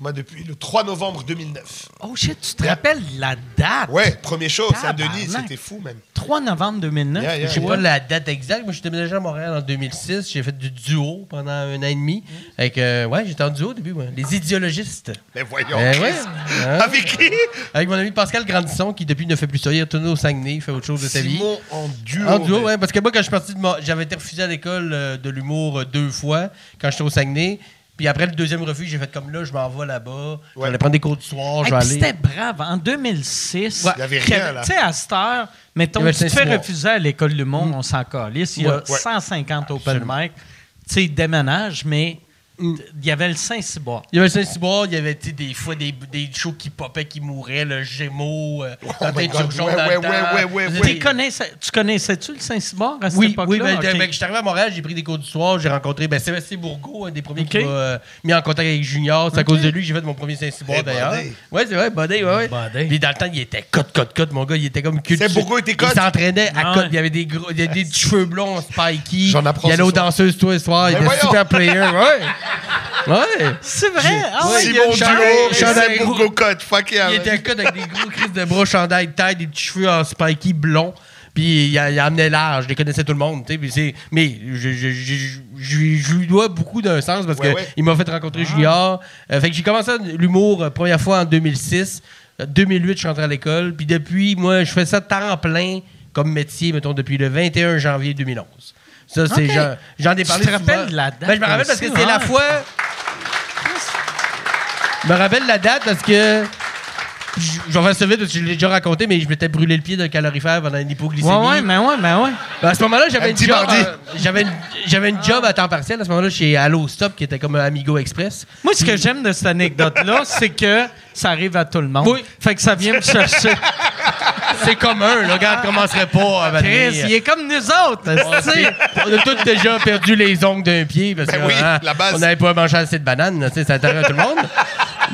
[SPEAKER 5] Moi, depuis le 3 novembre 2009.
[SPEAKER 3] Oh shit, tu te
[SPEAKER 5] Yeah.
[SPEAKER 3] rappelles la date?
[SPEAKER 5] Ouais, premier show,
[SPEAKER 3] Tabarnak.
[SPEAKER 5] Saint-Denis, c'était fou, man.
[SPEAKER 3] 3 novembre 2009.
[SPEAKER 5] Yeah, yeah,
[SPEAKER 6] Je sais
[SPEAKER 5] ouais.
[SPEAKER 6] pas la date exacte, mais je suis déménagé à Montréal en 2006. J'ai fait du duo pendant un an et demi.
[SPEAKER 5] Mm.
[SPEAKER 6] Avec, euh, ouais, j'étais en duo au début, moi. Les idéologistes.
[SPEAKER 5] Mais voyons,
[SPEAKER 6] Ben
[SPEAKER 5] Chris.
[SPEAKER 6] ouais, hein.
[SPEAKER 5] Avec qui
[SPEAKER 6] Avec mon ami Pascal Grandisson, qui depuis ne fait plus ça. Il est retourné au Saguenay, il fait autre chose de sa vie.
[SPEAKER 5] Simon en duo.
[SPEAKER 6] En duo,
[SPEAKER 5] man.
[SPEAKER 6] ouais, parce que moi, quand je suis parti de mon- J'avais été refusé à l'école euh, de l'humour euh, deux fois, quand j'étais au Saguenay. Puis après le deuxième refus, j'ai fait comme là, je m'en vais là-bas. Je
[SPEAKER 5] Ouais.
[SPEAKER 6] vais aller prendre des cours du soir,
[SPEAKER 3] Hey,
[SPEAKER 6] je vais
[SPEAKER 3] puis
[SPEAKER 6] aller.
[SPEAKER 3] c'était brave. En 2006,
[SPEAKER 6] Ouais.
[SPEAKER 5] Il y avait
[SPEAKER 3] qu'il
[SPEAKER 5] rien, là.
[SPEAKER 3] Tu sais, à cette heure, mettons,
[SPEAKER 6] Il y avait
[SPEAKER 3] tu te
[SPEAKER 6] six
[SPEAKER 3] fais
[SPEAKER 6] mois. Mm.
[SPEAKER 3] refuser à l'école du monde, on s'en calisse. Il y a
[SPEAKER 6] Ouais. Ouais.
[SPEAKER 3] 150 open
[SPEAKER 6] Absolument. Mm.
[SPEAKER 3] mic. Tu sais, ils déménagent, mais il y avait le Saint-Cyboire.
[SPEAKER 6] Il y avait Saint-Cyboire, il y avait tu sais, des fois des, des shows qui popaient, qui mouraient, le Gémeaux, euh, la
[SPEAKER 5] Oh my
[SPEAKER 6] tête
[SPEAKER 5] God,
[SPEAKER 6] sur
[SPEAKER 5] ouais,
[SPEAKER 6] dans le
[SPEAKER 5] ouais,
[SPEAKER 6] temps.
[SPEAKER 5] ouais, ouais, ouais,
[SPEAKER 6] C'était-
[SPEAKER 5] ouais.
[SPEAKER 3] Tu connaissais- tu connaissais-tu le Saint-Cyboire à cette
[SPEAKER 6] Oui,
[SPEAKER 3] époque-là?
[SPEAKER 6] oui, ben,
[SPEAKER 3] Ok.
[SPEAKER 6] ben, je suis arrivé à Montréal, j'ai pris des cours du soir, j'ai rencontré ben, Sébastien Bourgault, un des premiers
[SPEAKER 3] Ok.
[SPEAKER 6] qui m'a euh, mis en contact avec Junior. C'est à cause de lui que j'ai fait mon premier Saint-Cyboire
[SPEAKER 5] Hey,
[SPEAKER 6] d'ailleurs.
[SPEAKER 5] Bodé.
[SPEAKER 6] Ouais, c'est vrai, Bodé, ouais, ouais.
[SPEAKER 3] Bodé.
[SPEAKER 6] Puis dans le temps, il était cote, cote, cote, mon gars, il était comme culte.
[SPEAKER 5] C'est Bourgault était cote?
[SPEAKER 6] Il s'entraînait à
[SPEAKER 3] Ah
[SPEAKER 6] cote,
[SPEAKER 3] ouais.
[SPEAKER 6] il y avait des gros, il y avait des cheveux blonds spiky.
[SPEAKER 5] J'en apprends
[SPEAKER 6] Il
[SPEAKER 5] ce
[SPEAKER 6] allait aux
[SPEAKER 5] soir.
[SPEAKER 6] danseuses tous les soirs, il
[SPEAKER 5] Mais
[SPEAKER 6] était
[SPEAKER 5] voyons.
[SPEAKER 6] super player, ouais. Ouais.
[SPEAKER 3] C'est vrai? Ah ouais, il y a-
[SPEAKER 5] Simon
[SPEAKER 6] le chandail,
[SPEAKER 5] Duo,
[SPEAKER 6] le
[SPEAKER 5] et
[SPEAKER 6] chandail
[SPEAKER 5] Seb
[SPEAKER 6] rouge.
[SPEAKER 5] Bourgocotte, fuck yeah.
[SPEAKER 6] Il était un code avec des gros crises de bras, chandail de taille, des petits cheveux en spiky blond. Puis il, a- il a amené l'âge, je les connaissais tout le monde. tu sais, puis c'est- mais je, je- je- je- je lui- je lui dois beaucoup d'un sens parce
[SPEAKER 5] Ouais,
[SPEAKER 6] que
[SPEAKER 5] ouais. Ah.
[SPEAKER 6] il m'a fait rencontrer Junior. Euh, fait que j'ai commencé l'humour euh, première fois en 2006. Euh, 2008, je suis rentré à l'école. Puis depuis, moi, je fais ça temps plein comme métier, mettons, depuis le 21 janvier 2011. Ça, c'est
[SPEAKER 3] Ok.
[SPEAKER 6] genre- J'en ai
[SPEAKER 3] Tu
[SPEAKER 6] parlé
[SPEAKER 3] te
[SPEAKER 6] souvent.
[SPEAKER 3] rappelles de la date
[SPEAKER 6] Ben, je me rappelle
[SPEAKER 3] aussi,
[SPEAKER 6] parce que c'est la
[SPEAKER 3] ouais.
[SPEAKER 6] fois... Je me rappelle la date parce que Puis Je je vais faire ça vite parce que je l'ai déjà raconté, mais je m'étais brûlé le pied d'un calorifère pendant une hypoglycémie. Ben,
[SPEAKER 3] Ouais, ouais, mais ouais, mais ouais.
[SPEAKER 6] À ce moment-là,
[SPEAKER 5] Un
[SPEAKER 6] j'avais une,
[SPEAKER 5] petit
[SPEAKER 6] job,
[SPEAKER 5] mardi.
[SPEAKER 6] euh, j'avais une- j'avais une job à temps partiel à ce moment-là chez Allo Stop, qui était comme un Amigo Express.
[SPEAKER 3] Moi, ce que j'aime de cette anecdote-là, c'est que ça arrive à tout le monde.
[SPEAKER 6] Oui.
[SPEAKER 3] Fait que ça vient me chercher.
[SPEAKER 6] C'est commun, là. Regarde, commencerait pas à
[SPEAKER 3] Chris, il
[SPEAKER 6] venir.
[SPEAKER 3] est comme nous autres.
[SPEAKER 6] On
[SPEAKER 3] esti.
[SPEAKER 6] sait, on a tous déjà perdu les ongles d'un pied parce
[SPEAKER 5] Ben
[SPEAKER 6] que,
[SPEAKER 5] oui,
[SPEAKER 6] hein,
[SPEAKER 5] la base.
[SPEAKER 6] on n'avait pas mangé assez de bananes, là, tu sais, ça intéresse tout le monde.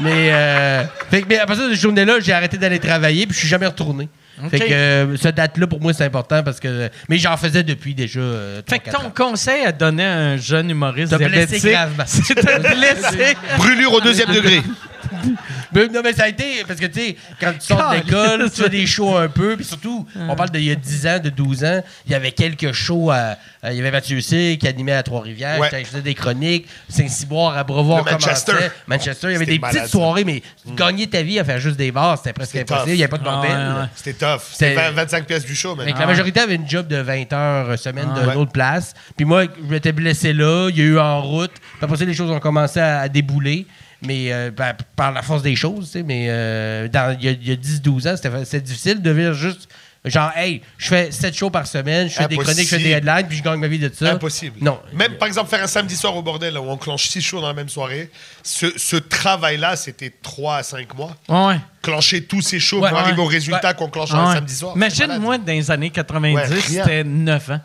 [SPEAKER 6] Mais, euh, fait que, mais à partir de cette journée-là, j'ai arrêté d'aller travailler puis je suis jamais retourné. Fait que euh, cette date-là, pour moi, c'est important parce que. Mais j'en faisais depuis déjà. euh,
[SPEAKER 3] Fait
[SPEAKER 6] trois,
[SPEAKER 3] que
[SPEAKER 6] quatre
[SPEAKER 3] ton
[SPEAKER 6] ans.
[SPEAKER 3] conseil à donner à un jeune humoriste
[SPEAKER 6] T'as blessé
[SPEAKER 3] diabétique,
[SPEAKER 6] gravement.
[SPEAKER 3] c'est de te blesser.
[SPEAKER 5] Brûlure au deuxième degré.
[SPEAKER 6] Mais, non, mais ça a été. Parce que, tu sais, quand tu sors de l'école, tu fais des shows un peu. Puis surtout, on parle d'il y a 10 ans, de 12 ans, il y avait quelques shows. à- à- Il y avait Mathieu C qui animait à Trois-Rivières,
[SPEAKER 5] Ouais.
[SPEAKER 6] qui faisait des chroniques, Saint-Cyboire, à Brevoir,
[SPEAKER 5] Le Manchester.
[SPEAKER 6] commençait. Manchester. Il y avait
[SPEAKER 5] C'était
[SPEAKER 6] des
[SPEAKER 5] malade,
[SPEAKER 6] petites
[SPEAKER 5] ça.
[SPEAKER 6] soirées, mais gagner ta vie à faire juste des bars, c'était presque
[SPEAKER 5] C'est
[SPEAKER 6] impossible.
[SPEAKER 5] tough.
[SPEAKER 6] Il n'y avait pas de
[SPEAKER 3] Ah,
[SPEAKER 6] bordel.
[SPEAKER 3] ouais, ouais.
[SPEAKER 5] C'était tough. C'était 20
[SPEAKER 6] C'est-
[SPEAKER 5] 25 pièces du show,
[SPEAKER 6] Fait
[SPEAKER 5] man.
[SPEAKER 6] que la majorité avait une job de 20 heures euh, semaine
[SPEAKER 5] Ah.
[SPEAKER 6] d'une
[SPEAKER 5] Ouais.
[SPEAKER 6] autre place. Puis moi, je m'étais blessé là, il y a eu en route. Puis après ça, les choses ont commencé à, à débouler. Mais euh, par, par la force des choses, tu sais, mais euh, dans- il y a, il y a 10-12 ans, c'était fa- c'était difficile de vivre juste. Genre, hey, je fais 7 shows par semaine, je fais des
[SPEAKER 5] Impossible.
[SPEAKER 6] chroniques, je fais des headlines, puis je gagne ma vie de ça.
[SPEAKER 5] Impossible.
[SPEAKER 6] Non.
[SPEAKER 5] Même par exemple faire un samedi soir au bordel là, où on clenche six shows dans la même soirée. Ce, ce travail-là, c'était 3 à 5 mois.
[SPEAKER 3] Ouais.
[SPEAKER 5] Clencher tous ces shows
[SPEAKER 6] Ouais,
[SPEAKER 5] pour arriver
[SPEAKER 6] ouais.
[SPEAKER 5] au résultat qu'on clenche un
[SPEAKER 3] ouais.
[SPEAKER 5] samedi soir. c'est malade.
[SPEAKER 3] Imagine-moi dans les années 90,
[SPEAKER 5] Ouais, rien.
[SPEAKER 3] c'était 9 ans.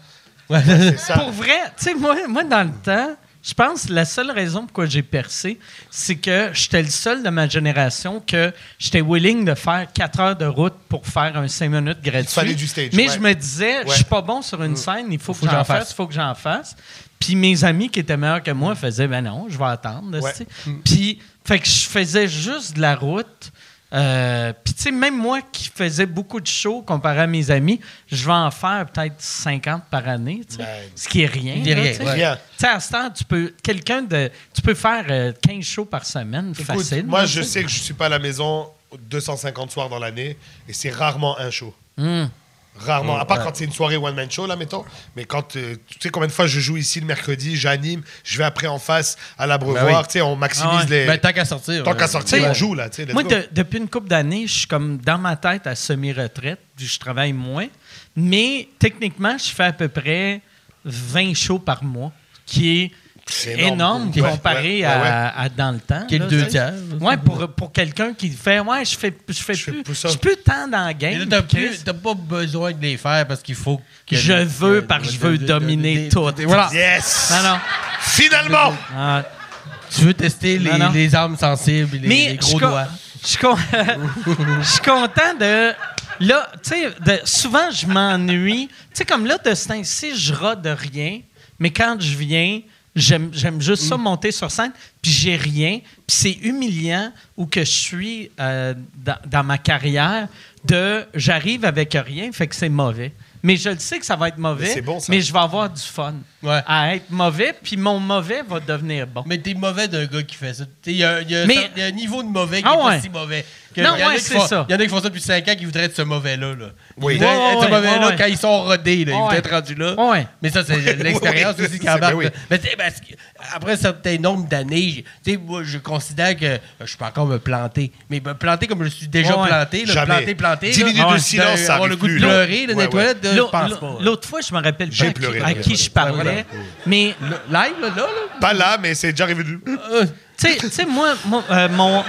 [SPEAKER 5] C'est ça.
[SPEAKER 3] Pour vrai, tu sais, moi, moi, dans le temps, je pense que la seule raison pourquoi j'ai percé, c'est que j'étais le seul de ma génération que j'étais willing de faire 4 heures de route pour faire un 5 minutes gratuit.
[SPEAKER 5] fallait du stage,
[SPEAKER 3] Mais
[SPEAKER 5] ouais.
[SPEAKER 3] je me disais, je suis pas bon sur une scène, il faut que j'en fasse, il faut que j'en fasse. Puis mes amis qui étaient meilleurs que moi faisaient, ben non, je vais attendre.
[SPEAKER 5] Ouais.
[SPEAKER 3] esti. Puis, fait que je faisais juste de la route. Euh, Puis, tu sais, même moi qui faisais beaucoup de shows comparé à mes amis, je vais en faire peut-être 50 par année, tu sais.
[SPEAKER 5] Ben,
[SPEAKER 3] ce qui est rien.
[SPEAKER 6] qui est
[SPEAKER 3] là,
[SPEAKER 6] rien,
[SPEAKER 3] tu sais.
[SPEAKER 6] ouais.
[SPEAKER 5] Rien.
[SPEAKER 3] Tu sais, à ce temps, tu peux, quelqu'un de, tu peux faire euh, 15 shows par semaine,
[SPEAKER 5] Écoute,
[SPEAKER 3] facile.
[SPEAKER 5] moi,
[SPEAKER 3] là,
[SPEAKER 5] je
[SPEAKER 3] tu sais.
[SPEAKER 5] sais que je suis pas à la maison 250 soirs dans l'année et c'est rarement un show.
[SPEAKER 3] Hmm.
[SPEAKER 5] Rarement. À part quand c'est une soirée one-man show, là, mettons. Mais quand, euh, tu sais combien de fois je joue ici le mercredi, j'anime, je vais après en face à l'abreuvoir.
[SPEAKER 6] Ben oui.
[SPEAKER 5] Tu sais, on maximise
[SPEAKER 3] Ah ouais.
[SPEAKER 5] les...
[SPEAKER 6] Ben, tant qu'à sortir.
[SPEAKER 5] Tant
[SPEAKER 6] euh,
[SPEAKER 5] qu'à sortir,
[SPEAKER 3] Ouais.
[SPEAKER 5] on joue, là. tu sais, let's
[SPEAKER 3] Moi,
[SPEAKER 5] go.
[SPEAKER 3] de- depuis une couple d'années, je suis comme dans ma tête à semi-retraite, puis je travaille moins. Mais techniquement, je fais à peu près 20 shows par mois, qui
[SPEAKER 5] C'est
[SPEAKER 3] est énorme,
[SPEAKER 5] Ouais,
[SPEAKER 3] comparé
[SPEAKER 5] ouais, ouais,
[SPEAKER 3] à,
[SPEAKER 5] ouais.
[SPEAKER 3] à dans le temps.
[SPEAKER 6] Qui est le
[SPEAKER 3] là,
[SPEAKER 6] deux
[SPEAKER 3] tu sais.
[SPEAKER 6] tiers.
[SPEAKER 3] Ouais, pour, pour quelqu'un qui fait Ouais, je fais, je fais
[SPEAKER 5] Je fais
[SPEAKER 3] plus.
[SPEAKER 5] plus
[SPEAKER 3] Je
[SPEAKER 5] ça.
[SPEAKER 3] suis plus tant dans la
[SPEAKER 6] Mais là,
[SPEAKER 3] game.
[SPEAKER 6] T'as
[SPEAKER 3] Chris.
[SPEAKER 6] plus- t'as pas besoin de les faire parce qu'il faut que.
[SPEAKER 3] Je veux parce que je veux dominer tout.
[SPEAKER 6] Voilà.
[SPEAKER 5] Yes!
[SPEAKER 3] Ah. Non, non.
[SPEAKER 5] Finalement!
[SPEAKER 3] Ah,
[SPEAKER 6] Tu veux tester les,
[SPEAKER 3] Non, non.
[SPEAKER 6] les armes sensibles, les,
[SPEAKER 3] Mais
[SPEAKER 6] les
[SPEAKER 3] je
[SPEAKER 6] gros
[SPEAKER 3] co-
[SPEAKER 6] doigts.
[SPEAKER 3] Je suis con- je suis content de. Là, tu sais, de- souvent je m'ennuie. Tu sais, comme là, de ce temps-ci, je rate de rien. Mais quand je viens, j'aime j'aime juste
[SPEAKER 6] Mm.
[SPEAKER 3] ça, monter sur scène, puis j'ai rien. Puis c'est humiliant où que je suis euh, dans, dans ma carrière de j'arrive avec rien, fait que c'est mauvais. Mais je le sais que ça va être mauvais,
[SPEAKER 5] c'est bon, ça.
[SPEAKER 3] mais je vais avoir du fun
[SPEAKER 6] Ouais.
[SPEAKER 3] à être mauvais, puis mon mauvais va devenir bon.
[SPEAKER 6] Mais t'es mauvais d'un gars qui fait ça. T'sais, Il y, a- il y a un
[SPEAKER 3] Mais-
[SPEAKER 6] sort- il y a un niveau de mauvais qui
[SPEAKER 3] Ah
[SPEAKER 6] est
[SPEAKER 3] ouais.
[SPEAKER 6] pas si mauvais. Que-
[SPEAKER 3] Non,
[SPEAKER 6] il y en a
[SPEAKER 3] ouais,
[SPEAKER 6] qui
[SPEAKER 3] c'est
[SPEAKER 6] font-
[SPEAKER 3] ça.
[SPEAKER 6] Il y en a qui font ça depuis 5 ans qui voudraient être ce mauvais-là. Là.
[SPEAKER 5] Oui.
[SPEAKER 6] Ils
[SPEAKER 3] Ouais,
[SPEAKER 6] voudraient
[SPEAKER 3] ouais,
[SPEAKER 6] être
[SPEAKER 3] ouais,
[SPEAKER 6] ce mauvais-là
[SPEAKER 3] ouais.
[SPEAKER 6] quand ils sont rodés. Là. Ils
[SPEAKER 3] Ouais.
[SPEAKER 6] voudraient être rendus là.
[SPEAKER 3] Ouais.
[SPEAKER 6] Mais ça, c'est l'expérience
[SPEAKER 5] oui,
[SPEAKER 6] aussi qui
[SPEAKER 5] c'est-
[SPEAKER 6] embarque.
[SPEAKER 5] ben oui.
[SPEAKER 6] Mais tu sais, parce que après un certain nombre d'années, j- tu sais, moi, je considère que euh, je suis pas encore me planter. Mais me planter comme je suis déjà
[SPEAKER 3] Ouais.
[SPEAKER 6] planté, là,
[SPEAKER 5] Jamais.
[SPEAKER 6] planté, planté.
[SPEAKER 5] Dix
[SPEAKER 6] là, Ah
[SPEAKER 5] minutes
[SPEAKER 3] de
[SPEAKER 6] ouais,
[SPEAKER 5] silence, ça arrive
[SPEAKER 6] Avoir le goût de
[SPEAKER 5] plus, là.
[SPEAKER 6] pleurer, là, dans
[SPEAKER 5] Ouais,
[SPEAKER 6] les
[SPEAKER 5] ouais.
[SPEAKER 6] toilettes, là, je
[SPEAKER 3] L'au-
[SPEAKER 6] pense
[SPEAKER 3] l'au-
[SPEAKER 6] pas. là.
[SPEAKER 3] L'autre fois, je me rappelle pas
[SPEAKER 5] J'ai
[SPEAKER 3] à qui,
[SPEAKER 5] pleuré,
[SPEAKER 3] à
[SPEAKER 5] voilà.
[SPEAKER 3] qui je parlais, mais
[SPEAKER 6] Le- Live, là, là, là.
[SPEAKER 5] Pas là, mais c'est déjà arrivé. de-
[SPEAKER 3] tu sais- tu sais, moi, moi, euh, mon-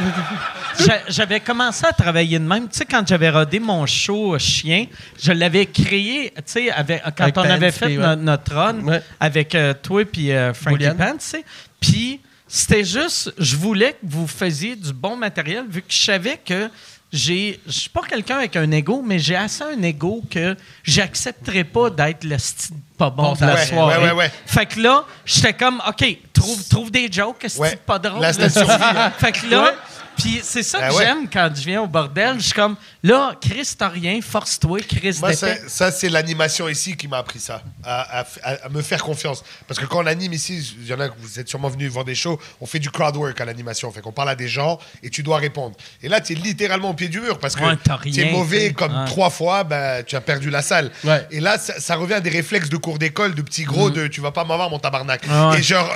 [SPEAKER 3] j'a- j'avais commencé à travailler de même. Tu sais, quand j'avais rodé mon show euh, Chien, je l'avais créé, tu sais, avec- euh, quand
[SPEAKER 6] Avec
[SPEAKER 3] on
[SPEAKER 6] Pants,
[SPEAKER 3] avait fait
[SPEAKER 6] puis,
[SPEAKER 3] no-
[SPEAKER 6] ouais.
[SPEAKER 3] notre run
[SPEAKER 6] Ouais.
[SPEAKER 3] avec euh, toi puis euh, Frankie
[SPEAKER 6] Bouliane.
[SPEAKER 3] Pants, tu sais. Puis c'était juste, je voulais que vous faisiez du bon matériel vu que je savais que j'ai, je suis pas quelqu'un avec un ego, mais j'ai assez un ego que j'accepterais pas d'être le style pas bon,
[SPEAKER 6] Bon,
[SPEAKER 3] de la
[SPEAKER 5] ouais,
[SPEAKER 3] soirée.
[SPEAKER 5] ouais, ouais, ouais.
[SPEAKER 3] Fait que là, j'étais comme, OK, trouve, trouve des jokes, c'est
[SPEAKER 5] Ouais.
[SPEAKER 3] pas drôle.
[SPEAKER 5] Là, c'était
[SPEAKER 3] là.
[SPEAKER 5] survie,
[SPEAKER 3] fait que là, puis c'est ça
[SPEAKER 5] hein. Ben
[SPEAKER 3] que
[SPEAKER 5] ouais.
[SPEAKER 3] j'aime quand je viens au bordel. Je suis comme, là, Chris, t'as rien, force-toi, Chris,
[SPEAKER 5] Moi,
[SPEAKER 3] d'épais.
[SPEAKER 5] ça, ça, c'est l'animation ici qui m'a appris ça, à, à- à- à me faire confiance. Parce que quand on anime ici, il y en a que vous êtes sûrement venus voir des shows, on fait du crowd work à l'animation. Fait qu'on parle à des gens et tu dois répondre. Et là, tu es littéralement au pied du mur parce que
[SPEAKER 3] Ouais, t'as
[SPEAKER 5] tu es
[SPEAKER 3] rien,
[SPEAKER 5] mauvais
[SPEAKER 3] t'sais.
[SPEAKER 5] comme
[SPEAKER 3] Ouais.
[SPEAKER 5] trois fois, ben, tu as perdu la salle.
[SPEAKER 6] Ouais.
[SPEAKER 5] Et là, ça, ça revient à des réflexes de cours d'école, de petits gros, de tu vas pas m'avoir mon tabarnak.
[SPEAKER 3] Mm. Ah ouais.
[SPEAKER 5] Et genre.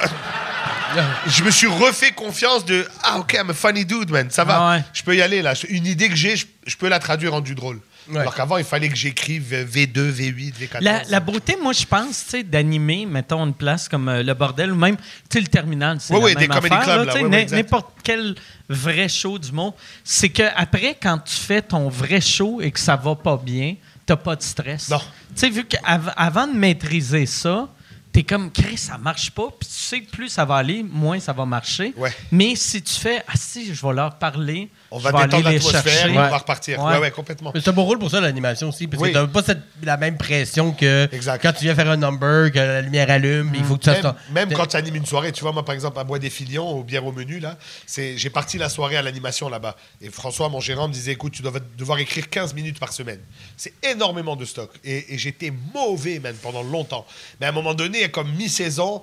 [SPEAKER 5] je me suis refait confiance de Ah, ok, I'm a funny dude, man. Ça va.
[SPEAKER 3] Ah ouais.
[SPEAKER 5] Je peux y aller, là. Une idée que j'ai, je, je peux la traduire en du drôle.
[SPEAKER 6] Ouais.
[SPEAKER 5] Alors qu'avant, il fallait que j'écrive euh, V2, V8, V14.
[SPEAKER 3] La, la beauté, moi, je pense, tu sais, d'animer, mettons, une place comme euh, le bordel ou même, tu sais, le terminal, c'est
[SPEAKER 5] Oui,
[SPEAKER 3] la
[SPEAKER 5] oui,
[SPEAKER 3] même
[SPEAKER 5] des comedy
[SPEAKER 3] affaire,
[SPEAKER 5] clubs,
[SPEAKER 3] là,
[SPEAKER 5] là,
[SPEAKER 3] tu sais,
[SPEAKER 5] oui, oui,
[SPEAKER 3] n'im-
[SPEAKER 5] exact.
[SPEAKER 3] N'importe quel vrai show du monde, c'est que après, quand tu fais ton vrai show et que ça va pas bien, t'as pas de stress.
[SPEAKER 5] Non.
[SPEAKER 3] Tu sais, vu qu'avant de maîtriser ça, t'es comme, Chris, ça marche pas, puis tu sais que plus ça va aller, moins ça va marcher.
[SPEAKER 5] Ouais.
[SPEAKER 3] Mais si tu fais, ah si, je vais leur parler,
[SPEAKER 5] On
[SPEAKER 3] je
[SPEAKER 5] va
[SPEAKER 3] vais aller
[SPEAKER 5] détendre
[SPEAKER 3] les
[SPEAKER 5] l'atmosphère,
[SPEAKER 3] chercher.
[SPEAKER 5] et on va repartir.
[SPEAKER 3] Ouais.
[SPEAKER 5] Ouais, ouais, complètement.
[SPEAKER 6] Mais c'est un bon rôle pour ça, l'animation aussi, parce
[SPEAKER 5] Oui.
[SPEAKER 6] que t'as pas cette- la même pression que
[SPEAKER 5] Exact.
[SPEAKER 6] quand tu viens faire un number, que la lumière allume, puis il faut que tu
[SPEAKER 5] Même,
[SPEAKER 6] fasses ton-
[SPEAKER 5] même quand tu animes une soirée, tu vois, moi par exemple, à Bois des Filions, au Bière au Menu, là, c'est, j'ai parti la soirée à l'animation là-bas. Et François, mon gérant, me disait écoute, tu dois devoir écrire 15 minutes par semaine. C'est énormément de stock. Et, et j'étais mauvais, même, pendant longtemps. Mais à un moment donné, comme mi-saison,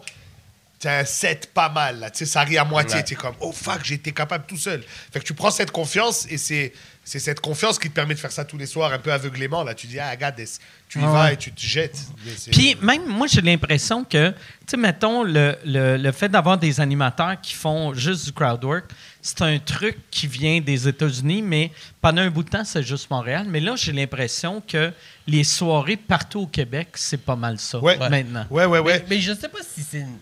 [SPEAKER 5] t'as un set pas mal, là. Tu sais, ça rit à moitié.
[SPEAKER 6] Ouais.
[SPEAKER 5] T'es comme oh fuck, j'étais capable tout seul. Fait que tu prends cette confiance et c'est. C'est cette confiance qui te permet de faire ça tous les soirs un peu aveuglément. Là, tu dis, ah, regarde, tu y vas et tu te jettes. Mais c'est-
[SPEAKER 3] Puis même, moi, j'ai l'impression que, tu sais, mettons, le, le- le fait d'avoir des animateurs qui font juste du crowd work, c'est un truc qui vient des États-Unis, mais pendant un bout de temps, c'est juste Montréal. Mais là, j'ai l'impression que les soirées partout au Québec, c'est pas mal ça
[SPEAKER 5] Ouais.
[SPEAKER 3] maintenant.
[SPEAKER 5] Ouais, ouais, ouais.
[SPEAKER 6] Mais, mais je sais pas si c'est. une-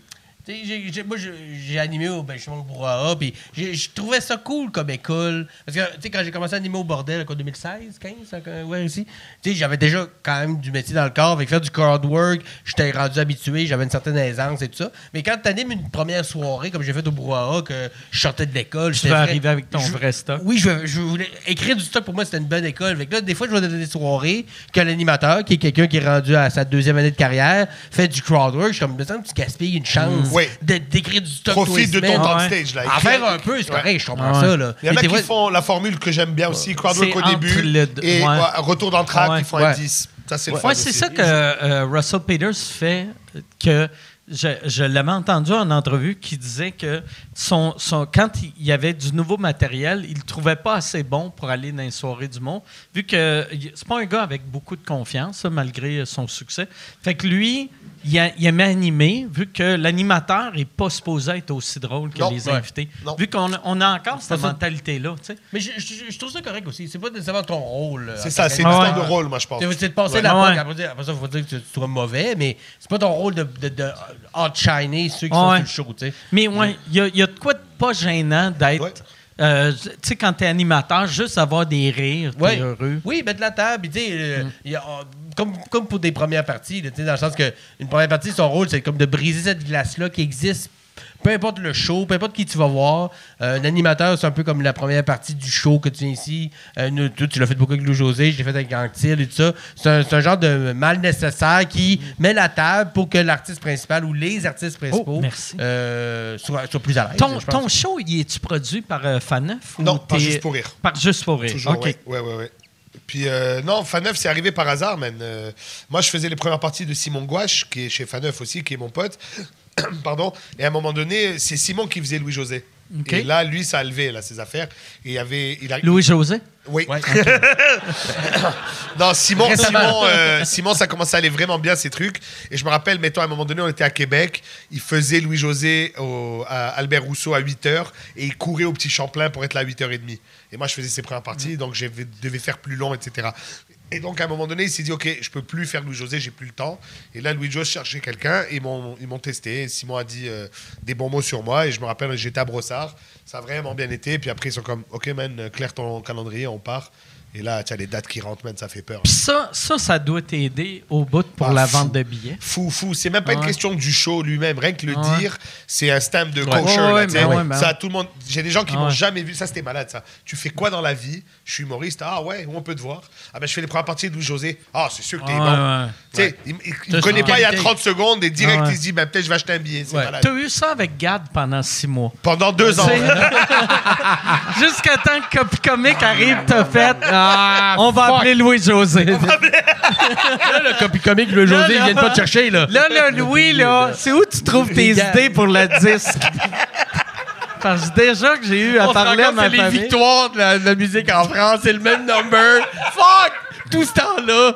[SPEAKER 6] tu sais, j'ai- j'ai- moi, je- j'ai animé au Benjamin Bourraha, puis j'ai- je trouvais ça cool comme école. Parce que, tu sais, quand j'ai commencé à animer au bordel, en 2016, 15, euh, ouais, aussi, tu sais, j'avais déjà quand même du métier dans le corps, avec faire du crowd work, j'étais rendu habitué, j'avais une certaine aisance et tout ça. Mais quand tu animes une première soirée, comme j'ai fait au Bourraha, que je sortais de l'école,
[SPEAKER 3] Tu
[SPEAKER 6] j'étais
[SPEAKER 3] vas
[SPEAKER 6] vrai-
[SPEAKER 3] arriver avec ton
[SPEAKER 6] je-
[SPEAKER 3] vrai stock.
[SPEAKER 6] oui, je, je voulais écrire du stock pour moi, c'était une bonne école. Fait que là, des fois, je vais dans des soirées que l'animateur, qui est quelqu'un qui est rendu à sa deuxième année de carrière, fait du crowd work. Je suis comme, me semble que tu gaspilles une chance
[SPEAKER 5] Oui.
[SPEAKER 6] de- d'écrire du stock. tous les
[SPEAKER 5] Profite de ton
[SPEAKER 6] semaines.
[SPEAKER 5] temps
[SPEAKER 3] ouais.
[SPEAKER 5] de stage. Là.
[SPEAKER 6] En
[SPEAKER 5] Écris-
[SPEAKER 6] faire un peu, c'est
[SPEAKER 5] Ouais.
[SPEAKER 6] correct, je comprends
[SPEAKER 3] Ouais.
[SPEAKER 6] ça. Là.
[SPEAKER 5] Il y en
[SPEAKER 6] Mais
[SPEAKER 5] a
[SPEAKER 6] des
[SPEAKER 5] qui
[SPEAKER 6] fois-
[SPEAKER 5] font la formule que j'aime bien aussi, Crowdwork
[SPEAKER 3] C'est
[SPEAKER 5] au
[SPEAKER 3] entre
[SPEAKER 5] début
[SPEAKER 3] les deux,
[SPEAKER 5] et
[SPEAKER 3] ouais.
[SPEAKER 5] ouais, retour d'entraque,
[SPEAKER 3] Ouais.
[SPEAKER 5] ils font
[SPEAKER 6] Ouais.
[SPEAKER 5] un 10. Ça, c'est le fun
[SPEAKER 3] Ouais, c'est
[SPEAKER 5] aussi.
[SPEAKER 3] ça que euh, Russell Peters fait, euh, que je, je l'avais entendu en entrevue, qui disait que son, son, quand il y avait du nouveau matériel, il ne trouvait pas assez bon pour aller dans les soirées du monde, vu que il- c'est pas un gars avec beaucoup de confiance, hein, malgré son succès. Fait que lui, il, a- il aimait animer, vu que l'animateur n'est pas supposé être aussi drôle que
[SPEAKER 5] Non,
[SPEAKER 3] les
[SPEAKER 5] ouais.
[SPEAKER 3] invités.
[SPEAKER 5] Non.
[SPEAKER 3] Vu qu'on a- on a encore cette
[SPEAKER 6] ça.
[SPEAKER 3] mentalité-là, tu sais.
[SPEAKER 6] Mais je, je- je trouve ça correct aussi. C'est pas nécessairement ton rôle. là, en
[SPEAKER 5] C'est
[SPEAKER 6] tant
[SPEAKER 5] ça, c'est une
[SPEAKER 3] Ah ouais.
[SPEAKER 5] histoire de rôle, moi, je pense.
[SPEAKER 6] C'est c'est de passer la
[SPEAKER 3] Ouais.
[SPEAKER 6] porte,
[SPEAKER 3] Ouais.
[SPEAKER 6] après, dire- après ça, il faut dire que tu, tu sois mauvais, mais c'est pas ton rôle de, de, de outshiner ceux qui
[SPEAKER 3] Ouais.
[SPEAKER 6] sont sur le show, tu sais.
[SPEAKER 3] Mais ouais, il y a- il y, a de quoi de pas gênant d'être.
[SPEAKER 5] Ouais.
[SPEAKER 3] euh, tu sais, quand t'es animateur, juste avoir des rires, t'es
[SPEAKER 6] Ouais.
[SPEAKER 3] heureux. Mm.
[SPEAKER 6] Oui, mettre la table. puis tu sais, euh, il y a, euh, comme, comme pour des premières parties, là, tu sais, dans le sens que une première partie, son rôle, c'est comme de briser cette glace-là qui existe. Peu importe le show, peu importe qui tu vas voir, euh, un animateur, c'est un peu comme la première partie du show que tu viens ici. Euh, nous, toi, tu l'as fait beaucoup avec Lou José, je l'ai fait avec Anctil et tout ça. C'est un, c'est un genre de mal nécessaire qui
[SPEAKER 3] Mm.
[SPEAKER 6] met la table pour que l'artiste principal ou les artistes principaux
[SPEAKER 3] Oh, merci.
[SPEAKER 6] euh, soient, soient plus à l'aise.
[SPEAKER 3] Ton,
[SPEAKER 6] je pense.
[SPEAKER 3] ton show, il est-tu produit par euh, Faneuf? ou
[SPEAKER 5] Non, par
[SPEAKER 3] t'es-
[SPEAKER 5] Juste pour rire.
[SPEAKER 3] Par Juste pour rire.
[SPEAKER 5] Toujours,
[SPEAKER 3] OK.
[SPEAKER 5] ouais, ouais, ouais, ouais. Puis euh, non, Faneuf, c'est arrivé par hasard, man. Euh, moi, je faisais les premières parties de Simon Gouache, qui est chez Faneuf aussi, qui est mon pote. Pardon. Et à un moment donné, c'est Simon qui faisait Louis-José.
[SPEAKER 3] Ok.
[SPEAKER 5] Et là, lui, ça a levé là, ses affaires. Et il y avait, il a,
[SPEAKER 3] Louis-José?
[SPEAKER 5] oui.
[SPEAKER 6] Ouais.
[SPEAKER 5] Non, Simon,
[SPEAKER 6] Récemment.
[SPEAKER 5] Simon, euh, Simon, ça commençait à aller vraiment bien ces trucs. Et je me rappelle, mettons, à un moment donné, on était à Québec. Il faisait Louis-José au- à Albert Rousseau à 8h et il courait au petit Champlain pour être là à 8h30. Et moi, je faisais ses premières parties, donc je devais faire plus long, etc. Et donc, à un moment donné, il s'est dit, OK, je peux plus faire Louis-José, j'ai plus le temps. Et là, Louis-José cherchait quelqu'un et ils m'ont ils m'ont testé. Et Simon a dit euh, des bons mots sur moi. Et je me rappelle, j'étais à Brossard. Ça a vraiment bien été. puis après, ils sont comme, OK, man, claire ton calendrier, on part. Et là, tu as les dates qui rentrent, man, ça fait peur.
[SPEAKER 3] Puis ça, ça, ça doit t'aider au bout pour
[SPEAKER 5] Ah,
[SPEAKER 3] la
[SPEAKER 5] fou.
[SPEAKER 3] vente de billets.
[SPEAKER 5] Fou, fou. C'est même pas une
[SPEAKER 3] Ouais.
[SPEAKER 5] question du show lui-même. Rien que le
[SPEAKER 3] Ouais.
[SPEAKER 5] dire, c'est un stamp de
[SPEAKER 3] Ouais.
[SPEAKER 5] coacher.
[SPEAKER 3] Ouais,
[SPEAKER 5] là,
[SPEAKER 3] ouais,
[SPEAKER 5] tu sais.
[SPEAKER 3] mais ouais, mais ouais. Ah
[SPEAKER 5] ça, tout le monde. J'ai des gens qui m'ont
[SPEAKER 3] Ouais.
[SPEAKER 5] jamais vu. Ça, c'était malade, ça. Tu fais quoi dans la vie Je suis humoriste. Ah ouais, où on peut te voir Ah ben, je fais les premières parties de Louis-José. Ah, c'est sûr que t'es
[SPEAKER 3] Ouais,
[SPEAKER 5] bon.
[SPEAKER 3] ouais.
[SPEAKER 5] Tu sais, il- il- il
[SPEAKER 6] Ça,
[SPEAKER 5] me connaît
[SPEAKER 6] c'est
[SPEAKER 5] pas il y a
[SPEAKER 6] qualité.
[SPEAKER 5] 30 secondes et direct,
[SPEAKER 3] Ouais.
[SPEAKER 5] il se dit, ben, peut-être je vais acheter un billet. C'est
[SPEAKER 6] Ouais.
[SPEAKER 5] malade.
[SPEAKER 3] T'as eu ça avec Gad pendant six mois.
[SPEAKER 5] Pendant deux ans.
[SPEAKER 3] C'est- Jusqu'à temps que Copy Comic arrive, t'as fait. on va appeler Louis-José.
[SPEAKER 6] Là, le copy comique, le
[SPEAKER 3] Là,
[SPEAKER 6] José,
[SPEAKER 3] là.
[SPEAKER 6] ils viennent pas te chercher, là.
[SPEAKER 3] Là, là, Louis, là, c'est où tu trouves tes
[SPEAKER 6] Regarde.
[SPEAKER 3] idées pour le disque? Parce que déjà que j'ai eu à
[SPEAKER 6] On se rend
[SPEAKER 3] parler à
[SPEAKER 6] compte
[SPEAKER 3] ma
[SPEAKER 6] que les
[SPEAKER 3] famille.
[SPEAKER 6] victoires de la, de la musique en France, c'est le même number. Fuck! Tout ce temps-là.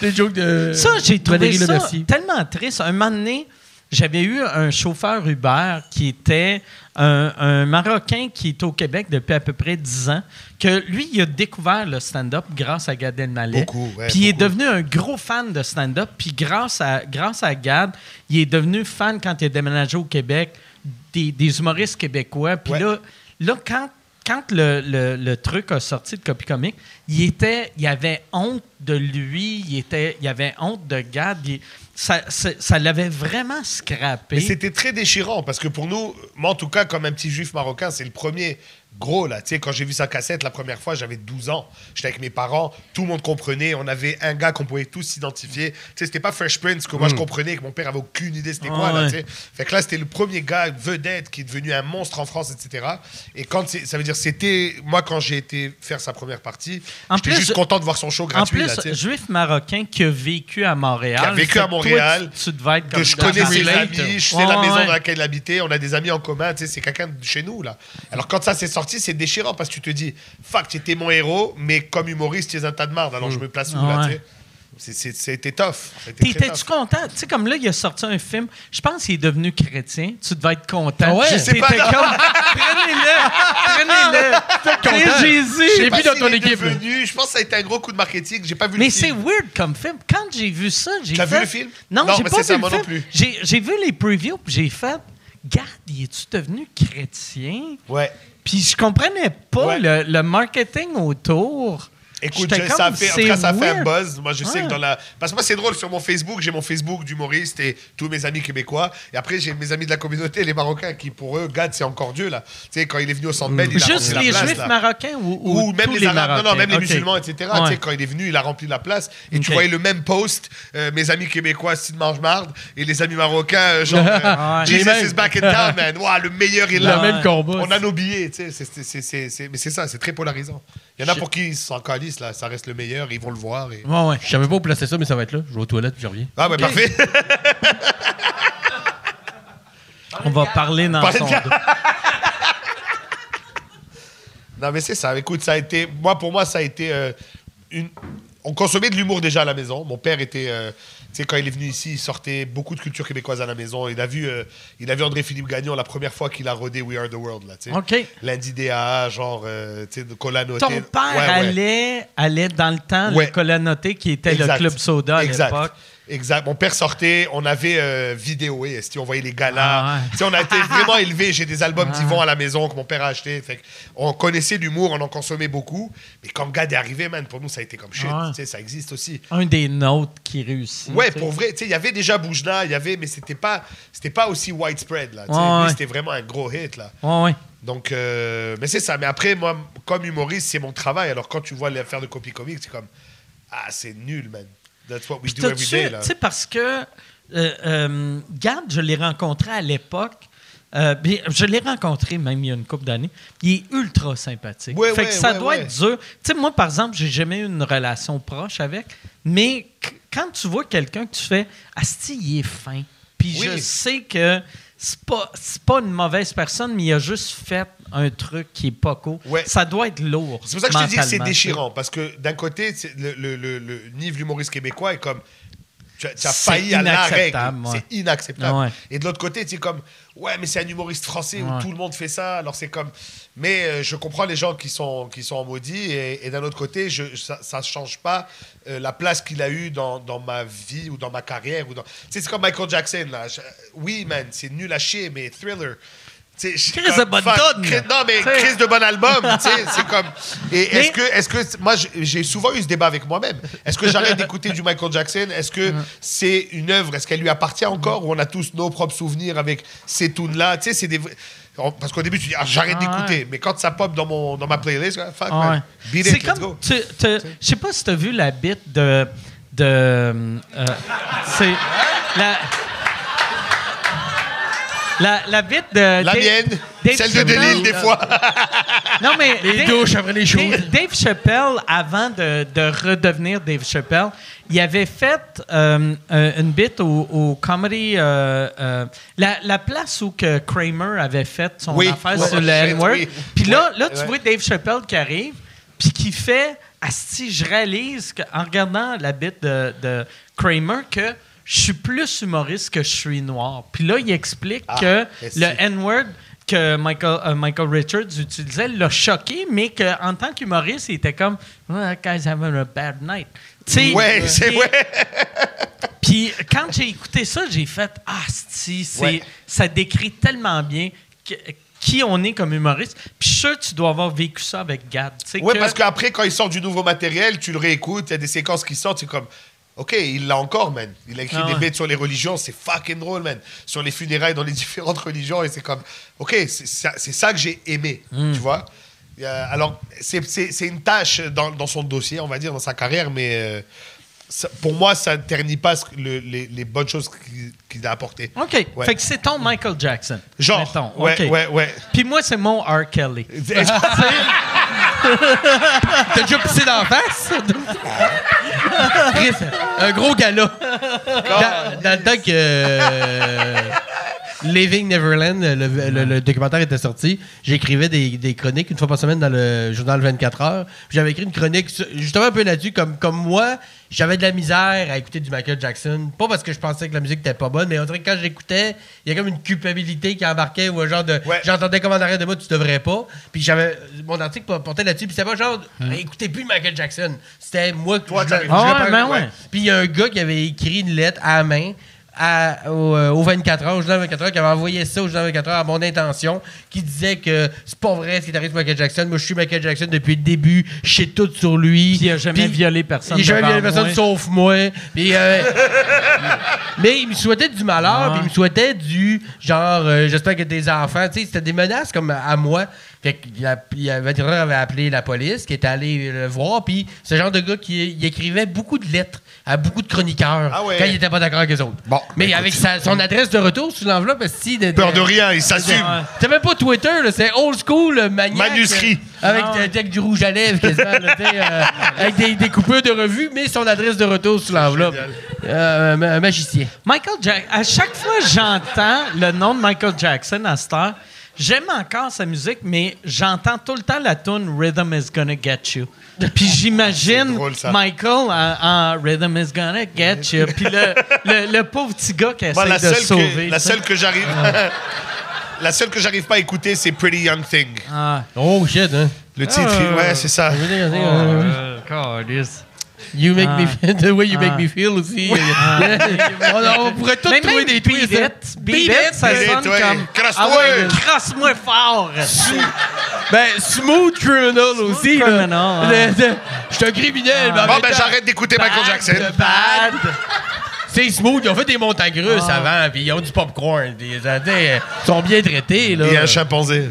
[SPEAKER 6] Des jokes de.
[SPEAKER 3] Ça, j'ai trouvé
[SPEAKER 6] Valérie
[SPEAKER 3] ça
[SPEAKER 6] Lemercier.
[SPEAKER 3] tellement triste. Un moment donné, j'avais eu un chauffeur Uber qui était un, un Marocain qui est au Québec depuis à peu près 10 ans, que lui, il a découvert le stand-up grâce à Gad Elmaleh.
[SPEAKER 5] Beaucoup, ouais,
[SPEAKER 3] Puis il est
[SPEAKER 5] beaucoup.
[SPEAKER 3] devenu un gros fan de stand-up. Puis grâce à, grâce à Gad, il est devenu fan quand il a déménagé au Québec des, des humoristes québécois. Puis
[SPEAKER 5] Ouais.
[SPEAKER 3] là, là, quand, quand le, le- le truc a sorti de Copy Comic, il, était, il avait honte de lui, il, était, il avait honte de Gad. il- ça ça, ça l'avait vraiment scrappé.
[SPEAKER 5] Mais c'était très déchirant parce que pour nous, moi en tout cas, comme un petit juif marocain, c'est le premier gros là. Tu sais, quand j'ai vu sa cassette la première fois, j'avais 12 ans. J'étais avec mes parents, tout le monde comprenait. On avait un gars qu'on pouvait tous s'identifier. Tu sais, c'était pas Fresh Prince que moi je comprenais, que mon père avait aucune idée c'était quoi
[SPEAKER 3] Mm. Ah
[SPEAKER 5] là.
[SPEAKER 3] ouais.
[SPEAKER 5] tu sais. Fait que là, c'était le premier gars vedette qui est devenu un monstre en France, etc. Et quand c'est- ça veut dire, c'était moi quand j'ai été faire sa première partie,
[SPEAKER 3] En
[SPEAKER 5] j'étais
[SPEAKER 3] plus-
[SPEAKER 5] juste content de voir son show
[SPEAKER 3] En
[SPEAKER 5] gratuit
[SPEAKER 3] plus,
[SPEAKER 5] là. tu sais.
[SPEAKER 3] juif marocain qui a vécu à Montréal.
[SPEAKER 5] Qui a vécu
[SPEAKER 3] Fait
[SPEAKER 5] à
[SPEAKER 3] que toi,
[SPEAKER 5] Montréal,
[SPEAKER 3] tu, tu devais être comme
[SPEAKER 5] que je
[SPEAKER 3] dans
[SPEAKER 5] connais
[SPEAKER 3] la
[SPEAKER 5] ses
[SPEAKER 3] relate.
[SPEAKER 5] amis, je sais
[SPEAKER 3] Ouais,
[SPEAKER 5] la maison
[SPEAKER 3] ouais.
[SPEAKER 5] dans laquelle il habitait, on a des amis en commun, tu sais, c'est quelqu'un de chez nous, là. Alors quand ça s'est sorti, c'est déchirant parce que tu te dis, fuck, tu étais mon héros, mais comme humoriste, tu es un tas de marde, alors je me place où, là,
[SPEAKER 3] Mm. Ouais.
[SPEAKER 5] tu sais. C'est- c'est- C'était tough. C'était très
[SPEAKER 3] T'étais-tu
[SPEAKER 5] tough.
[SPEAKER 3] content? Tu sais, comme là, il a sorti un film. Je pense qu'il est devenu chrétien. Tu devais être content.
[SPEAKER 6] ouais? Je
[SPEAKER 5] sais pas,
[SPEAKER 3] T'étais
[SPEAKER 5] non.
[SPEAKER 3] comme, prenez-le, prenez-le. Prenez
[SPEAKER 6] Je
[SPEAKER 3] Jésus.
[SPEAKER 6] l'ai
[SPEAKER 5] Je sais
[SPEAKER 6] plus
[SPEAKER 5] pas
[SPEAKER 6] dans ton
[SPEAKER 5] s'il est
[SPEAKER 6] équipe. là.
[SPEAKER 5] devenu, je pense que ça a été un gros coup de marketing, j'ai pas vu
[SPEAKER 3] Mais
[SPEAKER 5] le
[SPEAKER 3] c'est
[SPEAKER 5] film.
[SPEAKER 3] weird comme film. Quand j'ai vu ça, j'ai
[SPEAKER 5] T'as
[SPEAKER 3] fait...
[SPEAKER 5] vu le film?
[SPEAKER 3] Non,
[SPEAKER 5] Non,
[SPEAKER 3] j'ai
[SPEAKER 5] mais
[SPEAKER 3] pas
[SPEAKER 5] c'est
[SPEAKER 3] vu
[SPEAKER 5] ça,
[SPEAKER 3] le
[SPEAKER 5] moi non
[SPEAKER 3] film.
[SPEAKER 5] plus.
[SPEAKER 3] J'ai, j'ai vu les previews, puis j'ai fait... Gad, il est-tu devenu chrétien?
[SPEAKER 5] Ouais.
[SPEAKER 3] Puis je comprenais pas
[SPEAKER 5] Ouais.
[SPEAKER 3] le, le marketing autour.
[SPEAKER 5] Écoute,
[SPEAKER 3] J'étais
[SPEAKER 5] je- ça a
[SPEAKER 3] comme,
[SPEAKER 5] fait, en
[SPEAKER 3] c'est
[SPEAKER 5] tout cas, ça a fait un
[SPEAKER 3] weird.
[SPEAKER 5] buzz. Moi, je sais
[SPEAKER 3] Ouais.
[SPEAKER 5] que dans la. Parce que moi, c'est drôle, sur mon Facebook, j'ai mon Facebook d'humoriste et tous mes amis québécois. Et après, j'ai mes amis de la communauté, les Marocains, qui pour eux, Gad, c'est encore Dieu, là. Tu sais, quand il est venu au centre Bell, il a
[SPEAKER 3] Mm. Juste
[SPEAKER 5] rempli la
[SPEAKER 3] les
[SPEAKER 5] place,
[SPEAKER 3] Juifs
[SPEAKER 5] là.
[SPEAKER 3] marocains ou, ou
[SPEAKER 5] ou même
[SPEAKER 3] tous
[SPEAKER 5] les, Arabes, non, non, même les
[SPEAKER 3] Ok.
[SPEAKER 5] musulmans, etc.
[SPEAKER 3] Ouais.
[SPEAKER 5] Tu sais, quand il est venu, il a rempli la place. Et tu
[SPEAKER 3] Ok.
[SPEAKER 5] voyais le même post, euh, mes amis québécois, Sid Marge-Marde, et les amis marocains, euh, genre, euh,
[SPEAKER 3] Ah ouais.
[SPEAKER 5] Jesus
[SPEAKER 6] Les mêmes.
[SPEAKER 5] is back in town, man. Ouah, le meilleur est là.
[SPEAKER 6] Le même combat,
[SPEAKER 5] On a nos billets, tu sais. c'est- c'est- c'est- c'est- c'est- Mais c'est ça, c'est très polarisant. Il y en a pour qui ils s'en calissent, là. Ça reste le meilleur, ils vont le voir. et-
[SPEAKER 3] Ouais, ouais.
[SPEAKER 6] Je savais pas où placer ça, mais ça va être là. Je vais aux toilettes puis je reviens.
[SPEAKER 5] Ah, ouais, parfait.
[SPEAKER 3] On va parler dans
[SPEAKER 5] Parler de
[SPEAKER 3] son
[SPEAKER 5] Gad.
[SPEAKER 3] dos.
[SPEAKER 5] Non, mais c'est ça. Écoute, ça a été. Moi, pour moi, ça a été. euh, une... On consommait de l'humour déjà à la maison. Mon père était. euh, Tu sais, quand il est venu ici, il sortait beaucoup de culture québécoise à la maison. Il a vu, euh, il a vu André-Philippe Gagnon la première fois qu'il a rodé We Are the World. Là, tu sais.
[SPEAKER 3] OK.
[SPEAKER 5] Lundi DA, genre, euh, tu sais, de Colano.
[SPEAKER 3] Ton père Allait, allait dans le temps,
[SPEAKER 5] Ouais.
[SPEAKER 3] le Colanoté, qui était le
[SPEAKER 5] Exact.
[SPEAKER 3] club soda à
[SPEAKER 5] Exact.
[SPEAKER 3] l'époque.
[SPEAKER 5] Exact. Mon père sortait, on avait euh, vidéo et on voyait les galas.
[SPEAKER 3] Ah ouais.
[SPEAKER 5] Tu sais, On a été vraiment élevés. J'ai des albums d'Yvon à la maison que mon père a acheté. Fait que on connaissait l'humour, on en consommait beaucoup. Mais quand le gars est arrivé, man, pour nous, ça a été comme shit.
[SPEAKER 3] Ah ouais.
[SPEAKER 5] Tu sais, Ça existe aussi.
[SPEAKER 3] Un des nôtres qui réussit.
[SPEAKER 5] Ouais,
[SPEAKER 3] tu sais.
[SPEAKER 5] pour vrai, tu sais, il y avait déjà Boujna, il y avait, mais c'était pas, c'était pas aussi widespread là. tu sais.
[SPEAKER 3] Ouais,
[SPEAKER 5] Lui,
[SPEAKER 3] ouais.
[SPEAKER 5] c'était vraiment un gros hit là.
[SPEAKER 3] Ouais, ouais.
[SPEAKER 5] Donc, euh, mais c'est ça. Mais après, moi, comme humoriste, c'est mon travail. Alors quand tu vois l'affaire de Copy Comics, c'est comme, ah, c'est nul, man. That's what we
[SPEAKER 3] Puis
[SPEAKER 5] do
[SPEAKER 3] tout de
[SPEAKER 5] every
[SPEAKER 3] suite,
[SPEAKER 5] day là.
[SPEAKER 3] tu sais, parce que euh, euh, Gad, je l'ai rencontré à l'époque. euh, puis je l'ai rencontré même il y a une couple d'années. Il est ultra sympathique.
[SPEAKER 5] Ouais,
[SPEAKER 3] fait
[SPEAKER 5] ouais,
[SPEAKER 3] que ça
[SPEAKER 5] ouais,
[SPEAKER 3] doit
[SPEAKER 5] ouais.
[SPEAKER 3] être dur. Tu sais, moi, par exemple, j'ai jamais eu une relation proche avec, mais qu- quand tu vois quelqu'un que tu fais Asti, il est fin. Puis
[SPEAKER 5] Oui.
[SPEAKER 3] je sais que c'est pas, c'est pas une mauvaise personne, mais il a juste fait un truc qui est pas cool.
[SPEAKER 5] Ouais.
[SPEAKER 3] Ça doit être lourd.
[SPEAKER 5] C'est pour ça que je te dis que c'est
[SPEAKER 3] mentalement, tu sais.
[SPEAKER 5] déchirant, parce que d'un côté, c'est le, le, le, le niveau de l'humoriste québécois est comme. Tu as, tu as
[SPEAKER 3] C'est
[SPEAKER 5] failli à la règle.
[SPEAKER 3] inacceptable, ouais.
[SPEAKER 5] C'est inacceptable.
[SPEAKER 3] Ouais.
[SPEAKER 5] Et de l'autre côté, tu es comme, ouais, mais c'est un humoriste français où
[SPEAKER 3] Ouais.
[SPEAKER 5] tout le monde fait ça. Alors c'est comme. Mais euh, je comprends les gens qui sont, qui sont en maudit. Et, et d'un autre côté, je, ça ne change pas euh, la place qu'il a eue dans, dans ma vie ou dans ma carrière. ou dans... Tu sais, C'est comme Michael Jackson. Là. Je- oui, man, c'est nul à chier, mais thriller. Tu sais, je-
[SPEAKER 3] Chris de bonne
[SPEAKER 5] fuck,
[SPEAKER 3] tonne.
[SPEAKER 5] Chris- Non, mais
[SPEAKER 3] T'sais.
[SPEAKER 5] Chris de bon album. tu sais, c'est comme. Et
[SPEAKER 3] Mais-
[SPEAKER 5] est-ce que est-ce que, est-ce que- moi, j'ai- j'ai souvent eu ce débat avec moi-même. Est-ce que j'arrête d'écouter du Michael Jackson Est-ce que
[SPEAKER 3] Mm.
[SPEAKER 5] c'est une œuvre Est-ce qu'elle lui appartient encore Ou on a tous nos propres souvenirs avec ces tunes-là Tu sais, c'est des. vrais- on- Parce qu'au début, tu dis, ah, j'arrête
[SPEAKER 3] Ah
[SPEAKER 5] d'écouter. Mais quand ça pop dans, mon, dans ma playlist, ah, fuck, man. Beat
[SPEAKER 3] C'est
[SPEAKER 5] it, let's
[SPEAKER 3] comme.
[SPEAKER 5] go.
[SPEAKER 3] tu- tu- Je sais pas si tu as vu la bite de. de euh, c'est. La. La, la bite de.
[SPEAKER 5] La
[SPEAKER 3] Dave-
[SPEAKER 5] mienne,
[SPEAKER 3] Dave
[SPEAKER 5] celle de
[SPEAKER 3] Chappelle.
[SPEAKER 5] Delille, des fois.
[SPEAKER 3] Non, mais. Dave-
[SPEAKER 6] douches après les choses.
[SPEAKER 3] Dave, Dave Chappelle, avant de, de redevenir Dave Chappelle, il avait fait euh, euh, une bite au, au comedy. euh, euh, la, la place où que Kramer avait fait son
[SPEAKER 5] Oui.
[SPEAKER 3] affaire
[SPEAKER 5] Ouais,
[SPEAKER 3] sur le
[SPEAKER 5] ouais,
[SPEAKER 3] N-word.
[SPEAKER 5] oui.
[SPEAKER 3] Puis là, là, tu
[SPEAKER 5] ouais.
[SPEAKER 3] vois Dave Chappelle qui arrive, puis qui fait Asti, je réalise qu'en regardant la bite de, de Kramer que je suis plus humoriste que je suis noir. Puis là, il explique
[SPEAKER 5] Ah,
[SPEAKER 3] que
[SPEAKER 5] merci.
[SPEAKER 3] le N-word que Michael, euh, Michael Richards utilisait l'a choqué, mais qu'en tant qu'humoriste, il était comme oh, that guy's having a bad night. Tu sais,
[SPEAKER 5] Ouais, c'est
[SPEAKER 3] il-
[SPEAKER 5] ouais.
[SPEAKER 3] puis quand j'ai écouté ça, j'ai fait Ah, si, c'est-
[SPEAKER 5] Ouais.
[SPEAKER 3] ça décrit tellement bien que- qui on est comme humoriste. Puis je suis sûr que tu dois avoir vécu ça avec Gad. tu sais,
[SPEAKER 5] Ouais,
[SPEAKER 3] que-
[SPEAKER 5] parce qu'après, quand il sort du nouveau matériel, tu le réécoutes, il y a des séquences qui sortent, c'est comme. Ok, il l'a encore, man. Il a écrit
[SPEAKER 3] Ah
[SPEAKER 5] des
[SPEAKER 3] ouais.
[SPEAKER 5] bêtes sur les religions, c'est fucking drôle, man. Sur les funérailles dans les différentes religions, et c'est comme. Ok, c'est ça, c'est ça que j'ai aimé,
[SPEAKER 3] Hmm.
[SPEAKER 5] tu vois. Euh, alors, c'est- c'est c'est une tâche dans, dans son dossier, on va dire, dans sa carrière, mais euh, ça- pour moi, ça ne ternit pas ce que- le- les, les bonnes choses qu'il qu'il a apportées.
[SPEAKER 3] OK.
[SPEAKER 5] Ouais.
[SPEAKER 3] Fait que c'est ton Michael Jackson.
[SPEAKER 5] Genre.
[SPEAKER 3] mettons.
[SPEAKER 5] Ouais,
[SPEAKER 3] OK.
[SPEAKER 5] ouais, ouais.
[SPEAKER 3] Puis moi, c'est mon R. Kelly.
[SPEAKER 6] T'as déjà pissé d'en face? Chris, un gros gala. Dans, dans le temps que euh, Living Neverland, le, le- le documentaire était sorti, j'écrivais des, des chroniques une fois par semaine dans le journal 24 heures. Puis J'avais écrit une chronique sur- justement un peu là-dessus, comme, comme moi, j'avais de la misère à écouter du Michael Jackson. Pas parce que je pensais que la musique était pas bonne, mais on dirait que quand je l'écoutais, il y a comme une culpabilité qui embarquait ou un genre de.
[SPEAKER 5] Ouais.
[SPEAKER 6] J'entendais comme en arrière de moi, tu devrais pas. Puis j'avais. Mon article portait là-dessus, puis c'était pas genre, écoutez plus Michael Jackson. C'était moi que
[SPEAKER 5] Toi,
[SPEAKER 6] je-
[SPEAKER 5] t'arrives.
[SPEAKER 6] je-
[SPEAKER 3] Ah
[SPEAKER 6] je-
[SPEAKER 3] ouais,
[SPEAKER 6] je-
[SPEAKER 3] ben ouais.
[SPEAKER 6] puis il y a un gars qui avait écrit une lettre à la main à- au, euh, au 24 heures, au journal 24 heures, qui avait envoyé ça au journal 24 heures à mon intention, qui disait que c'est pas vrai ce qui est arrivé sur Michael Jackson. Moi, je suis Michael Jackson depuis le début. Je sais tout sur lui.
[SPEAKER 3] Puis il a jamais
[SPEAKER 6] Puis-
[SPEAKER 3] violé personne.
[SPEAKER 6] il a jamais
[SPEAKER 3] devant
[SPEAKER 6] violé personne
[SPEAKER 3] moi.
[SPEAKER 6] sauf moi. Puis, euh, mais il me souhaitait du malheur, puis il me souhaitait du genre, euh, j'espère que tes enfants, tu sais, c'était des menaces comme à moi. Fait que la, il y avait- Vatireur avait appelé la police, qui était allée le voir, puis ce genre de gars qui il écrivait beaucoup de lettres à beaucoup de chroniqueurs
[SPEAKER 5] Ah ouais.
[SPEAKER 6] quand il était pas d'accord avec les autres.
[SPEAKER 5] Bon,
[SPEAKER 6] mais
[SPEAKER 3] ben,
[SPEAKER 5] écoute.
[SPEAKER 6] avec sa- son adresse de retour sur l'enveloppe, si de,
[SPEAKER 5] Peur de rien,
[SPEAKER 3] Ah,
[SPEAKER 5] il s'assume.
[SPEAKER 6] T'as même pas Twitter, là, c'est old school, euh, maniaque.
[SPEAKER 5] Manuscrit.
[SPEAKER 6] euh, avec, euh, avec du rouge à lèvres, quasiment, là, t'sais, euh, avec des, des coupures de revue, mais son adresse de retour sous l'enveloppe. Euh, ma- un magicien.
[SPEAKER 3] Michael Jackson. À chaque fois que j'entends le nom de Michael Jackson à cette heure, j'aime encore sa musique, mais j'entends tout le temps la tune Rhythm is gonna get you. Puis
[SPEAKER 5] C'est
[SPEAKER 3] j'imagine
[SPEAKER 5] drôle, ça.
[SPEAKER 3] Michael en, en Rhythm is gonna get you. Puis le, le, le pauvre petit gars qui
[SPEAKER 5] Moi,
[SPEAKER 3] essaie
[SPEAKER 5] la,
[SPEAKER 3] de
[SPEAKER 5] seule
[SPEAKER 3] sauver.
[SPEAKER 5] que, la
[SPEAKER 3] tu sais. Ah.
[SPEAKER 5] seule que j'arrive. la seule que j'arrive pas à écouter, c'est Pretty Young Thing.
[SPEAKER 3] Ah,
[SPEAKER 6] Oh shit, hein.
[SPEAKER 5] Le titre, ouais, c'est ça.
[SPEAKER 3] euh, câlisse.
[SPEAKER 6] You make me feel, the way you
[SPEAKER 3] Ah.
[SPEAKER 6] make me feel aussi. on, on pourrait tous
[SPEAKER 3] Mais
[SPEAKER 6] trouver
[SPEAKER 3] Ah. même
[SPEAKER 6] des
[SPEAKER 3] Beat
[SPEAKER 6] tweets. hein.
[SPEAKER 3] It, Beat It, ça
[SPEAKER 5] Beat It,
[SPEAKER 3] sonne
[SPEAKER 5] ouais.
[SPEAKER 3] comme.
[SPEAKER 5] Crasse-toi.
[SPEAKER 3] Ah ouais, crasse-moi fort!
[SPEAKER 6] Ben, smooth criminal aussi. là.
[SPEAKER 3] criminal, ouais.
[SPEAKER 6] Le- le- Je suis un criminel.
[SPEAKER 3] Ah.
[SPEAKER 6] mais en
[SPEAKER 5] Bon,
[SPEAKER 6] même
[SPEAKER 5] ben
[SPEAKER 6] temps-
[SPEAKER 5] j'arrête d'écouter
[SPEAKER 3] Bah,
[SPEAKER 5] Michael Jackson.
[SPEAKER 6] Bad, bad. Ah. C'est smooth. Ils ont fait des montagnes russes avant, puis ils ont du popcorn. puis Ils étaient- ils sont bien traités, là.
[SPEAKER 5] Et un chimpanzé.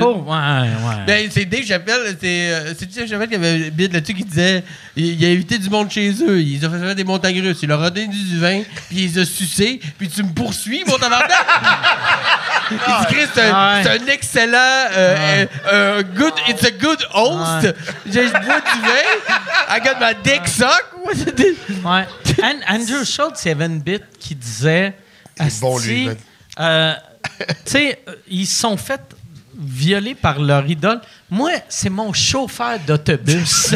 [SPEAKER 3] Oh, ouais, ouais.
[SPEAKER 6] Ben, c'est Dave Chappelle, c'est euh, c'est Dave Chappelle qui avait un bide là-dessus qui disait il, il a invité du monde chez eux, ils ont fait faire des montagnes russes, il leur a donné du vin, puis ils les a sucés, puis tu me poursuis, mon tabarnak! il dit Chris, c'est
[SPEAKER 3] Ouais.
[SPEAKER 6] un, c'est un excellent. euh, euh, euh, good, it's a good host. J'ai Je bois du vin, I got my dick suck.
[SPEAKER 3] Ouais. An- Andrew Schultz, il y avait une bit qui disait.
[SPEAKER 5] Il est bon,
[SPEAKER 3] Asti,
[SPEAKER 5] lui, man.
[SPEAKER 3] euh, tu sais, euh, ils se sont fait violer par leur idole. Moi, c'est mon chauffeur d'autobus.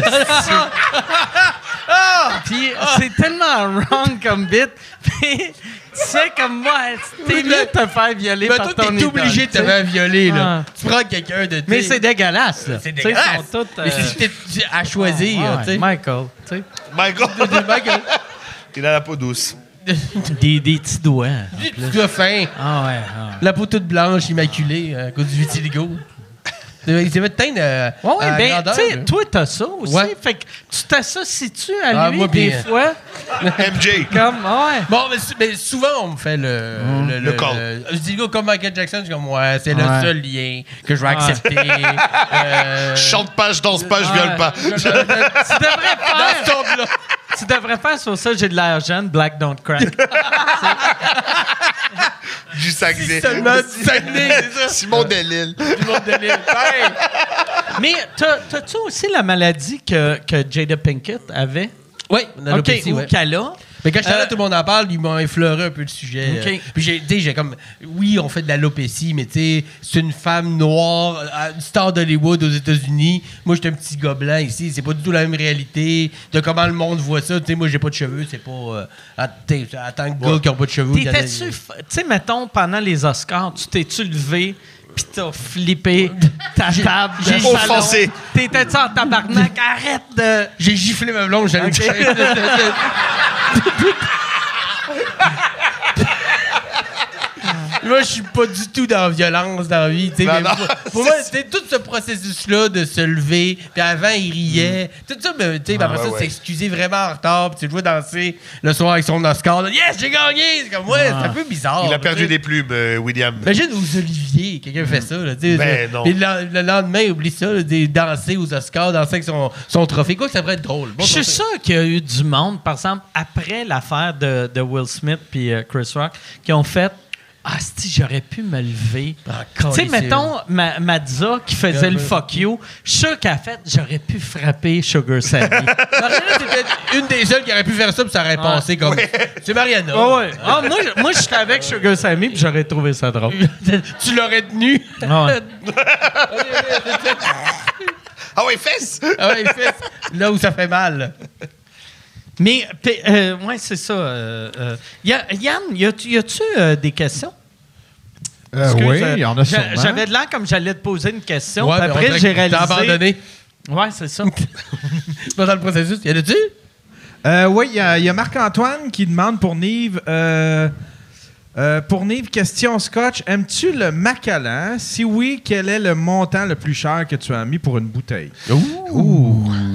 [SPEAKER 3] Ah! Puis c'est tellement wrong comme bit. Puis c'est comme moi, t'es
[SPEAKER 6] Oui,
[SPEAKER 3] mieux de
[SPEAKER 6] mais-
[SPEAKER 3] te faire violer
[SPEAKER 6] Mais
[SPEAKER 3] par
[SPEAKER 6] Ben, toi,
[SPEAKER 3] ton idole.
[SPEAKER 6] t'es obligé de
[SPEAKER 3] tu
[SPEAKER 6] te
[SPEAKER 3] sais.
[SPEAKER 6] faire violer, là.
[SPEAKER 3] Ah.
[SPEAKER 6] Tu prends quelqu'un de.
[SPEAKER 3] Mais c'est dégueulasse. là.
[SPEAKER 6] C'est
[SPEAKER 3] Tu sais, ils
[SPEAKER 6] dégueulasse.
[SPEAKER 3] sont tous, euh,
[SPEAKER 6] Mais si c'était à choisir,
[SPEAKER 3] ouais,
[SPEAKER 6] tu sais.
[SPEAKER 3] Michael, tu sais.
[SPEAKER 5] Michael,
[SPEAKER 6] Le mec, euh,
[SPEAKER 5] il a la peau douce.
[SPEAKER 3] Des, des petits doigts.
[SPEAKER 6] Tu dois faim.
[SPEAKER 3] Ah ouais, ah ouais.
[SPEAKER 6] La peau toute blanche, immaculée, euh, à cause du vitiligo. Il s'est fait teindre euh,
[SPEAKER 3] Ouais, ouais,
[SPEAKER 6] à
[SPEAKER 3] ben,
[SPEAKER 6] grandeur.
[SPEAKER 3] tu sais,
[SPEAKER 6] là.
[SPEAKER 3] toi, t'as ça aussi.
[SPEAKER 6] Ouais.
[SPEAKER 3] Fait que tu t'associes-tu à
[SPEAKER 6] Ah,
[SPEAKER 3] lui
[SPEAKER 6] moi,
[SPEAKER 3] des
[SPEAKER 6] bien.
[SPEAKER 3] fois?
[SPEAKER 5] MJ.
[SPEAKER 3] Comme, ah ouais.
[SPEAKER 6] Bon, mais, sou- mais souvent, on me fait le... Mmh. Le,
[SPEAKER 5] Le call.
[SPEAKER 6] vitiligo comme Michael Jackson, je suis comme, ouais, c'est le
[SPEAKER 3] Ouais.
[SPEAKER 6] seul lien que je vais accepter. Euh,
[SPEAKER 5] Je chante pas, je danse pas, je
[SPEAKER 3] Ah.
[SPEAKER 5] viole pas.
[SPEAKER 3] tu devrais faire... Tu devrais faire sur ça, j'ai de l'air jeune, black don't crack.
[SPEAKER 5] Du Saguenay.
[SPEAKER 6] seulement du Saguenay,
[SPEAKER 5] Simon Delille.
[SPEAKER 6] tout le monde de l'île. Hey!
[SPEAKER 3] Mais t'as- t'as-tu aussi la maladie que, que Jada Pinkett avait?
[SPEAKER 6] Oui, on a
[SPEAKER 3] OK,
[SPEAKER 6] l'alopécie,
[SPEAKER 3] ou
[SPEAKER 6] ouais.
[SPEAKER 3] Cala.
[SPEAKER 6] Mais quand j'étais
[SPEAKER 3] Euh,
[SPEAKER 6] là, tout le monde en parle, ils m'ont effleuré un peu le sujet.
[SPEAKER 3] OK.
[SPEAKER 6] euh. Puis j'ai, tu sais, j'ai comme, oui, on fait de l'alopécie, mais tu sais, c'est une femme noire, euh, une star d'Hollywood aux États-Unis. Moi, j'étais un petit gobelin ici. C'est pas du tout la même réalité de comment le monde voit ça. Tu sais, moi, j'ai pas de cheveux. C'est pas. Euh, en- tu sais, en tant que gars qui ont pas de cheveux. il y en a-
[SPEAKER 3] T'étais-tu, f- tu sais, mettons, pendant les Oscars, tu t'es-tu levé pis t'as flippé ta table de
[SPEAKER 6] j'ai
[SPEAKER 3] salon?
[SPEAKER 5] offensé.
[SPEAKER 3] T'étais-tu en tabarnak? Arrête de...
[SPEAKER 6] J'ai giflé ma blonde, j'allais me faire- Moi, je suis pas du tout dans la violence, dans la vie. tu sais,
[SPEAKER 5] Non,
[SPEAKER 6] mais
[SPEAKER 5] non,
[SPEAKER 6] pour- Pour moi, c'est tout ce processus-là de se lever, puis avant, il riait. Tout ça, mais tu sais, ben, après
[SPEAKER 5] Mm. Ah, ouais,
[SPEAKER 6] ça,
[SPEAKER 5] ouais.
[SPEAKER 6] s'excuser vraiment en retard, puis tu le vois danser le soir avec son Oscar. là, yes, j'ai gagné! C'est comme, ouais, c'est un peu bizarre.
[SPEAKER 5] Ah. Il a
[SPEAKER 6] là, tu
[SPEAKER 5] perdu
[SPEAKER 6] sais.
[SPEAKER 5] des plumes, euh, William.
[SPEAKER 6] Imagine aux Olivier, quelqu'un fait ça. Là, tu sais,
[SPEAKER 5] Ben,
[SPEAKER 6] là.
[SPEAKER 5] non.
[SPEAKER 6] Puis le, len- le lendemain, oublie ça, là, des danser aux Oscars, danser avec son, son trophée. Quoi que ça pourrait être drôle. Bon
[SPEAKER 3] Je suis
[SPEAKER 6] trophée.
[SPEAKER 3] sûr qu'il y a eu du monde, par exemple, après l'affaire de, de Will Smith puis euh, Chris Rock, qui ont fait « Ah, si j'aurais pu me lever.
[SPEAKER 6] Ah,
[SPEAKER 3] Tu sais,
[SPEAKER 6] calissime.
[SPEAKER 3] mettons, ma, Madza qui faisait le
[SPEAKER 6] ben.
[SPEAKER 3] fuck you, je suis sûr qu'elle a fait « J'aurais pu frapper Sugar Sammy.
[SPEAKER 6] Mariana, c'est peut-être une des seules qui aurait pu faire ça, puis ça aurait passé comme. C'est Mariana.
[SPEAKER 3] Ah ouais. Ah, moi, je- moi, je serais avec Sugar Sammy puis j'aurais trouvé ça drôle.
[SPEAKER 6] tu l'aurais tenu.
[SPEAKER 3] Ah ouais.
[SPEAKER 5] Ah ouais, fesses!
[SPEAKER 6] Ah ouais, fait, là où ça fait mal.
[SPEAKER 3] Mais, p- euh, ouais, c'est ça. euh, euh. Y a- Yann, y a-tu y a-tu, euh, des questions?
[SPEAKER 2] Euh,
[SPEAKER 3] Excuse,
[SPEAKER 2] oui,
[SPEAKER 3] euh,
[SPEAKER 2] il y en a
[SPEAKER 3] j'a-
[SPEAKER 2] sûrement.
[SPEAKER 3] J'avais de l'air comme j'allais te poser une question.
[SPEAKER 6] Ouais,
[SPEAKER 3] puis
[SPEAKER 6] mais on
[SPEAKER 3] après,
[SPEAKER 6] dirait
[SPEAKER 3] j'ai
[SPEAKER 6] que t'as
[SPEAKER 3] réalisé.
[SPEAKER 6] abandonné.
[SPEAKER 3] Ouais, c'est ça.
[SPEAKER 6] C'est pas dans le processus. Y en a-tu?
[SPEAKER 2] Euh, oui, il y a, il y a Marc-Antoine qui demande pour Nive. euh, euh, pour Nive, question scotch. Aimes-tu le Macallan? Si oui, quel est le montant le plus cher que tu as mis pour une bouteille?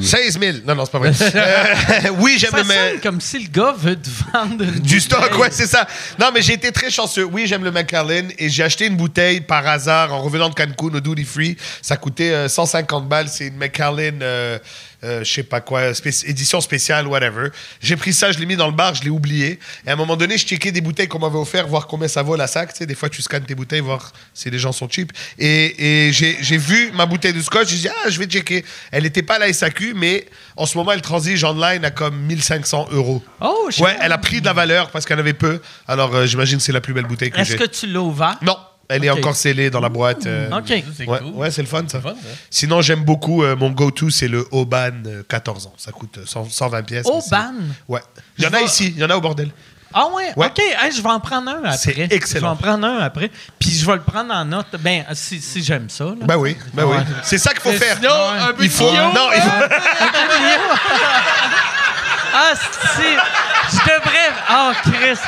[SPEAKER 5] 16 000. Non, non, c'est pas vrai. Euh, oui, j'aime
[SPEAKER 3] Mm. Ça
[SPEAKER 5] le
[SPEAKER 3] sonne
[SPEAKER 5] Mac.
[SPEAKER 3] comme si le gars veut te vendre une
[SPEAKER 5] Du stock,
[SPEAKER 3] bouteille.
[SPEAKER 5] ouais, c'est ça. Non, mais j'ai été très chanceux. Oui, j'aime le Macallan et j'ai acheté une bouteille par hasard en revenant de Cancun au Duty Free. Ça coûtait euh, 150 balles. C'est une Macallan, euh, euh, je sais pas quoi, spéc- édition spéciale, whatever. J'ai pris ça, je l'ai mis dans le bar, je l'ai oublié. Et à un moment donné, je checkais des bouteilles qu'on m'avait offert, voir combien ça vaut la sac. Tu sais, des fois, tu scannes tes bouteilles, voir si les gens sont cheap. Et, et j'ai j'ai vu ma bouteille de scotch. J'ai dit, ah, je vais checker. Elle n'était pas à la SAQ, mais en ce moment, elle transige online à comme 1500 euros.
[SPEAKER 3] Oh, je-
[SPEAKER 5] Ouais, elle a pris de la valeur parce qu'elle avait peu. Alors, euh, j'imagine que c'est la plus belle bouteille que
[SPEAKER 3] Est-ce
[SPEAKER 5] j'ai.
[SPEAKER 3] que tu l'as ouvert?
[SPEAKER 5] Non, elle est
[SPEAKER 3] Ok.
[SPEAKER 5] encore scellée dans la boîte. euh,
[SPEAKER 3] OK.
[SPEAKER 6] C'est
[SPEAKER 5] Ouais,
[SPEAKER 6] cool.
[SPEAKER 5] ouais, c'est le fun, ça.
[SPEAKER 6] fun, ça.
[SPEAKER 5] Sinon, j'aime beaucoup. euh, mon go-to, c'est le Oban euh, 14 ans. Ça coûte euh, 100 120 pièces. mais c'est-
[SPEAKER 3] Oban?
[SPEAKER 5] Ouais. Il y en a ici, il y en a au bordel.
[SPEAKER 3] Ah ouais?
[SPEAKER 5] Ouais.
[SPEAKER 3] OK, Hey, je vais en prendre un après.
[SPEAKER 5] C'est excellent.
[SPEAKER 3] Je vais en prendre un après. Puis je vais le prendre en note. Ben, si, si j'aime ça. là.
[SPEAKER 5] Ben oui, ben oui. C'est ça qu'il faut faire.
[SPEAKER 6] Sinon, un peu
[SPEAKER 5] il faut. Non, il faut-
[SPEAKER 3] Ah, si! Je devrais. Ah, Chris!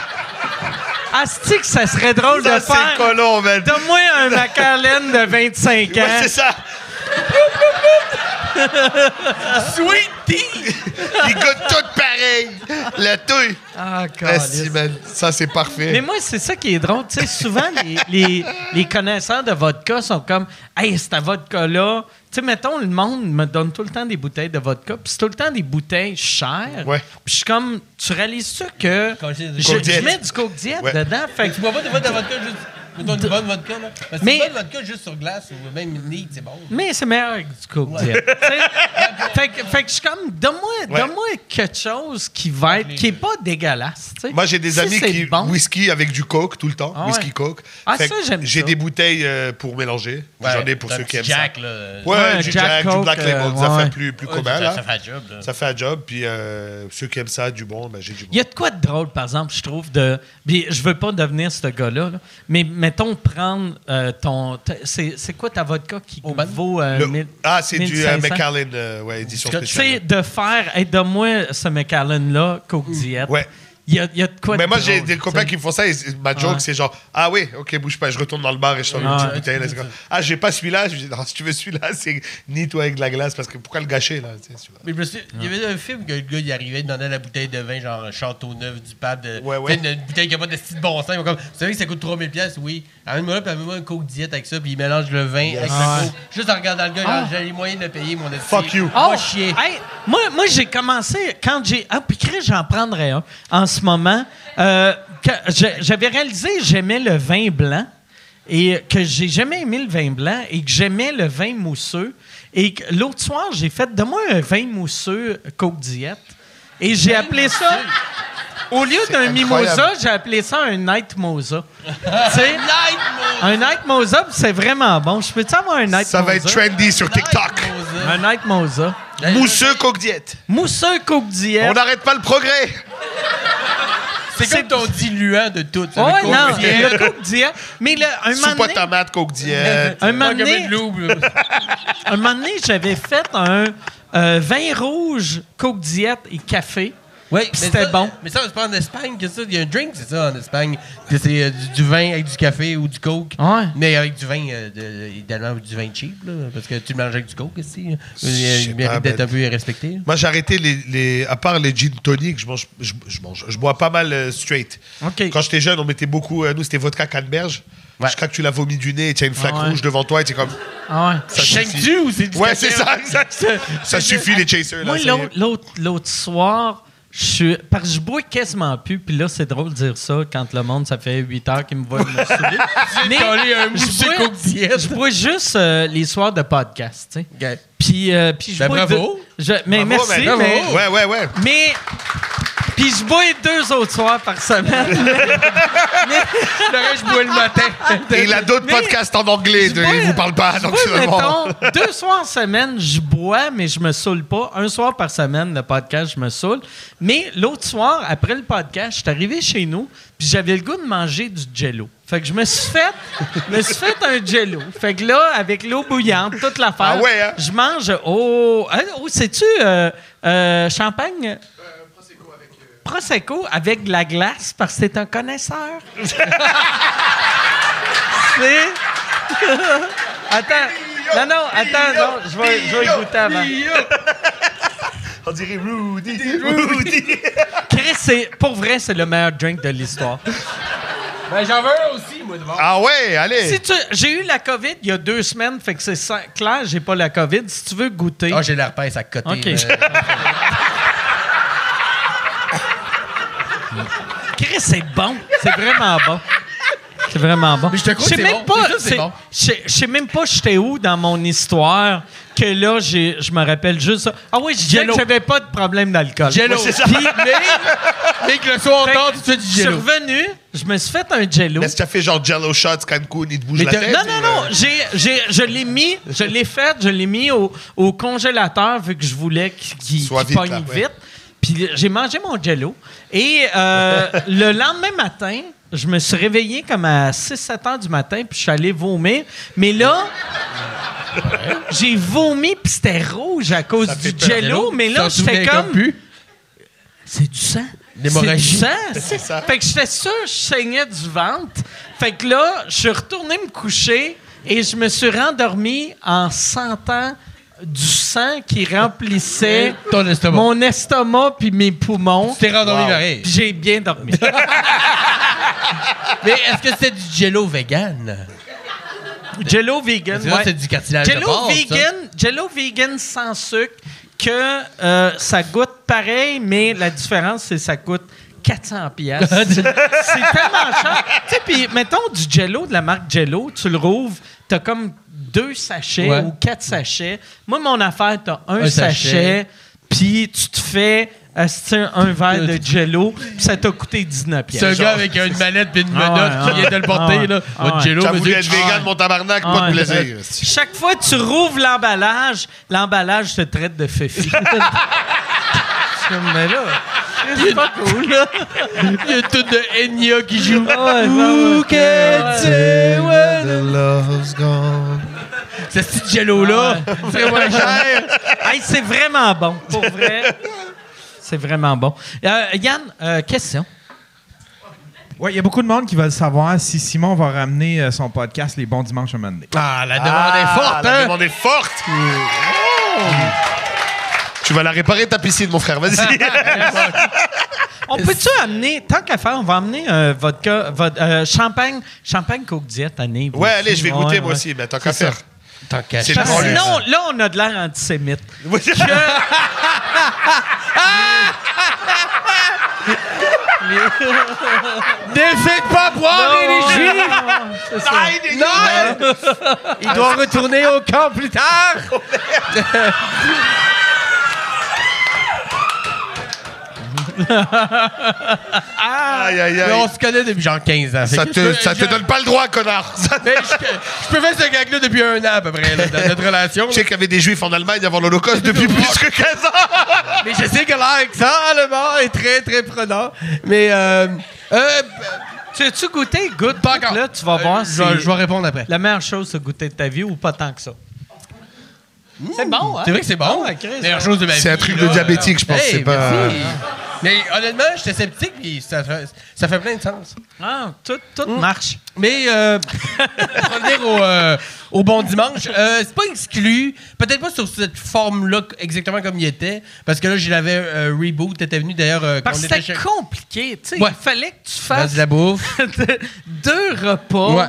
[SPEAKER 3] Asti, que ça serait drôle
[SPEAKER 5] Ça,
[SPEAKER 3] de faire.
[SPEAKER 5] c'est colon, man.
[SPEAKER 3] Donne-moi un Macallan de 25 ans.
[SPEAKER 5] Ouais, c'est ça.
[SPEAKER 6] Sweetie!
[SPEAKER 5] Ils goûtent tout pareil. La touille.
[SPEAKER 3] Ah, câlisse.
[SPEAKER 5] Merci, man. Ça, c'est parfait.
[SPEAKER 3] Mais moi, c'est ça qui est drôle. Tu sais, souvent, les, les- les connaisseurs de vodka sont comme Hey, c'est ta vodka-là. Tu sais, mettons, le monde me donne tout le temps des bouteilles de vodka, puis c'est tout le temps des bouteilles chères.
[SPEAKER 5] Ouais.
[SPEAKER 3] Puis je suis comme, tu réalises-tu que
[SPEAKER 6] Coke
[SPEAKER 3] je,
[SPEAKER 6] Diet.
[SPEAKER 5] Coke
[SPEAKER 3] je
[SPEAKER 5] Diet.
[SPEAKER 3] mets du Coke Diet
[SPEAKER 5] Ouais.
[SPEAKER 3] dedans? Fait que
[SPEAKER 6] Tu bois pas des fois de vodka juste. Mettons une bonne vodka, là. Parce que
[SPEAKER 3] Mais-
[SPEAKER 6] une bonne vodka juste sur glace ou même une nid, c'est bon.
[SPEAKER 3] Mais c'est meilleur que du Coke Diet. Tu sais, fait, que- fait que je suis comme, donne-moi
[SPEAKER 5] Ouais.
[SPEAKER 3] donne-moi quelque chose qui va être, qui est pas dégueulasse. tu sais.
[SPEAKER 5] Moi, j'ai des
[SPEAKER 3] Si
[SPEAKER 5] amis
[SPEAKER 3] c'est
[SPEAKER 5] qui.
[SPEAKER 3] bon.
[SPEAKER 5] Whisky avec du coke tout le temps.
[SPEAKER 3] Ah ouais.
[SPEAKER 5] Whisky coke.
[SPEAKER 3] Ah,
[SPEAKER 5] Fait
[SPEAKER 3] ça,
[SPEAKER 5] que
[SPEAKER 3] j'aime
[SPEAKER 5] J'ai
[SPEAKER 3] ça.
[SPEAKER 5] des bouteilles euh, pour mélanger. J'en ai pour
[SPEAKER 6] Un
[SPEAKER 5] ceux qui
[SPEAKER 6] petit
[SPEAKER 5] aiment
[SPEAKER 6] Jack,
[SPEAKER 5] ça.
[SPEAKER 6] là. euh,
[SPEAKER 5] Ouais,
[SPEAKER 3] Ouais,
[SPEAKER 5] du
[SPEAKER 3] Jack
[SPEAKER 5] Jack,
[SPEAKER 3] Coke,
[SPEAKER 5] du Black Label,
[SPEAKER 3] euh,
[SPEAKER 5] des affaires
[SPEAKER 3] ouais.
[SPEAKER 5] plus, plus
[SPEAKER 6] ouais,
[SPEAKER 5] communs,
[SPEAKER 6] ça-
[SPEAKER 5] là.
[SPEAKER 6] Ça fait un job, là.
[SPEAKER 5] Ça fait un job, puis euh, ceux qui aiment ça, du bon, ben, j'ai du bon.
[SPEAKER 3] Il y a de quoi de drôle, par exemple, je trouve, de. Puis je veux pas devenir ce gars-là, là, mais mettons prendre euh, ton. t- C'est c'est quoi ta vodka qui
[SPEAKER 6] Oban?
[SPEAKER 3] vaut. euh,
[SPEAKER 5] Le-
[SPEAKER 3] mille-
[SPEAKER 5] ah, c'est du euh,
[SPEAKER 3] 1500?
[SPEAKER 5] McAllen, euh, ouais, édition
[SPEAKER 3] Tu sais,
[SPEAKER 5] spéciale.
[SPEAKER 3] de faire. Hey, donne-moi ce McAllen-là, Coke Diet.
[SPEAKER 5] Mm. Ouais.
[SPEAKER 3] Il y a, il y a de quoi
[SPEAKER 5] Mais
[SPEAKER 3] de
[SPEAKER 5] moi, j'ai
[SPEAKER 3] drôle,
[SPEAKER 5] des copains
[SPEAKER 3] tu sais.
[SPEAKER 5] qui font ça, et c'est- ma joke,
[SPEAKER 3] ouais.
[SPEAKER 5] c'est genre, ah oui, ok, bouge pas, je retourne dans le bar et je sors une
[SPEAKER 3] Ah,
[SPEAKER 5] petite
[SPEAKER 3] ouais.
[SPEAKER 5] bouteille. là, c'est comme, ah, j'ai pas celui-là. Je dis, non, si tu veux celui-là, c'est ni-toi avec de la glace, parce que pourquoi le gâcher, là? tu sais, tu vois.
[SPEAKER 6] Mais je me souviens, il y avait un film que le gars, il arrivait, il demandait la bouteille de vin, genre Château Neuf du Pape. De,
[SPEAKER 5] Ouais, ouais.
[SPEAKER 6] tu sais, Une, une bouteille qui a pas de style bon sens. Ils vont comme, vous savez que ça coûte 3000$, piastres? oui. Amène-moi là, puis amène-moi un coke diète avec ça, puis il mélange le vin avec le coke. Juste en regardant le gars,
[SPEAKER 3] Ah.
[SPEAKER 6] genre, j'ai les moyens de le payer, mon esti.
[SPEAKER 5] Fuck you.
[SPEAKER 6] Va
[SPEAKER 3] Oh!
[SPEAKER 6] chier.
[SPEAKER 3] Hey, moi, moi j'ai commencé quand j'ai. Ah, puis Chris, j'en prendrais un en ce moment. Euh, que- je- J'avais réalisé que j'aimais le vin blanc et que j'ai jamais aimé le vin blanc et que j'aimais le vin mousseux. Et que l'autre soir, j'ai fait de moi un vin mousseux Coke Diet. Et j'ai appelé ça. Au lieu d'un
[SPEAKER 5] incroyable.
[SPEAKER 3] mimosa, j'ai appelé ça un night mosa. C'est un night mosa, puis c'est vraiment bon. Je peux-tu avoir un night
[SPEAKER 5] Ça va
[SPEAKER 3] mosa?
[SPEAKER 5] être trendy sur TikTok.
[SPEAKER 3] Un night mosa.
[SPEAKER 5] Mousseux coke diète.
[SPEAKER 3] Mousseux cook
[SPEAKER 5] On
[SPEAKER 3] diète.
[SPEAKER 5] n'arrête pas le progrès.
[SPEAKER 6] C'est comme ton diluant de tout. ça,
[SPEAKER 3] Ouais,
[SPEAKER 6] le
[SPEAKER 3] non,
[SPEAKER 6] coke diète.
[SPEAKER 3] le cook diète. Mais le, un moment
[SPEAKER 5] Soupe à
[SPEAKER 3] donné, Euh,
[SPEAKER 5] tomate coke diète.
[SPEAKER 3] un
[SPEAKER 6] Pas
[SPEAKER 3] moment
[SPEAKER 6] comme une
[SPEAKER 3] donné,
[SPEAKER 6] loupe, là.
[SPEAKER 3] un moment donné, j'avais fait un euh, vin rouge, coke diète et café.
[SPEAKER 6] Oui, mais
[SPEAKER 3] c'était
[SPEAKER 6] ça-
[SPEAKER 3] bon.
[SPEAKER 6] Mais ça, c'est pas en Espagne que ça. Il y a un drink, c'est ça, en Espagne. que C'est euh, du, du vin avec du café ou du coke.
[SPEAKER 3] Ouais.
[SPEAKER 6] Mais avec du vin, euh, de- idéalement, du vin cheap, là, parce que tu le manges avec du coke aussi. hein. Il,
[SPEAKER 5] sais
[SPEAKER 6] il mérite
[SPEAKER 5] pas,
[SPEAKER 6] d'être
[SPEAKER 5] ben-
[SPEAKER 6] un peu hein. respecté.
[SPEAKER 5] Moi, j'ai arrêté les, les- À part les gin tonic, je mange. Je, je mange- je bois pas mal euh, straight.
[SPEAKER 3] OK.
[SPEAKER 5] Quand j'étais jeune, on mettait beaucoup. euh, nous, c'était vodka canneberge.
[SPEAKER 6] Ouais.
[SPEAKER 5] Jusqu'à que tu la vomis du nez et tu as une flaque
[SPEAKER 3] Ah ouais.
[SPEAKER 5] rouge devant toi et tu es comme.
[SPEAKER 3] Ah ouais.
[SPEAKER 5] Ça suffit.
[SPEAKER 6] Shake-tu ou c'est du
[SPEAKER 5] Ouais,
[SPEAKER 6] café?
[SPEAKER 5] c'est ça, exact. Ça suffit, les chasers. Là,
[SPEAKER 3] Moi,
[SPEAKER 5] ça y est.
[SPEAKER 3] l'autre- l'autre l'autre soir, je suis. Parce que je bois quasiment plus, puis là, c'est drôle de dire ça quand le monde, ça fait 8 heures qu'il me voit me saouler. Mais
[SPEAKER 6] collé un mousseux
[SPEAKER 3] je
[SPEAKER 6] Coke
[SPEAKER 3] bois,
[SPEAKER 6] diète.
[SPEAKER 3] je bois juste euh, les soirs de podcast, tu sais.
[SPEAKER 6] Ok.
[SPEAKER 3] Puis, euh, puis je
[SPEAKER 6] Ben,
[SPEAKER 3] bois
[SPEAKER 6] bravo.
[SPEAKER 3] deux- je- mais
[SPEAKER 5] Bravo,
[SPEAKER 3] merci.
[SPEAKER 5] man.
[SPEAKER 3] mais,
[SPEAKER 5] Ouais, ouais, ouais.
[SPEAKER 3] mais- Puis je bois deux autres soirs par semaine.
[SPEAKER 6] Le reste, je bois le matin.
[SPEAKER 5] Et il a d'autres
[SPEAKER 3] Mais-
[SPEAKER 5] podcasts en anglais,
[SPEAKER 3] Je
[SPEAKER 5] de-
[SPEAKER 3] bois-
[SPEAKER 5] il vous parle pas, donc
[SPEAKER 3] Oui,
[SPEAKER 5] c'est vraiment...
[SPEAKER 3] mettons, deux soirs en semaine, je bois, mais je me saoule pas. Un soir par semaine, le podcast, je me saoule. Mais l'autre soir, après le podcast, je suis arrivé chez nous, puis j'avais le goût de manger du jello. Fait que je me suis fait, je me suis fait un jello. Fait que là, avec l'eau bouillante, toute l'affaire,
[SPEAKER 5] Ah ouais, hein?
[SPEAKER 3] je mange au... hein, au- sais-tu euh, euh, champagne? Prosecco avec de la glace parce que c'est un connaisseur. c'est... Attends. Non, non, attends, non, je vais, je vais y goûter avant.
[SPEAKER 5] On dirait Rudy, Rudy.
[SPEAKER 3] Chris, c'est- pour vrai, c'est le meilleur drink de l'histoire.
[SPEAKER 6] Ben, j'en veux un aussi, moi, devant.
[SPEAKER 5] Ah ouais, allez.
[SPEAKER 3] Si tu- j'ai eu la COVID il y a deux semaines, fait que c'est sans- clair, j'ai pas la COVID. Si tu veux goûter.
[SPEAKER 6] Ah, j'ai l'herpès à côté.
[SPEAKER 3] OK.
[SPEAKER 6] euh,
[SPEAKER 3] Chris, c'est bon. C'est vraiment bon. C'est vraiment bon.
[SPEAKER 6] Mais je te crois
[SPEAKER 3] sais
[SPEAKER 6] que c'est
[SPEAKER 3] même
[SPEAKER 6] bon.
[SPEAKER 3] pas.
[SPEAKER 6] Déjà, c'est
[SPEAKER 3] c'est-
[SPEAKER 6] bon.
[SPEAKER 3] Je sais- je sais même pas j'étais où dans mon histoire que là, j'ai- je me rappelle juste ça. Ah oui, je disais
[SPEAKER 6] Jello.
[SPEAKER 3] que j'avais pas de problème d'alcool.
[SPEAKER 6] Jello.
[SPEAKER 5] Ouais, c'est ça.
[SPEAKER 6] Puis, mais, mais que le soir, on
[SPEAKER 3] Fait
[SPEAKER 6] dort,
[SPEAKER 3] que
[SPEAKER 6] tu fais du
[SPEAKER 3] Je suis
[SPEAKER 6] jello.
[SPEAKER 3] revenu, je me suis fait un jello.
[SPEAKER 5] Mais si tu as fait genre Jello Shots, Cancun, il te bouge la
[SPEAKER 6] t'as-
[SPEAKER 5] tête.
[SPEAKER 3] Non,
[SPEAKER 5] ou,
[SPEAKER 3] non, non.
[SPEAKER 5] euh,
[SPEAKER 3] J'ai, j'ai- je l'ai mis, je l'ai fait, je l'ai mis au, au congélateur vu que je voulais qu'il, qu'il-
[SPEAKER 5] Soit
[SPEAKER 3] qu'il
[SPEAKER 5] vite,
[SPEAKER 3] pogne
[SPEAKER 5] là, ouais.
[SPEAKER 3] vite. Puis j'ai mangé mon jello. Et euh, le lendemain matin, je me suis réveillé comme à 6-7 heures du matin, puis je suis allé vomir. Mais là, j'ai vomi, puis c'était rouge à cause
[SPEAKER 5] Ça fait
[SPEAKER 3] du
[SPEAKER 5] peur,
[SPEAKER 3] jello. Mais là,
[SPEAKER 6] T'en
[SPEAKER 3] je fais
[SPEAKER 6] souvenais
[SPEAKER 3] comme.
[SPEAKER 6] plus.
[SPEAKER 3] C'est du sang.
[SPEAKER 6] L'hémorragie.
[SPEAKER 3] C'est du sang.
[SPEAKER 5] C'est ça.
[SPEAKER 3] Fait que j'étais sûr que je saignais du ventre. Fait que là, je suis retourné me coucher et je me suis rendormi en sentant du sang qui remplissait
[SPEAKER 6] Ton estomac.
[SPEAKER 3] mon estomac puis mes poumons.
[SPEAKER 6] Tu t'es rendormi
[SPEAKER 5] Wow.
[SPEAKER 6] pareil.
[SPEAKER 3] Puis j'ai bien dormi.
[SPEAKER 6] Mais est-ce que c'était du jello vegan?
[SPEAKER 3] Jello vegan.
[SPEAKER 6] Parce que là,
[SPEAKER 3] ouais.
[SPEAKER 6] c'est du cartilage de hein.
[SPEAKER 3] Jello
[SPEAKER 6] porc, ça.
[SPEAKER 3] vegan, Jello vegan sans sucre que euh, ça goûte pareil, mais la différence c'est que ça coûte 400 pièces. c'est tellement cher. Tu sais, puis mettons du Jello de la marque Jello, tu le rouvres, t'as comme deux sachets
[SPEAKER 6] Ouais.
[SPEAKER 3] ou quatre sachets. Moi mon affaire, t'as un,
[SPEAKER 6] Un sachet.
[SPEAKER 3] sachet, puis tu te fais euh, asti, un verre de Jello, puis ça t'a coûté 19
[SPEAKER 6] C'est un
[SPEAKER 3] pièces.
[SPEAKER 6] gars avec une manette puis une
[SPEAKER 3] Ah
[SPEAKER 6] menotte
[SPEAKER 3] ouais,
[SPEAKER 6] qui
[SPEAKER 3] ah
[SPEAKER 6] vient de le
[SPEAKER 3] ouais,
[SPEAKER 6] porter,
[SPEAKER 3] ah ouais,
[SPEAKER 6] là.
[SPEAKER 3] ah
[SPEAKER 6] Votre
[SPEAKER 3] ouais.
[SPEAKER 6] jello,
[SPEAKER 5] T'as
[SPEAKER 6] monsieur.
[SPEAKER 5] voulu être vegan, mon tabarnak, pas
[SPEAKER 3] Ah, Ouais. Euh,
[SPEAKER 5] de plaisir.
[SPEAKER 3] Chaque fois que tu rouvres l'emballage, l'emballage te traite de fifi. mais là, c'est pas cool, là.
[SPEAKER 6] Il y a tout de Enya qui joue.
[SPEAKER 3] Who can say when-
[SPEAKER 6] Ce petit jello-là, c'est moins cher.
[SPEAKER 3] Hey, c'est vraiment bon, pour vrai. C'est vraiment bon. Euh, Yann, euh, question.
[SPEAKER 4] Ouais, il y a beaucoup de monde qui veulent savoir si Simon va ramener euh, son podcast Les Bons Dimanches à Monday.
[SPEAKER 6] Ah, la demande
[SPEAKER 5] Ah,
[SPEAKER 6] est forte,
[SPEAKER 5] La
[SPEAKER 6] hein?
[SPEAKER 5] demande est forte. Tu vas la réparer, ta piscine, mon frère, vas-y.
[SPEAKER 3] On peut-tu amener, tant qu'à faire, on va amener euh, vodka, vod- euh, champagne, champagne Coke Diet à Nive
[SPEAKER 5] ouais,
[SPEAKER 3] aussi.
[SPEAKER 5] allez, je vais goûter,
[SPEAKER 3] Ouais,
[SPEAKER 5] moi
[SPEAKER 3] ouais.
[SPEAKER 5] aussi, mais tant qu'à faire.
[SPEAKER 6] Tant qu'à
[SPEAKER 5] C'est
[SPEAKER 6] faire.
[SPEAKER 5] le
[SPEAKER 3] Parce que
[SPEAKER 5] Bon,
[SPEAKER 3] sinon, là, on a de l'air antisémite.
[SPEAKER 6] N'hésite pas à boire, les juifs! Non! Il doit retourner au camp plus tard!
[SPEAKER 5] Aïe, aïe,
[SPEAKER 6] Mais
[SPEAKER 5] aïe.
[SPEAKER 6] on se connaît depuis genre 15 ans.
[SPEAKER 5] Ça
[SPEAKER 6] Fait que
[SPEAKER 5] te,
[SPEAKER 6] je-
[SPEAKER 5] ça te
[SPEAKER 6] je-
[SPEAKER 5] donne pas le droit, connard. Ça-
[SPEAKER 6] Mais je, je peux faire ce gag-là depuis un an à peu près, là, dans notre relation.
[SPEAKER 5] Je sais qu'il y avait des juifs en Allemagne avant l'Holocauste depuis plus que 15 ans.
[SPEAKER 6] Mais je sais que l'accent allemand est très, très prenant. Mais, euh, euh,
[SPEAKER 3] Tu as-tu goûté? Goûte.
[SPEAKER 6] Pas encore. Euh,
[SPEAKER 3] Là, tu vas voir.
[SPEAKER 6] je, vais-
[SPEAKER 3] c'est
[SPEAKER 6] je vais répondre après.
[SPEAKER 3] La meilleure chose à goûter de ta vie ou pas tant que ça? C'est bon, hein?
[SPEAKER 6] C'est vrai que c'est bon.
[SPEAKER 3] Ah ouais, Chris,
[SPEAKER 6] Meilleure chose de ma vie.
[SPEAKER 5] C'est un truc de
[SPEAKER 6] là.
[SPEAKER 5] diabétique, je pense,
[SPEAKER 6] Hey,
[SPEAKER 5] c'est pas-
[SPEAKER 6] merci. Mais honnêtement, j'étais sceptique, puis ça fait, ça fait plein de sens.
[SPEAKER 3] Ah, tout, tout marche.
[SPEAKER 6] Mais euh, pour revenir au, euh, au bon dimanche, euh, c'est pas exclu. Peut-être pas sur cette forme-là exactement comme il était, parce que là, je l'avais euh, reboot. T'étais venu d'ailleurs euh,
[SPEAKER 3] Parce
[SPEAKER 6] qu'on
[SPEAKER 3] que
[SPEAKER 6] était
[SPEAKER 3] c'était hein?
[SPEAKER 6] chez-
[SPEAKER 3] compliqué, tu sais.
[SPEAKER 6] Ouais.
[SPEAKER 3] Il fallait que tu
[SPEAKER 6] Dans
[SPEAKER 3] fasses
[SPEAKER 6] de la bouffe.
[SPEAKER 3] deux repas.
[SPEAKER 6] Ouais.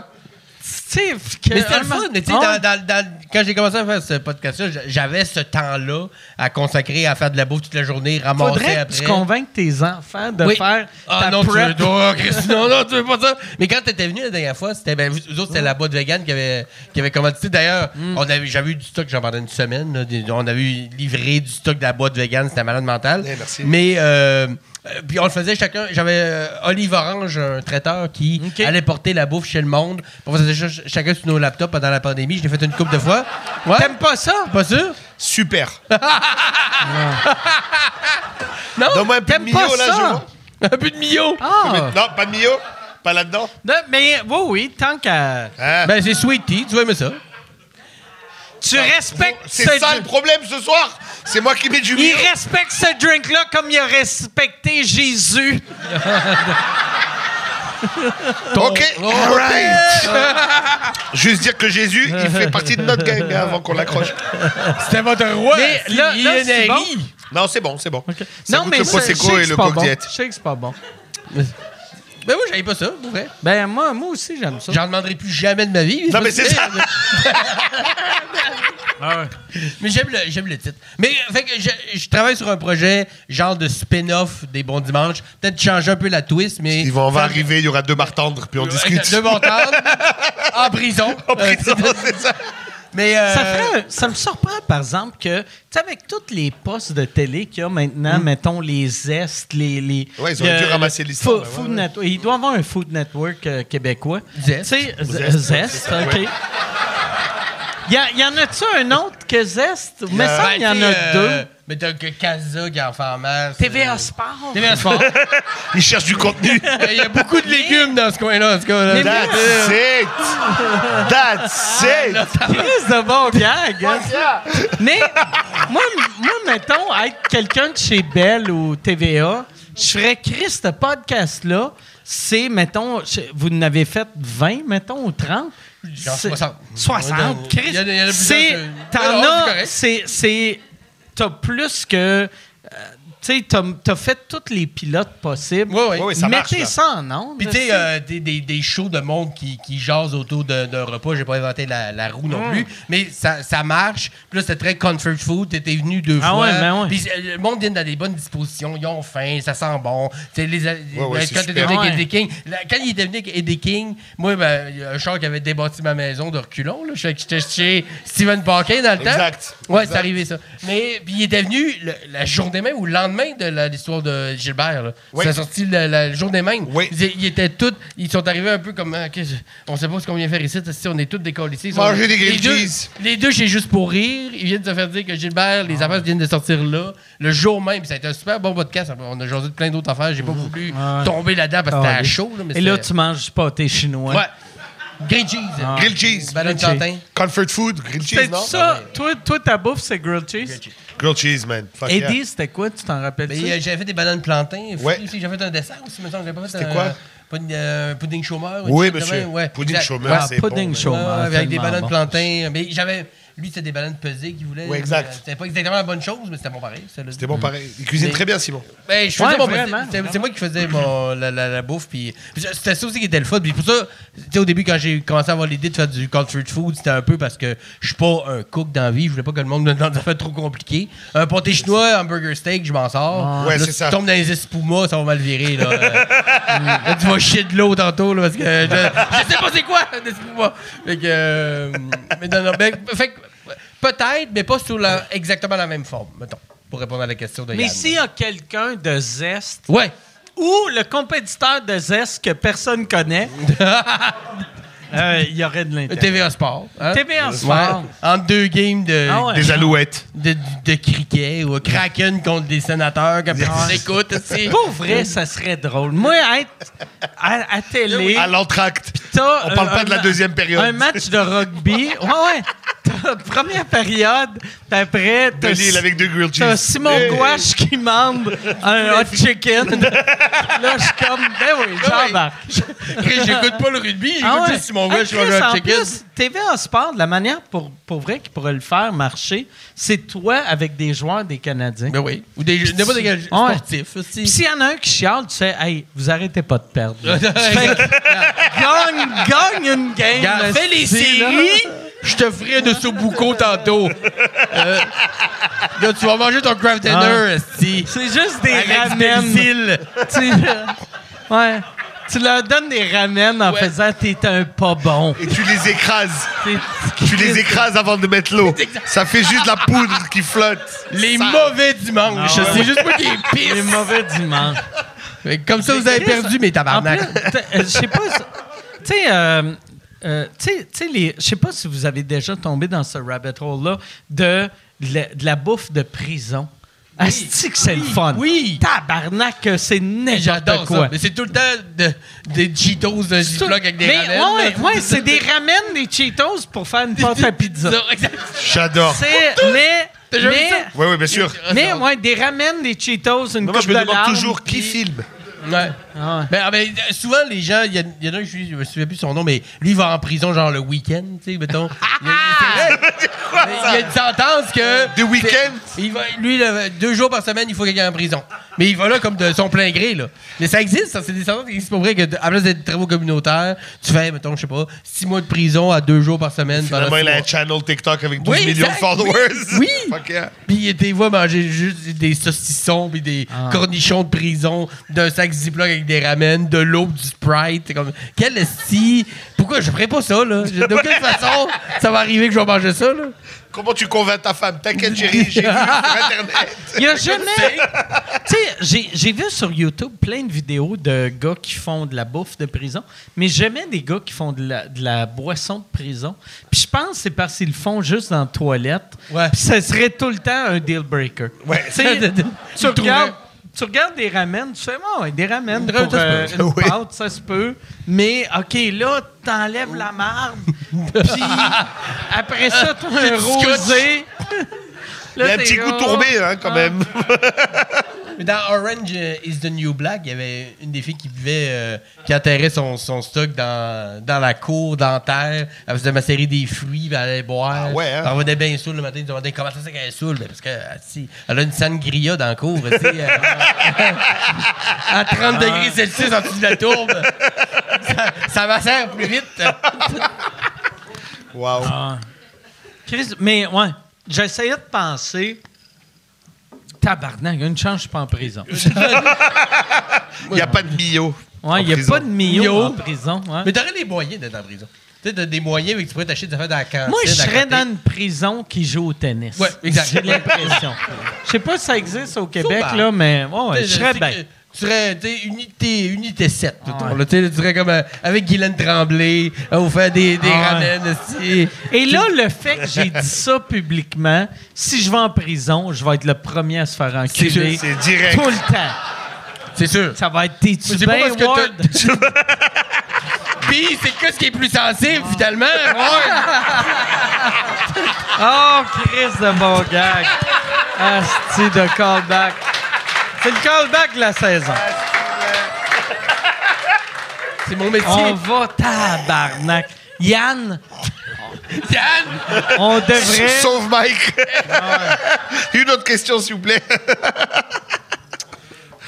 [SPEAKER 3] Tu sais, que-
[SPEAKER 6] Mais c'était le fun, mais tu sais,
[SPEAKER 3] Ah,
[SPEAKER 6] dans- dans- dans- quand j'ai commencé à faire ce podcast-là, j- j'avais ce temps-là à consacrer à faire de la bouffe toute la journée, ramasser
[SPEAKER 3] Faudrait que
[SPEAKER 6] après.
[SPEAKER 3] tu convainques tes enfants de
[SPEAKER 6] Oui.
[SPEAKER 3] faire
[SPEAKER 6] Ah
[SPEAKER 3] ta
[SPEAKER 6] non, tu veux,
[SPEAKER 3] prep.
[SPEAKER 6] toi, Chris, non, non, tu veux pas ça. Mais quand t'étais venu la dernière fois, c'était ben, vous, vous autres, c'était la boîte vegan qui avait, qui avait commandité. D'ailleurs,
[SPEAKER 3] Mm.
[SPEAKER 6] on avait, j'avais eu du stock, j'en vendais une semaine. là, des- on avait eu livré du stock de la boîte vegan, c'était malade mental.
[SPEAKER 5] Eh, merci.
[SPEAKER 6] Mais euh, euh, puis on le faisait chacun. J'avais euh, Olive Orange, un traiteur qui
[SPEAKER 3] Ok.
[SPEAKER 6] allait porter la bouffe chez le monde. On faisait ch- chacun sur nos laptops pendant la pandémie. Je l'ai fait une couple de fois. Ouais.
[SPEAKER 3] T'aimes pas ça?
[SPEAKER 6] Pas sûr?
[SPEAKER 5] Super.
[SPEAKER 6] Non?
[SPEAKER 5] Donne-moi un peu de
[SPEAKER 3] T'aimes pas
[SPEAKER 5] Mio, là,
[SPEAKER 3] ça?
[SPEAKER 5] je vois.
[SPEAKER 6] Un peu de millot.
[SPEAKER 3] Ah!
[SPEAKER 5] Non, pas de Mio Pas là-dedans
[SPEAKER 3] Non, mais oui, oui, tant qu'à.
[SPEAKER 5] Hein?
[SPEAKER 6] Ben, c'est Sweet Tea, tu vas aimer ça.
[SPEAKER 3] Tu respectes
[SPEAKER 5] C'est
[SPEAKER 3] ce
[SPEAKER 5] ça le
[SPEAKER 3] drink.
[SPEAKER 5] problème ce soir C'est moi qui mets du
[SPEAKER 3] Il
[SPEAKER 5] Mio
[SPEAKER 3] respecte ce drink-là comme il a respecté Jésus.
[SPEAKER 5] Ok, alright Juste dire que Jésus, il fait partie de notre gang hein, avant qu'on l'accroche.
[SPEAKER 6] C'était votre roi.
[SPEAKER 3] Mais là- là, c'est bon.
[SPEAKER 5] Non, c'est bon, c'est bon. Ça
[SPEAKER 3] Non,
[SPEAKER 5] goûte
[SPEAKER 3] mais
[SPEAKER 5] le
[SPEAKER 3] ça, je sais
[SPEAKER 5] Prosecco
[SPEAKER 3] que
[SPEAKER 5] et
[SPEAKER 3] c'est
[SPEAKER 5] le
[SPEAKER 3] pas
[SPEAKER 5] Coke
[SPEAKER 3] bon.
[SPEAKER 5] Diet.
[SPEAKER 3] Je sais que c'est pas bon.
[SPEAKER 6] Ben moi, j'avais pas ça, pour vrai.
[SPEAKER 3] Ben, moi, moi aussi, j'aime ça.
[SPEAKER 6] J'en demanderai plus jamais de ma vie.
[SPEAKER 5] Non, mais c'est ça.
[SPEAKER 3] Ah
[SPEAKER 6] mais j'aime le, j'aime le titre. Mais euh, fait que je, je travaille sur un projet genre de spin-off des Bons Dimanches. Peut-être changer un peu la twist, mais...
[SPEAKER 5] Ils vont, on va
[SPEAKER 6] Faire-
[SPEAKER 5] arriver, il y aura deux bartendres, puis on discute.
[SPEAKER 6] De Montand, en prison.
[SPEAKER 5] En prison,
[SPEAKER 6] Euh,
[SPEAKER 5] c'est ça.
[SPEAKER 6] mais... euh,
[SPEAKER 3] Ça, fait un- ça me surprend, par exemple, que, tu sais, avec tous les postes de télé qu'il y a maintenant, mettons les zestes, les. les
[SPEAKER 5] Mm.
[SPEAKER 3] euh,
[SPEAKER 5] Ouais, ils auraient dû ramasser l'histoire,
[SPEAKER 3] Fo-
[SPEAKER 5] ouais,
[SPEAKER 3] Food
[SPEAKER 5] ouais.
[SPEAKER 3] Network. Il doit y avoir un Food Network euh, québécois.
[SPEAKER 6] Zest.
[SPEAKER 3] Tu sais, z-
[SPEAKER 5] Zest,
[SPEAKER 3] Zest,
[SPEAKER 5] ouais, c'est ça,
[SPEAKER 3] OK.
[SPEAKER 5] ouais.
[SPEAKER 3] Y, a- y en a-tu un autre que Zest? Mais
[SPEAKER 6] ben,
[SPEAKER 3] ça, il y en
[SPEAKER 6] t'sais,
[SPEAKER 3] a
[SPEAKER 6] euh,
[SPEAKER 3] deux.
[SPEAKER 6] Mais t'as que Casa qui en fait en masse.
[SPEAKER 3] TVA
[SPEAKER 6] Euh,
[SPEAKER 3] Sport.
[SPEAKER 6] TVA Sport.
[SPEAKER 5] Ils cherchent du contenu.
[SPEAKER 6] Il y a beaucoup de légumes dans ce coin-là, en tout cas. là.
[SPEAKER 3] Mais-
[SPEAKER 5] That's it! That's it!
[SPEAKER 3] Crise de bon gag. hein. Mais moi, m- moi, mettons, être quelqu'un de chez Bell ou TVA, je ferais Chris, ce podcast-là, c'est, mettons, je- vous en avez fait 20, mettons, ou 30.
[SPEAKER 6] Genre
[SPEAKER 3] C'est-
[SPEAKER 6] 60.
[SPEAKER 3] 60, Chris.
[SPEAKER 6] Il y en a- il y en a plusieurs
[SPEAKER 3] C'est.
[SPEAKER 6] que- Non,
[SPEAKER 3] T'en
[SPEAKER 6] non, c'est
[SPEAKER 3] as.
[SPEAKER 6] correct.
[SPEAKER 3] c'est- C'est. T'as plus que. euh, tu sais, t'as t'as fait tous les pilotes possibles.
[SPEAKER 6] Ouais, ouais.
[SPEAKER 5] Ouais, ouais, ça marche,
[SPEAKER 3] Mettez
[SPEAKER 5] là.
[SPEAKER 3] ça en ondes.
[SPEAKER 6] Puis tu sais, euh, des, des, des shows de monde qui, qui jasent autour d'un d'un repas. J'ai pas inventé la, la roue
[SPEAKER 3] Mm.
[SPEAKER 6] non plus. Mais ça, ça marche. Puis là, c'était très comfort food. T'étais venu deux
[SPEAKER 3] Ah
[SPEAKER 6] fois.
[SPEAKER 3] ouais, ben ouais.
[SPEAKER 6] Puis euh, le monde vient dans des bonnes dispositions. Ils ont faim, ça sent bon. Tu sais, les, euh,
[SPEAKER 5] ouais,
[SPEAKER 6] les-
[SPEAKER 5] c'est
[SPEAKER 6] quand t'étais
[SPEAKER 5] super.
[SPEAKER 6] venu avec
[SPEAKER 3] Ouais.
[SPEAKER 6] Eddie King, la- quand il était venu avec Eddie King, moi, ben, il y a un char qui avait débattu ma maison de reculons. Là. Fait que J'étais chez Stephen Parkin dans le temps.
[SPEAKER 5] Exact.
[SPEAKER 6] Ouais,
[SPEAKER 5] Exact.
[SPEAKER 6] c'est arrivé ça. Mais puis il était venu le- la journée même ou le lendemain de la- l'histoire de Gilbert. Là.
[SPEAKER 5] Oui.
[SPEAKER 6] Ça a sorti le, la journée même.
[SPEAKER 5] Oui.
[SPEAKER 6] Ils, ils étaient tous, ils sont arrivés un peu comme, ah, qu'est-ce- on sait pas ce qu'on vient faire ici, si on est tous des ici. Ils sont-
[SPEAKER 5] Manger des grilled
[SPEAKER 6] les deux,
[SPEAKER 5] cheese. Ah.
[SPEAKER 6] les deux, j'ai juste pour rire. Ils viennent de se faire dire que Gilbert, les affaires viennent de sortir là, le jour même. Puis Ça a été un super bon podcast. On a jasé de plein d'autres affaires.
[SPEAKER 5] Mhm.
[SPEAKER 6] J'ai pas voulu
[SPEAKER 3] Ah.
[SPEAKER 6] tomber là-dedans parce que c'était à chaud. Là, mais
[SPEAKER 3] Et là,
[SPEAKER 6] c'était-
[SPEAKER 3] tu manges du pâté chinois.
[SPEAKER 6] Ouais. Grilled cheese.
[SPEAKER 5] Ah. Grilled cheese.
[SPEAKER 6] Ballon de
[SPEAKER 3] Grilled
[SPEAKER 6] Tintin.
[SPEAKER 5] Comfort food, grilled cheese,
[SPEAKER 3] C'est
[SPEAKER 5] non?
[SPEAKER 3] ça. Toi, toi, ta bouffe, c'est grilled cheese.
[SPEAKER 5] Grilled cheese, man. Fuck yeah.
[SPEAKER 3] Eddie, c'était quoi? Tu t'en rappelles-tu?
[SPEAKER 6] Mais euh, j'avais fait des bananes plantains.
[SPEAKER 5] Ouais.
[SPEAKER 6] Aussi, j'avais fait un dessert aussi, mais j'avais pas fait
[SPEAKER 5] C'était
[SPEAKER 6] un,
[SPEAKER 5] quoi?
[SPEAKER 6] pudding, euh, pudding chômeur.
[SPEAKER 5] Oui,
[SPEAKER 6] une chose de
[SPEAKER 5] monsieur.
[SPEAKER 6] même, ouais.
[SPEAKER 5] Pudding
[SPEAKER 6] Exact.
[SPEAKER 5] chômeur,
[SPEAKER 6] Ouais,
[SPEAKER 5] c'est bon.
[SPEAKER 3] pudding
[SPEAKER 5] man.
[SPEAKER 3] chômeur.
[SPEAKER 6] ouais, ouais, avec des
[SPEAKER 3] hein, tellement
[SPEAKER 6] bananes
[SPEAKER 3] bon.
[SPEAKER 6] plantains. Mais j'avais. Lui, c'était des bananes pesées qu'il voulait.
[SPEAKER 5] Ouais, exact.
[SPEAKER 6] Euh, C'était pas exactement la bonne chose, mais c'était bon pareil. celle-là.
[SPEAKER 5] C'était bon pareil. Ils cuisinent
[SPEAKER 6] Mais-
[SPEAKER 5] très bien, Simon.
[SPEAKER 6] Ben, je faisais
[SPEAKER 3] Ouais,
[SPEAKER 6] mon
[SPEAKER 3] vraiment,
[SPEAKER 6] petit- c'était- C'est moi qui faisais mon- la, la- la bouffe. Puis puis c'était ça aussi qui était le fun. Puis pour ça, tu sais, au début, quand j'ai commencé à avoir l'idée de faire du comfort food, c'était un peu parce que je suis pas un cook dans la vie. Je voulais pas que le monde me demande des affaires trop compliquées. Un pâté chinois, un burger steak, je m'en sors.
[SPEAKER 5] Ouais,
[SPEAKER 6] Là,
[SPEAKER 5] c'est ça.
[SPEAKER 6] Tu tombes dans les espumas, ça va mal virer. Là. Euh, là, tu vas chier de l'eau tantôt là, parce que je, je sais pas c'est quoi un espuma. Fait que. euh, mais non, non, ben, fait que, peut-être, mais pas sous la, exactement la même forme, mettons. pour répondre à la question de
[SPEAKER 3] Mais
[SPEAKER 6] Yann.
[SPEAKER 3] s'il y a quelqu'un de Zest
[SPEAKER 6] Ouais.
[SPEAKER 3] ou le compétiteur de Zest que personne connaît, euh, il y aurait de l'intérêt.
[SPEAKER 6] TVA Sport. hein?
[SPEAKER 3] TVA
[SPEAKER 6] Ouais.
[SPEAKER 3] Sport.
[SPEAKER 6] Entre deux games de,
[SPEAKER 3] Ah ouais.
[SPEAKER 5] Des alouettes.
[SPEAKER 6] de, de cricket ou Kraken contre des sénateurs quand personne n'écoute. aussi.
[SPEAKER 3] Pour vrai, ça serait drôle. Moi, être à, à télé,
[SPEAKER 5] À l'entracte.
[SPEAKER 3] t'as,
[SPEAKER 5] On parle
[SPEAKER 3] euh,
[SPEAKER 5] pas de la
[SPEAKER 3] un-
[SPEAKER 5] deuxième période.
[SPEAKER 3] Un match de rugby. Ouais, ouais. T'as première période, puis après,
[SPEAKER 5] De
[SPEAKER 3] t'as,
[SPEAKER 5] l'île avec deux grilled
[SPEAKER 3] t'as
[SPEAKER 5] cheese.
[SPEAKER 3] Simon Gouache qui demande un hot chicken. Là, je suis comme, ben oui, j'embarque.
[SPEAKER 6] Après, j'écoute pas le rugby, j'écoute
[SPEAKER 3] Ah ouais.
[SPEAKER 6] juste si mon gars,
[SPEAKER 3] Hey,
[SPEAKER 6] je suis
[SPEAKER 3] Chris,
[SPEAKER 6] un
[SPEAKER 3] en
[SPEAKER 6] chicken.
[SPEAKER 3] plus, TV en sport, la manière pour, pour vrai qui pourrait le faire marcher, c'est toi avec des joueurs des Canadiens.
[SPEAKER 6] Ben oui. Ou des jeux, n'importe quel jeu
[SPEAKER 3] Ouais.
[SPEAKER 6] sportif.
[SPEAKER 3] Puis
[SPEAKER 6] aussi.
[SPEAKER 3] s'il y en a un qui chiale, tu sais, hey, vous arrêtez pas de perdre. là. Fait que gagne, gagne une game.
[SPEAKER 6] Regarde, fais les
[SPEAKER 3] c'est, là.
[SPEAKER 6] séries, je te ferai de Sobuco tantôt. Euh, là, tu vas manger ton craft dinner, esti.
[SPEAKER 3] C'est juste des
[SPEAKER 6] Avec
[SPEAKER 3] ramènes.
[SPEAKER 6] Belzile.
[SPEAKER 3] Tu- ouais. Tu leur donnes des ramènes en
[SPEAKER 6] Ouais.
[SPEAKER 3] faisant t'es un pas bon.
[SPEAKER 5] Et tu les écrases.
[SPEAKER 3] T'es-
[SPEAKER 5] Tu les écrases avant de mettre l'eau. Ça fait juste la poudre qui flotte.
[SPEAKER 6] Les
[SPEAKER 5] Ça-
[SPEAKER 6] mauvais dimanches.
[SPEAKER 3] Ah ouais.
[SPEAKER 6] C'est juste moi qui les pisse.
[SPEAKER 3] Les mauvais dimanche.
[SPEAKER 6] Fait que Comme ça, vous avez
[SPEAKER 3] Chris,
[SPEAKER 6] perdu mes
[SPEAKER 3] En
[SPEAKER 6] tabarnak.
[SPEAKER 3] plus, t'as- euh, je sais pas. si- Tu sais, euh, euh, tu sais- tu sais, les- je sais pas si vous avez déjà tombé dans ce rabbit hole-là de, la- de la bouffe de prison. Asti que c'est le fun.
[SPEAKER 6] oui.
[SPEAKER 3] Tabarnak, que c'est n'importe
[SPEAKER 6] J'adore
[SPEAKER 3] quoi.
[SPEAKER 6] ça. Mais c'est tout le temps de, des Cheetos, un Ziploc avec des
[SPEAKER 3] Mais
[SPEAKER 6] ramen.
[SPEAKER 3] ouais,
[SPEAKER 6] là.
[SPEAKER 3] ouais, c'est des ramen, des Cheetos pour faire une pâte à pizza.
[SPEAKER 6] exact.
[SPEAKER 5] J'adore.
[SPEAKER 3] C'est, mais,
[SPEAKER 6] T'as jamais
[SPEAKER 3] mais,
[SPEAKER 6] vu ça?
[SPEAKER 5] Oui, oui, bien sûr.
[SPEAKER 3] mais, ouais, des ramen, des Cheetos, une
[SPEAKER 5] Mais moi,
[SPEAKER 3] coupe
[SPEAKER 5] je
[SPEAKER 3] de
[SPEAKER 5] me demande
[SPEAKER 3] larmes,
[SPEAKER 5] toujours qui
[SPEAKER 3] puis-
[SPEAKER 5] filme.
[SPEAKER 6] Ouais.
[SPEAKER 3] Ah ouais.
[SPEAKER 6] Ben, ah, ben, euh, souvent, les gens, il y, a- il y en a un, je ne me souviens plus de son nom, mais lui, il va en prison, genre le week-end, tu sais, mettons.
[SPEAKER 3] Ah,
[SPEAKER 6] Il y a- il fait- mais il y a une sentence que.
[SPEAKER 5] De week-end?
[SPEAKER 6] Il va, lui, le- deux jours par semaine, il faut qu'il aille en prison. Mais il va là comme de son plein gré, là. Mais ça existe, ça. C'est des sentences qui existent pour vrai que, de- à place d'être des travaux communautaires, tu fais, mettons, je sais pas, six mois de prison à deux jours par semaine. pendant
[SPEAKER 5] Finalement,
[SPEAKER 6] six
[SPEAKER 5] il a
[SPEAKER 6] mois.
[SPEAKER 5] un channel TikTok avec 12
[SPEAKER 6] Oui,
[SPEAKER 5] millions de
[SPEAKER 6] exact,
[SPEAKER 5] followers.
[SPEAKER 6] oui, oui.
[SPEAKER 5] Fuck yeah.
[SPEAKER 6] Puis il était voit manger juste des saucissons, puis des cornichons de prison, d'un sac Ziploc avec des ramen, de l'eau, du Sprite. C'est Comme, quel esti! Pourquoi je ferais pas ça, là? Je- D'aucune façon, ça va arriver que je vais manger ça, là.
[SPEAKER 5] Comment tu convaincs ta femme T'inquiète, chérie, j'ai vu sur Internet.
[SPEAKER 3] Il y a jamais. tu sais, j'ai- j'ai vu sur YouTube plein de vidéos de gars qui font de la bouffe de prison, mais jamais des gars qui font de la, de la boisson de prison. Puis je pense que c'est parce qu'ils le font juste dans la toilette.
[SPEAKER 6] Ouais.
[SPEAKER 3] Puis ça serait tout le temps un deal breaker.
[SPEAKER 5] Ouais.
[SPEAKER 3] Tu sais, tu
[SPEAKER 6] Le
[SPEAKER 3] regardes.
[SPEAKER 6] trouver.
[SPEAKER 3] Tu regardes des ramen, tu fais, ouais, ouais, des ramen
[SPEAKER 6] ramen,
[SPEAKER 3] pour
[SPEAKER 6] ça se
[SPEAKER 3] euh,
[SPEAKER 6] peut.
[SPEAKER 3] une pâte, ça se peut. Mais, OK, là, t'enlèves la marde, puis après ça, t'as un rosé.
[SPEAKER 5] Il y a un
[SPEAKER 3] t'es
[SPEAKER 5] petit goût
[SPEAKER 3] là,
[SPEAKER 5] tourbé, hein, quand même.
[SPEAKER 6] Ah. Mais dans Orange euh, is the New Black, il y avait une des filles qui vivait, euh, qui enterrait son, son stock dans, dans la cour, dans la terre. Elle faisait macérer des fruits, puis elle allait boire.
[SPEAKER 5] Ah ouais, hein?
[SPEAKER 6] Elle revenait bien saoule le matin, ils demandaient comment ça c'est qu'elle est saoule. Ben, parce que, ah, si, elle a une sangria dans la cour, tu sais, euh, à 30 degrés Celsius en dessous de la tourbe. ça, ça macère plus vite. Ah,
[SPEAKER 5] Wow.
[SPEAKER 3] Ah. Chris, mais ouais, j'essayais de penser. Tabarnak, une chance, je suis pas en prison.
[SPEAKER 5] Il n'y a pas de bio. en
[SPEAKER 3] Ouais, il n'y a
[SPEAKER 5] prison.
[SPEAKER 3] pas de Mio,
[SPEAKER 6] Mio.
[SPEAKER 3] en prison. ouais.
[SPEAKER 6] Mais t'aurais les moyens d'être en prison. Tu sais, t'as des moyens, mais tu pourrais t'acheter des affaires dans la cantine.
[SPEAKER 3] Moi, je
[SPEAKER 6] à
[SPEAKER 3] serais
[SPEAKER 6] côté.
[SPEAKER 3] dans une prison qui joue au tennis.
[SPEAKER 6] Ouais, exact.
[SPEAKER 3] J'ai l'impression. Je sais pas si ça existe au Québec,
[SPEAKER 6] Sûrement.
[SPEAKER 3] là, mais ouais, ouais,
[SPEAKER 6] Tu sais,
[SPEAKER 3] je serais
[SPEAKER 6] sais
[SPEAKER 3] bien.
[SPEAKER 6] que Tu serais, tu sais, unité, unité 7, mettons,
[SPEAKER 3] ouais.
[SPEAKER 6] là. Tu sais, tu serais comme euh, avec Guylaine Tremblay, euh, au fait des, des
[SPEAKER 3] Ah ouais.
[SPEAKER 6] ramen, esti.
[SPEAKER 3] Et là, le fait que j'ai dit ça publiquement, si je vais en prison, je vais être le premier à se faire enculer.
[SPEAKER 5] C'est direct.
[SPEAKER 3] Tout le temps.
[SPEAKER 6] C'est sûr.
[SPEAKER 3] Ça va être t'es-tu
[SPEAKER 6] Mais c'est pas
[SPEAKER 3] bien,
[SPEAKER 6] parce que
[SPEAKER 3] Ward?
[SPEAKER 6] Puis, c'est que ce qui est plus sensible, finalement. Ouais.
[SPEAKER 3] Oh, Chris de bon gag. Asti de callback. C'est le callback de la saison.
[SPEAKER 6] C'est mon métier.
[SPEAKER 3] On va tabarnak. Yann,
[SPEAKER 6] Yann,
[SPEAKER 3] on devrait...
[SPEAKER 5] Sauve Mike.
[SPEAKER 6] Ah
[SPEAKER 5] Une autre question, s'il vous plaît.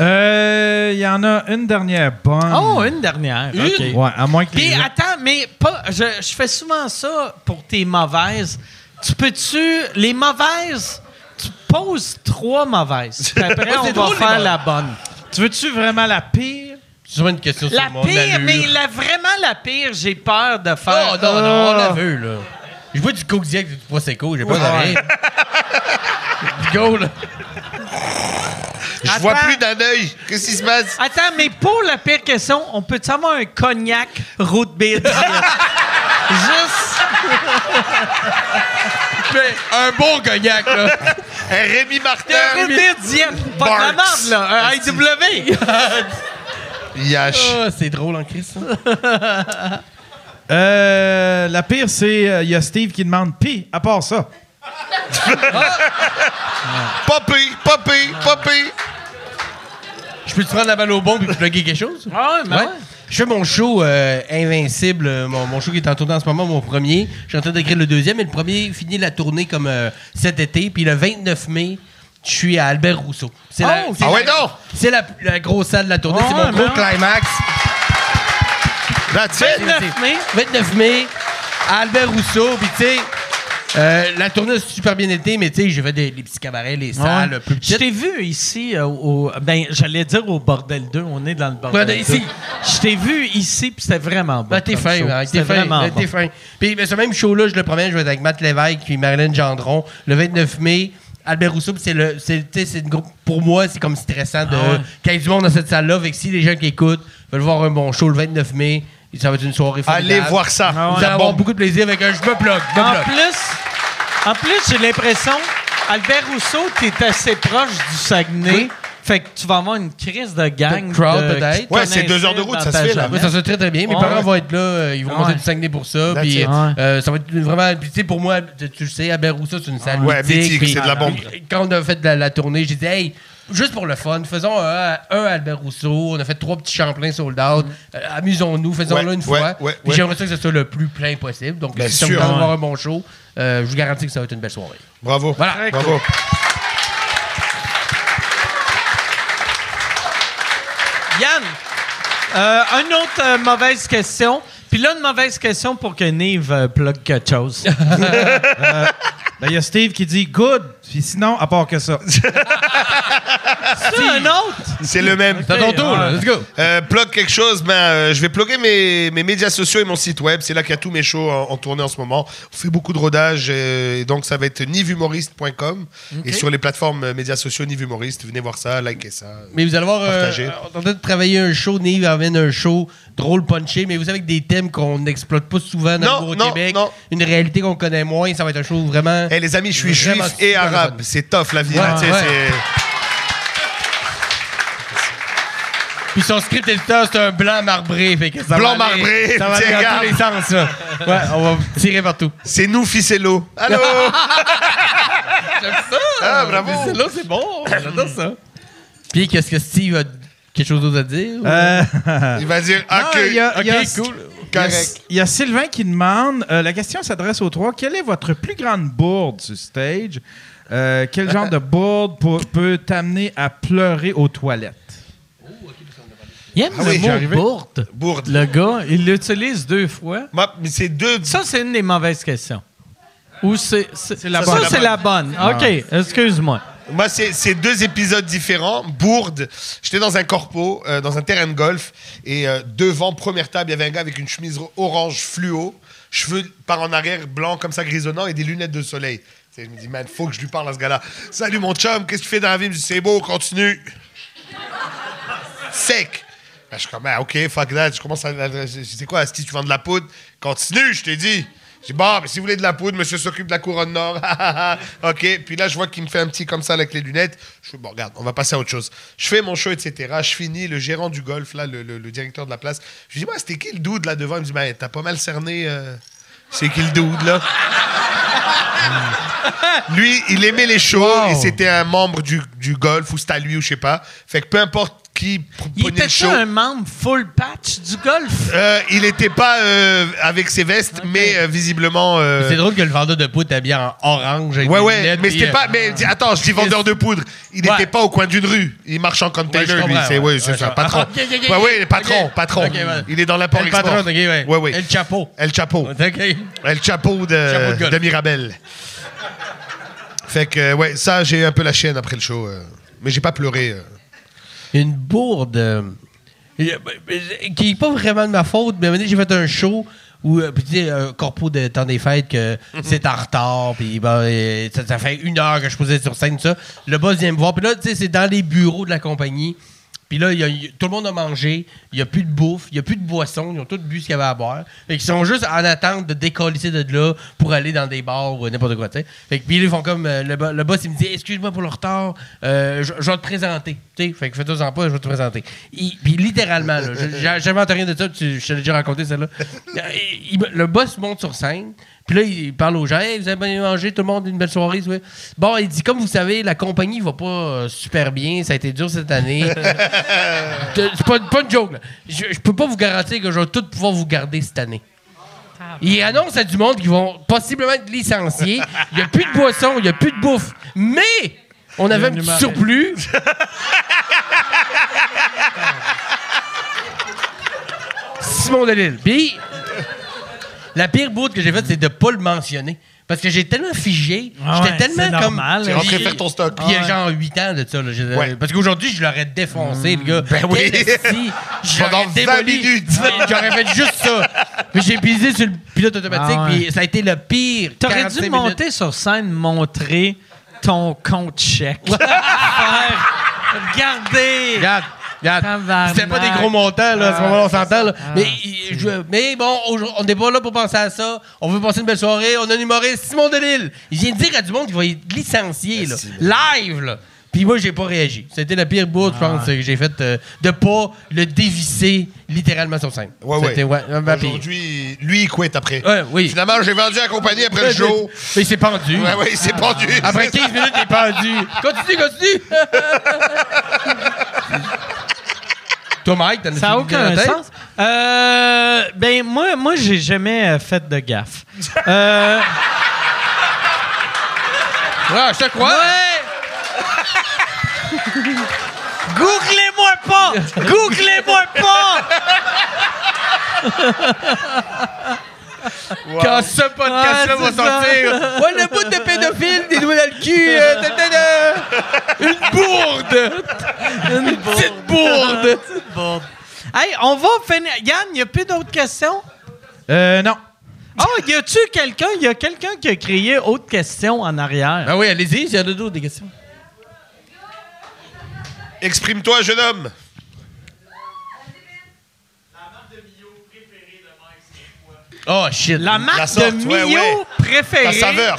[SPEAKER 4] Euh, Il y en a une dernière bonne.
[SPEAKER 3] Oh, une dernière. OK.
[SPEAKER 4] Ouais, à moins que. les
[SPEAKER 3] Puis
[SPEAKER 4] gens-
[SPEAKER 3] attends, mais pas, je, je fais souvent ça pour tes mauvaises. Tu peux-tu... Les mauvaises, tu poses trois mauvaises. Puis après, on va
[SPEAKER 6] c'est drôle, les
[SPEAKER 3] faire
[SPEAKER 6] mauvaises.
[SPEAKER 3] la bonne.
[SPEAKER 4] Tu veux-tu vraiment la pire?
[SPEAKER 6] tu vois une question sur
[SPEAKER 3] La
[SPEAKER 6] mon
[SPEAKER 3] pire,
[SPEAKER 6] allure. Ah,
[SPEAKER 3] mais la, vraiment la pire, j'ai peur de faire... Euh,
[SPEAKER 6] Oh, non, non, on l'a vu, là. Je bois du Coke Diet et du Prosecco, j'ai pas d'oreille. Go, là.
[SPEAKER 5] Je vois plus d'un œil. Qu'est-ce qui se passe?
[SPEAKER 3] Attends, mais pour la pire question, on peut savoir un cognac root beer diet? Juste.
[SPEAKER 6] Mais un bon cognac, là.
[SPEAKER 5] Un Rémi Martin.
[SPEAKER 3] Un root beer diet. Pas de la
[SPEAKER 5] Barks.
[SPEAKER 3] merde, là. Un IW.
[SPEAKER 5] Yash.
[SPEAKER 6] Ah, c'est drôle en Christ, ça.
[SPEAKER 4] Euh, la pire, c'est euh, il y a Steve qui demande Pis, à part ça.
[SPEAKER 5] Poppy, Poppy, Poppy.
[SPEAKER 6] Je peux te prendre la balle au bon puis plugger quelque chose?
[SPEAKER 3] Ah ouais, mais ouais.
[SPEAKER 6] Je fais mon show euh, Invincible, euh, mon, mon show qui est en tournée en ce moment, mon premier. Je suis en train d'écrire le deuxième et le premier finit la tournée comme euh, cet été. Puis le 29 mai, je suis à Albert Rousseau. C'est la-
[SPEAKER 3] Oh,
[SPEAKER 6] c'est
[SPEAKER 5] Ah
[SPEAKER 6] la-
[SPEAKER 5] ouais, non!
[SPEAKER 6] C'est la, la grosse salle de la tournée. c'est mon gros
[SPEAKER 3] ben.
[SPEAKER 6] climax.
[SPEAKER 5] That's it.
[SPEAKER 3] 29 mai.
[SPEAKER 6] 29 mai, à Albert Rousseau, puis tu sais, euh, la tournée a super bien été, mais tu sais, j'ai fait des, les petits cabarets, les salles
[SPEAKER 3] Ouais.
[SPEAKER 6] plus
[SPEAKER 3] Je
[SPEAKER 6] petites.
[SPEAKER 3] t'ai vu ici euh, au. Ben, j'allais dire au Bordel 2. On est dans le Bordel
[SPEAKER 6] Bordel
[SPEAKER 3] 2.
[SPEAKER 6] ben, ici.
[SPEAKER 3] Je t'ai vu ici, puis c'était vraiment bon.
[SPEAKER 6] Ben, t'es
[SPEAKER 3] comme
[SPEAKER 6] fin,
[SPEAKER 3] show.
[SPEAKER 6] ben,
[SPEAKER 3] C'était
[SPEAKER 6] t'es fin,
[SPEAKER 3] vraiment
[SPEAKER 6] ben,
[SPEAKER 3] bon.
[SPEAKER 6] t'es fin. Puis ben, ce même show-là, je le promène, je vais être avec Matt Lévesque puis Marilyn Gendron le 29 mai. Albert Rousseau, puis c'est le, c'est, tu sais, c'est une groupe- pour moi, c'est comme stressant de,
[SPEAKER 3] Ah ouais.
[SPEAKER 6] qu'il y ait du monde dans cette salle-là. Fait que si les gens qui écoutent veulent voir un bon show le 29 mai, ça va être une soirée formidable.
[SPEAKER 5] Allez voir ça. Ah,
[SPEAKER 3] Ah ouais.
[SPEAKER 6] Vous allez avoir beaucoup de plaisir avec un je me plug, je me
[SPEAKER 3] En
[SPEAKER 6] plug.
[SPEAKER 3] plus, en plus j'ai l'impression, Albert Rousseau, tu es assez proche du Saguenay.
[SPEAKER 6] Oui.
[SPEAKER 3] Fait que tu vas avoir une crise de gang.
[SPEAKER 6] De crowd,
[SPEAKER 3] de- qui
[SPEAKER 6] peut-être.
[SPEAKER 3] te
[SPEAKER 5] Ouais,
[SPEAKER 3] connaissent
[SPEAKER 5] c'est deux heures de
[SPEAKER 3] dans
[SPEAKER 5] route, ça
[SPEAKER 3] ta
[SPEAKER 5] se fait, là.
[SPEAKER 3] jeunesse.
[SPEAKER 6] Oui, ça se fait très très bien. Mes
[SPEAKER 3] Ouais.
[SPEAKER 6] parents vont être là. euh, Ils vont monter
[SPEAKER 3] Ouais.
[SPEAKER 6] du Saguenay pour ça.
[SPEAKER 5] That's
[SPEAKER 6] Puis,
[SPEAKER 5] it.
[SPEAKER 6] euh, ça va être vraiment. Puis, tu sais, pour moi, tu tu le sais, à Rousseau, c'est une salle
[SPEAKER 5] Ouais,
[SPEAKER 6] mythique.
[SPEAKER 5] mythique,
[SPEAKER 6] Puis,
[SPEAKER 5] c'est de la bombe.
[SPEAKER 6] puis, Quand on a fait la, la tournée, j'ai dit, hey, juste pour le fun, faisons un, un Albert Rousseau. On a fait trois petits Champlain sold out. Euh, Amusons-nous, faisons-le
[SPEAKER 5] Ouais,
[SPEAKER 6] une
[SPEAKER 5] ouais,
[SPEAKER 6] fois.
[SPEAKER 5] ouais,
[SPEAKER 6] Puis
[SPEAKER 5] ouais.
[SPEAKER 6] J'aimerais ça que ce soit le plus plein possible. Donc,
[SPEAKER 5] Bien
[SPEAKER 6] si ça vous
[SPEAKER 5] sûr.
[SPEAKER 6] tente
[SPEAKER 5] Ouais.
[SPEAKER 6] d'avoir un bon show, euh, je vous garantis que ça va être une belle soirée.
[SPEAKER 5] Bravo.
[SPEAKER 6] Voilà.
[SPEAKER 5] Bravo.
[SPEAKER 3] Yann, euh, une autre euh, mauvaise question. Puis là, une mauvaise question pour que Nive euh, plug quelque chose.
[SPEAKER 4] Ben, il y a Steve qui dit Good, puis sinon, à part que ça.
[SPEAKER 3] C'est un autre?
[SPEAKER 5] C'est le même.
[SPEAKER 6] C'est à ton tour, là. Let's go.
[SPEAKER 5] Euh, plug quelque chose, ben, euh, je vais plugger mes, mes médias sociaux et mon site web. C'est là qu'il y a tous mes shows en, en tournée en ce moment. On fait beaucoup de rodage euh, et donc ça va être nivhumoriste.com et sur les plateformes euh, médias sociaux nivhumoriste. Venez voir ça, likez ça.
[SPEAKER 6] Mais vous allez voir, euh,
[SPEAKER 5] Partagez.
[SPEAKER 6] on est en train de travailler un show, Nive amène un show drôle, punché, mais vous savez que des thèmes qu'on n'exploite pas souvent dans
[SPEAKER 5] Non,
[SPEAKER 6] le
[SPEAKER 5] non,
[SPEAKER 6] Québec,
[SPEAKER 5] non.
[SPEAKER 6] une réalité qu'on connaît moins, ça va être un show vraiment...
[SPEAKER 5] Eh les amis, je suis juif
[SPEAKER 6] Vraiment
[SPEAKER 5] et
[SPEAKER 6] super
[SPEAKER 5] arabe.
[SPEAKER 6] bonne.
[SPEAKER 5] C'est tough la vie.
[SPEAKER 6] Ouais,
[SPEAKER 5] hein, tu sais,
[SPEAKER 6] ouais.
[SPEAKER 5] c'est-
[SPEAKER 6] Puis son script éditeur, c'est un blanc marbré, fait que ça
[SPEAKER 5] Blanc
[SPEAKER 6] va aller-
[SPEAKER 5] marbré,
[SPEAKER 6] ça va
[SPEAKER 5] tiens,
[SPEAKER 6] aller dans tous les sens, là. Ouais, on va tirer partout.
[SPEAKER 5] C'est nous, Ficello. Allô Ah, bravo.
[SPEAKER 6] là, c'est bon, j'adore ça. Puis qu'est-ce que Steve a quelque chose d'autre à dire? ou-
[SPEAKER 4] Euh,
[SPEAKER 5] Il va dire
[SPEAKER 4] non,
[SPEAKER 5] accueil.
[SPEAKER 4] il y a- il y a- il y a-
[SPEAKER 6] cool.
[SPEAKER 5] Ah, Correct.
[SPEAKER 4] il y a Sylvain qui demande euh, La question s'adresse aux trois. Quelle est votre plus grande bourde sur stage Euh, Quel genre de bourde pour- peut t'amener à pleurer aux toilettes
[SPEAKER 3] Il aime
[SPEAKER 5] Ah
[SPEAKER 3] le
[SPEAKER 5] oui, j'ai
[SPEAKER 4] arrivé.
[SPEAKER 3] mot bourde.
[SPEAKER 5] Bourde.
[SPEAKER 3] Le gars, il l'utilise deux fois.
[SPEAKER 5] Ma- mais c'est deux.
[SPEAKER 3] Ça, c'est une des mauvaises questions. Ou c'est. C'est
[SPEAKER 5] la
[SPEAKER 3] Ça,
[SPEAKER 5] bonne. Ah.
[SPEAKER 3] c'est la bonne. OK, excuse-moi.
[SPEAKER 5] Moi, c'est c'est deux épisodes différents. Bourde, j'étais dans un corpo, euh, dans un terrain de golf, et euh, devant, première table, il y avait un gars avec une chemise orange fluo, cheveux par en arrière, blanc comme ça, grisonnant, et des lunettes de soleil. Tu sais, Je me dis, man, faut que je lui parle à ce gars-là. Salut mon chum, qu'est-ce que tu fais dans la vie Il me dit, c'est beau, continue. Sec. Ben, je suis comme, ah, ok, fuck that. Je commence à. à- C'est quoi, si tu vends de la poudre Continue, je t'ai dit. Je dis, bon, mais si vous voulez de la poudre, monsieur s'occupe de la couronne nord. ok. Puis là, je vois qu'il me fait un petit comme ça avec les lunettes. Je fais, bon, regarde, on va passer à autre chose. Je fais mon show, etc. Je finis, le gérant du golf, là, le, le- le directeur de la place. Je dis, moi, c'était qui le dude là devant Il me dit, ben, t'as pas mal cerné. euh, C'est qui le dude là lui, il aimait les shows et c'était un membre du, du golf ou c'était à lui ou je sais pas. Fait que peu importe qui pr-
[SPEAKER 3] Il
[SPEAKER 5] prenait
[SPEAKER 3] était
[SPEAKER 5] le show.
[SPEAKER 3] ça un membre full patch du golf?
[SPEAKER 5] euh, il n'était pas euh, avec ses vestes, mais euh, visiblement. euh,
[SPEAKER 6] C'est drôle que le vendeur de poudre habillé en orange avec
[SPEAKER 5] Ouais,
[SPEAKER 6] des
[SPEAKER 5] ouais,
[SPEAKER 6] lunettes,
[SPEAKER 5] mais
[SPEAKER 6] puis,
[SPEAKER 5] c'était
[SPEAKER 6] euh,
[SPEAKER 5] pas. Mais dis- attends, je dis vendeur de poudre. Il n'était pas au coin d'une rue. Il marche en
[SPEAKER 6] Ouais, je
[SPEAKER 5] container, lui.
[SPEAKER 6] comprends,
[SPEAKER 5] C'est
[SPEAKER 6] ouais.
[SPEAKER 5] ouais, c'est
[SPEAKER 6] Ouais,
[SPEAKER 5] ça,
[SPEAKER 6] je-
[SPEAKER 5] patron.
[SPEAKER 6] Ah, ok, ok, ok,
[SPEAKER 5] ouais,
[SPEAKER 6] ok.
[SPEAKER 5] ouais, patron,
[SPEAKER 6] Ok.
[SPEAKER 5] patron.
[SPEAKER 6] Ok, ouais.
[SPEAKER 5] Il est dans la
[SPEAKER 6] Le patron, ok, ouais.
[SPEAKER 5] Ouais, ouais.
[SPEAKER 6] El Chapo.
[SPEAKER 5] El Chapo.
[SPEAKER 6] Ok.
[SPEAKER 5] El Chapo de,
[SPEAKER 6] Chapeau de golf.
[SPEAKER 5] de Mirabel. Fait que, euh, ouais, ça, j'ai eu un peu la chienne après le show. euh, mais j'ai pas pleuré. euh.
[SPEAKER 6] une bourde euh, euh, euh, qui n'est pas vraiment de ma faute, mais à un moment donné, j'ai fait un show Ou, euh, puis tu sais, un corpo de temps des fêtes que c'est en retard, puis ben, euh, ça, ça fait une heure que je posais sur scène, ça. Le boss vient me voir, puis là, tu sais, c'est dans les bureaux de la compagnie. Puis là, il y a- il- tout le monde a mangé, il n'y a plus de bouffe, il n'y a plus de boisson, ils ont tous bu ce qu'il y avait à boire. Fait qu'ils sont juste en attente de décoller de là pour aller dans des bars ou n'importe quoi, tu sais. Fait que puis ils font comme, euh, le, bo- le boss, il me dit, excuse-moi pour le retard, euh, je, je vais te présenter, tu sais. Fait que fais-toi en pas, je vais te présenter. Il- Puis littéralement, là, je- j'a- j'invente rien de ça, tu- je t'ai déjà raconté celle-là. Euh, il- il- le boss monte sur scène, puis là, il parle aux gens, Hey, vous avez bien mangé, tout le monde, une belle soirée. oui. Bon, il dit, comme vous savez, la compagnie va pas euh, super bien, ça a été dur cette année. De- C'est pas, pas une joke. là. Je, je peux pas vous garantir que je vais tout pouvoir vous garder cette année. Il annonce à du monde qu'ils vont possiblement être licenciés. Il n'y a plus de boisson, il n'y a plus de bouffe. Mais on avait un petit surplus. Simon Delille. Puis la pire bourde que j'ai faite, c'est de pas le mentionner. Parce que j'ai tellement figé,
[SPEAKER 3] Ah
[SPEAKER 6] j'étais
[SPEAKER 3] ouais,
[SPEAKER 6] tellement
[SPEAKER 3] c'est
[SPEAKER 6] comme.
[SPEAKER 3] normal.
[SPEAKER 5] Tu es rentré faire ton stock.
[SPEAKER 6] Puis il y a genre 8 ans de ça. là. Je- euh,
[SPEAKER 5] Ouais.
[SPEAKER 6] Parce qu'aujourd'hui, je l'aurais défoncé, le gars. Ben
[SPEAKER 5] oui.
[SPEAKER 6] J'aurais
[SPEAKER 5] Pendant 20
[SPEAKER 6] démoli.
[SPEAKER 5] minutes.
[SPEAKER 6] Ouais, J'aurais fait juste ça. Puis j'ai pisé sur le pilote automatique,
[SPEAKER 3] Ah ouais.
[SPEAKER 6] puis ça a été le pire.
[SPEAKER 3] T'aurais
[SPEAKER 6] 45
[SPEAKER 3] dû
[SPEAKER 6] minutes.
[SPEAKER 3] monter sur scène, montrer ton compte chèque. Faire- Regardez!
[SPEAKER 6] Regarde. Regarde,
[SPEAKER 3] Tabarnak.
[SPEAKER 6] c'était pas des gros montants, là, à ce
[SPEAKER 3] Ah,
[SPEAKER 6] moment-là, on
[SPEAKER 3] c'est
[SPEAKER 6] s'entend. là.
[SPEAKER 3] ça. Ah,
[SPEAKER 6] mais,
[SPEAKER 3] c'est-
[SPEAKER 6] je- mais bon, aujourd'hui, on n'est pas là pour penser à ça. On veut passer une belle soirée. On a un humoriste, Simon Delille. Il vient de dire à du monde qu'il va être licencié, là, live. Là. Puis moi, j'ai pas réagi. C'était la pire bourde, je pense, que j'ai faite euh, de pas le dévisser littéralement sur scène.
[SPEAKER 5] Ouais, ouais.
[SPEAKER 6] C'était- ouais, ma pire.
[SPEAKER 5] Aujourd'hui, lui, il quitte après.
[SPEAKER 6] Ouais, oui.
[SPEAKER 5] Finalement, j'ai vendu la compagnie après le
[SPEAKER 6] Ouais,
[SPEAKER 5] show.
[SPEAKER 6] Mais il s'est pendu.
[SPEAKER 5] Ouais, ouais, il s'est pendu.
[SPEAKER 6] Après 15 minutes, il est pendu. Continue, continue. Toi, Mike, t'en as
[SPEAKER 3] Ça n'a
[SPEAKER 6] une idée dans
[SPEAKER 3] aucun
[SPEAKER 6] la tête?
[SPEAKER 3] sens. Euh, ben, moi, moi j'ai jamais euh, fait de gaffe. Euh,
[SPEAKER 6] Ouais, je te crois.
[SPEAKER 3] Googlez-moi pas! Googlez-moi pas!
[SPEAKER 6] Quand ce podcast-là
[SPEAKER 3] Ah, Ouais,
[SPEAKER 6] va
[SPEAKER 3] c'est ça.
[SPEAKER 6] sortir. Ouais, le bout de pédophile, des doigts dans le cul. euh, ta, ta, ta. Une bourde.
[SPEAKER 3] Une
[SPEAKER 6] Petite bourde.
[SPEAKER 3] bourde. Hey, on va finir. Yann, il n'y a plus d'autres questions?
[SPEAKER 4] Euh, non.
[SPEAKER 3] Oh, y a-tu quelqu'un? Y a quelqu'un qui a crié autre question en arrière?
[SPEAKER 6] Ben oui, allez-y, s'il y en a d'autres, des questions.
[SPEAKER 5] Exprime-toi, jeune homme.
[SPEAKER 6] Oh, shit.
[SPEAKER 3] La marque
[SPEAKER 5] La sorte,
[SPEAKER 3] de Mio
[SPEAKER 5] ouais, ouais.
[SPEAKER 3] préférée.
[SPEAKER 5] Ta saveur.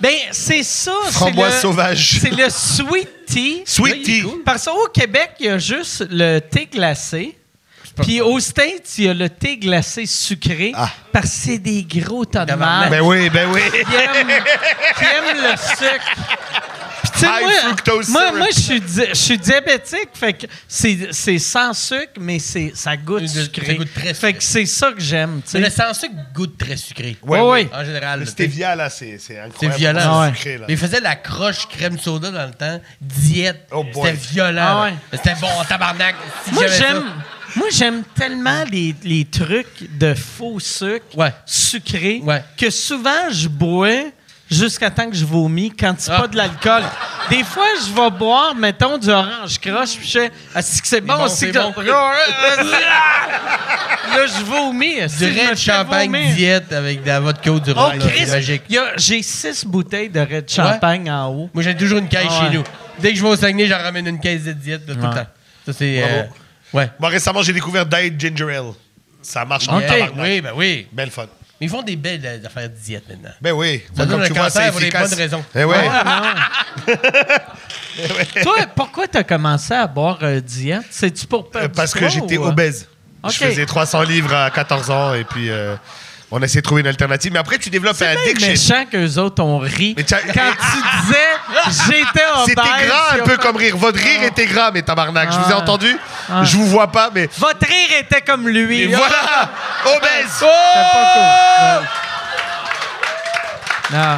[SPEAKER 3] Ben, c'est ça. c'est
[SPEAKER 5] Framboise
[SPEAKER 3] le-
[SPEAKER 5] sauvage.
[SPEAKER 3] C'est le sweet tea.
[SPEAKER 5] Sweet tea.
[SPEAKER 3] Parce qu'au Québec, il y a juste le thé glacé. Puis aux States, il y a le thé glacé sucré.
[SPEAKER 5] Ah.
[SPEAKER 3] Parce que c'est des gros tas de marde
[SPEAKER 5] Ben oui, ben oui.
[SPEAKER 3] qui aiment, qui aiment le sucre. Puis tu sais,
[SPEAKER 5] High
[SPEAKER 3] moi,
[SPEAKER 5] fructose
[SPEAKER 3] moi,
[SPEAKER 5] syrup.
[SPEAKER 3] moi, je suis di- je suis diabétique, fait que c'est c'est sans sucre, mais c'est- ça goûte
[SPEAKER 6] Ça
[SPEAKER 3] sucré.
[SPEAKER 6] goûte très
[SPEAKER 3] Fait que c'est ça que j'aime, tu
[SPEAKER 6] C'est le
[SPEAKER 3] sais.
[SPEAKER 6] sans sucre goûte très sucré.
[SPEAKER 5] Ouais, ouais.
[SPEAKER 6] En général.
[SPEAKER 5] Le
[SPEAKER 6] là, t'sais.
[SPEAKER 5] stevia, là, c'est c'est incroyable.
[SPEAKER 6] C'est violent.
[SPEAKER 3] Ah ouais.
[SPEAKER 5] Sucré, là.
[SPEAKER 6] Mais il faisait la croche crème soda dans le temps, diète.
[SPEAKER 5] Oh boy.
[SPEAKER 6] C'était violent.
[SPEAKER 3] Ah
[SPEAKER 6] là.
[SPEAKER 3] ouais.
[SPEAKER 6] C'était bon, tabarnak. Si
[SPEAKER 3] Moi,
[SPEAKER 6] j'avais ça.
[SPEAKER 3] j'aime... Moi, j'aime tellement les, les trucs de faux sucre
[SPEAKER 6] Ouais.
[SPEAKER 3] sucré
[SPEAKER 6] Ouais.
[SPEAKER 3] que souvent, je bois jusqu'à temps que je vomis quand c'est
[SPEAKER 6] Ah.
[SPEAKER 3] pas de l'alcool. Des fois, je vais boire, mettons, du orange croche, puis je fais « Ah, c'est que c'est bon,
[SPEAKER 6] bon,
[SPEAKER 3] c'est
[SPEAKER 6] c'est
[SPEAKER 3] que...
[SPEAKER 6] bon.
[SPEAKER 3] Là, je vomis. est-ce que
[SPEAKER 6] Du
[SPEAKER 3] je me
[SPEAKER 6] red
[SPEAKER 3] fais
[SPEAKER 6] champagne
[SPEAKER 3] vomir?
[SPEAKER 6] diète avec de la vodka ou du
[SPEAKER 3] Oh,
[SPEAKER 6] rhum. là,
[SPEAKER 3] Christ!
[SPEAKER 6] c'est magique.
[SPEAKER 3] il y a- J'ai six bouteilles de red champagne en haut.
[SPEAKER 6] Moi, j'ai toujours une caisse
[SPEAKER 3] Ah ouais.
[SPEAKER 6] chez nous. Dès que je vais au Saguenay, j'en ramène une caisse de diète de tout le
[SPEAKER 3] Ouais.
[SPEAKER 6] temps. Ça, c'est.
[SPEAKER 5] Bravo.
[SPEAKER 6] euh, ouais.
[SPEAKER 5] Moi, récemment, j'ai découvert Diet Ginger Ale. Ça marche en
[SPEAKER 6] Yeah.
[SPEAKER 5] tabarnak.
[SPEAKER 6] Oui, ben oui.
[SPEAKER 5] Belle fun.
[SPEAKER 6] Mais ils font des belles euh, affaires de diète maintenant.
[SPEAKER 5] Ben oui.
[SPEAKER 6] Ça donne
[SPEAKER 5] Comme
[SPEAKER 6] le
[SPEAKER 5] tu vois,
[SPEAKER 6] cancer
[SPEAKER 5] c'est
[SPEAKER 6] pour les
[SPEAKER 5] efficace.
[SPEAKER 6] bonnes raisons.
[SPEAKER 5] Eh ouais.
[SPEAKER 3] Ouais, non. Toi, pourquoi t'as commencé à boire euh, diète? C'est-tu pour perdre
[SPEAKER 5] Euh,
[SPEAKER 3] du
[SPEAKER 5] Parce que
[SPEAKER 3] poids
[SPEAKER 5] j'étais
[SPEAKER 3] ou, euh?
[SPEAKER 5] obèse.
[SPEAKER 3] Ok.
[SPEAKER 5] Je faisais 300 livres à 14 ans et puis euh, on essayait de trouver une alternative. Mais après, tu développes un
[SPEAKER 3] C'est bien
[SPEAKER 5] addiction.
[SPEAKER 3] méchant qu'eux autres ont ri.
[SPEAKER 5] Mais t'as-
[SPEAKER 3] Quand tu disais « j'étais obèse »,
[SPEAKER 5] C'était gras
[SPEAKER 3] ils
[SPEAKER 5] un
[SPEAKER 3] ont
[SPEAKER 5] peu
[SPEAKER 3] fait-
[SPEAKER 5] comme rire. Votre rire était gras, mais tabarnak. Je vous ai
[SPEAKER 3] Ah.
[SPEAKER 5] entendu.
[SPEAKER 3] Ah.
[SPEAKER 5] Je vous vois pas, mais.
[SPEAKER 3] Votre rire était comme lui.
[SPEAKER 5] Et voilà! Obèse!
[SPEAKER 3] C'était pas cool. Non.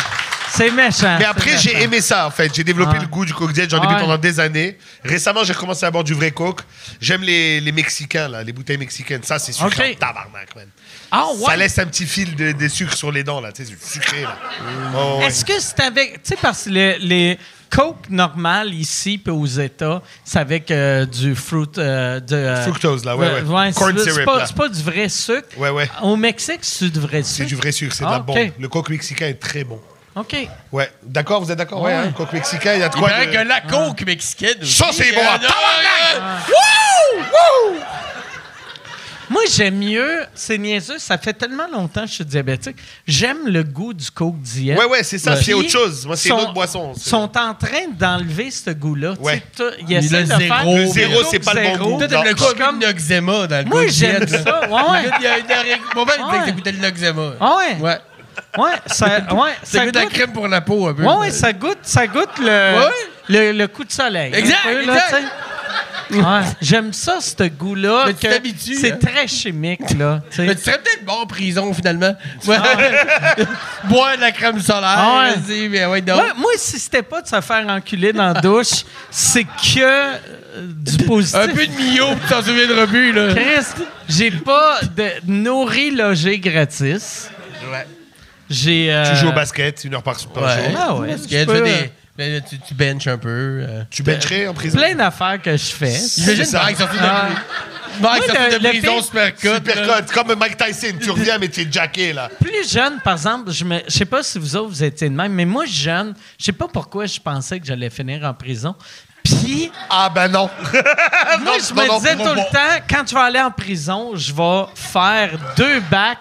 [SPEAKER 3] C'est méchant.
[SPEAKER 5] Mais
[SPEAKER 3] Ah, c'est
[SPEAKER 5] après, j'ai
[SPEAKER 3] méchant.
[SPEAKER 5] aimé ça, en fait. J'ai développé
[SPEAKER 3] Ah.
[SPEAKER 5] le goût du cocktail. J'en ai
[SPEAKER 3] Ah
[SPEAKER 5] bu
[SPEAKER 3] ouais.
[SPEAKER 5] pendant des années. Récemment, j'ai recommencé à boire du vrai coke. J'aime les, les Mexicains, là, les bouteilles mexicaines. Ça, c'est sucré
[SPEAKER 3] Ok.
[SPEAKER 5] en tabarnak, man.
[SPEAKER 3] Ah
[SPEAKER 5] Ça
[SPEAKER 3] ouais?
[SPEAKER 5] laisse un petit fil de,
[SPEAKER 3] Mm.
[SPEAKER 5] de sucre sur les dents, là. Tu sais, c'est sucré, là. Oh, ouais.
[SPEAKER 3] Est-ce que c'est avec. Tu sais, parce que les, les- Coke normal ici puis aux États, c'est avec euh, du fruit euh, de euh,
[SPEAKER 5] Fructose, là, ouais,
[SPEAKER 3] de-
[SPEAKER 5] Ah ouais.
[SPEAKER 3] ouais,
[SPEAKER 5] Corn
[SPEAKER 3] c'est, c'est
[SPEAKER 5] syrup, là.
[SPEAKER 3] pas, c'est pas du vrai sucre.
[SPEAKER 5] Ouais, ouais.
[SPEAKER 3] Au Mexique, c'est du vrai sucre.
[SPEAKER 5] C'est du vrai sucre, c'est de
[SPEAKER 3] Ah,
[SPEAKER 5] la
[SPEAKER 3] ok.
[SPEAKER 5] bombe. Le coke mexicain est très bon.
[SPEAKER 3] OK.
[SPEAKER 5] Ouais, d'accord, vous êtes d'accord? Ouais, hein, coke mexicain, il y a de
[SPEAKER 6] Il
[SPEAKER 5] quoi.
[SPEAKER 6] paraît
[SPEAKER 5] de-
[SPEAKER 6] que la coke mexicaine. aussi,
[SPEAKER 5] Ça, c'est bon,
[SPEAKER 6] euh,
[SPEAKER 5] en
[SPEAKER 6] non,
[SPEAKER 5] tabarnak!
[SPEAKER 3] Moi, j'aime mieux, c'est niaiseux, ça fait tellement longtemps que je suis diabétique. J'aime le goût du Coke diète.
[SPEAKER 5] Ouais, ouais, c'est ça, c'est
[SPEAKER 3] Puis,
[SPEAKER 5] autre chose. Moi, c'est une
[SPEAKER 3] sont-
[SPEAKER 5] autre boisson. C'est-
[SPEAKER 3] sont en train d'enlever ce goût-là. Tu sais,
[SPEAKER 5] Ouais.
[SPEAKER 3] tout- Ils essaient
[SPEAKER 6] le
[SPEAKER 3] de faire
[SPEAKER 6] zéro,
[SPEAKER 5] Le zéro,
[SPEAKER 3] Coke
[SPEAKER 5] c'est pas le
[SPEAKER 3] zéro.
[SPEAKER 5] bon goût.
[SPEAKER 6] Toi, t'aimes le
[SPEAKER 5] Non.
[SPEAKER 6] coke comme Noxema dans le
[SPEAKER 3] Moi,
[SPEAKER 6] coke
[SPEAKER 3] j'aime
[SPEAKER 6] diète,
[SPEAKER 3] ça.
[SPEAKER 6] là.
[SPEAKER 3] Ouais, ouais.
[SPEAKER 6] Il y a une oreille- Mon père, il disait que
[SPEAKER 3] Ouais.
[SPEAKER 6] t'écoutais le Noxema.
[SPEAKER 3] Ah ouais?
[SPEAKER 6] Ouais.
[SPEAKER 3] Ouais, ça, ouais, ça
[SPEAKER 6] T'écoutes
[SPEAKER 3] goûte,
[SPEAKER 6] la crème pour la peau un peu.
[SPEAKER 3] ouais, ouais, ça goûte, ça goûte le,
[SPEAKER 6] Ouais.
[SPEAKER 3] le, le coup de soleil.
[SPEAKER 6] Exact,
[SPEAKER 3] Un peu, là,
[SPEAKER 6] exact.
[SPEAKER 3] tu sais. Ouais, j'aime ça, ce goût-là.
[SPEAKER 6] Mais tu
[SPEAKER 3] que
[SPEAKER 6] t'habitues,
[SPEAKER 3] C'est
[SPEAKER 6] hein.
[SPEAKER 3] très chimique, là. tu sais.
[SPEAKER 6] Mais tu serais peut-être bon en prison, finalement. Ouais. Boire de la crème solaire.
[SPEAKER 3] Ah ouais.
[SPEAKER 6] vas-y, mais ouais, donc.
[SPEAKER 3] Moi, moi, si c'était pas de se faire enculer dans la douche, c'est que euh, du positif.
[SPEAKER 6] Un peu de mio, puis t'en souviendras plus, là.
[SPEAKER 3] Christ, j'ai pas de nourri logé gratis.
[SPEAKER 6] Ouais.
[SPEAKER 3] J'ai. euh,
[SPEAKER 5] Tu joues au basket une heure par, par
[SPEAKER 6] Ouais.
[SPEAKER 5] jour.
[SPEAKER 3] Ah ouais,
[SPEAKER 6] Tu,
[SPEAKER 3] je
[SPEAKER 6] fais
[SPEAKER 3] peux,
[SPEAKER 6] des- ben, tu, tu benches un peu. euh.
[SPEAKER 5] Tu bencherais en prison?
[SPEAKER 3] Plein d'affaires que je fais.
[SPEAKER 6] Imagine
[SPEAKER 5] ça.
[SPEAKER 6] Mike sorti de,
[SPEAKER 3] Ah.
[SPEAKER 6] Mike
[SPEAKER 3] Moi,
[SPEAKER 6] sorti
[SPEAKER 3] le-
[SPEAKER 6] de
[SPEAKER 3] le
[SPEAKER 6] prison
[SPEAKER 3] pire-
[SPEAKER 6] super cut.
[SPEAKER 5] Super
[SPEAKER 6] là.
[SPEAKER 5] code, comme Mike Tyson, tu reviens mais t'es jacké là.
[SPEAKER 3] Plus jeune, par exemple, je me, je sais pas si vous autres vous étiez de même, mais moi jeune, je sais pas pourquoi je pensais que j'allais finir en prison. Puis
[SPEAKER 5] Ah ben non.
[SPEAKER 3] moi, je me
[SPEAKER 5] non,
[SPEAKER 3] disais
[SPEAKER 5] non,
[SPEAKER 3] tout
[SPEAKER 5] non.
[SPEAKER 3] le temps, quand je vais aller en prison, je vais faire deux bacs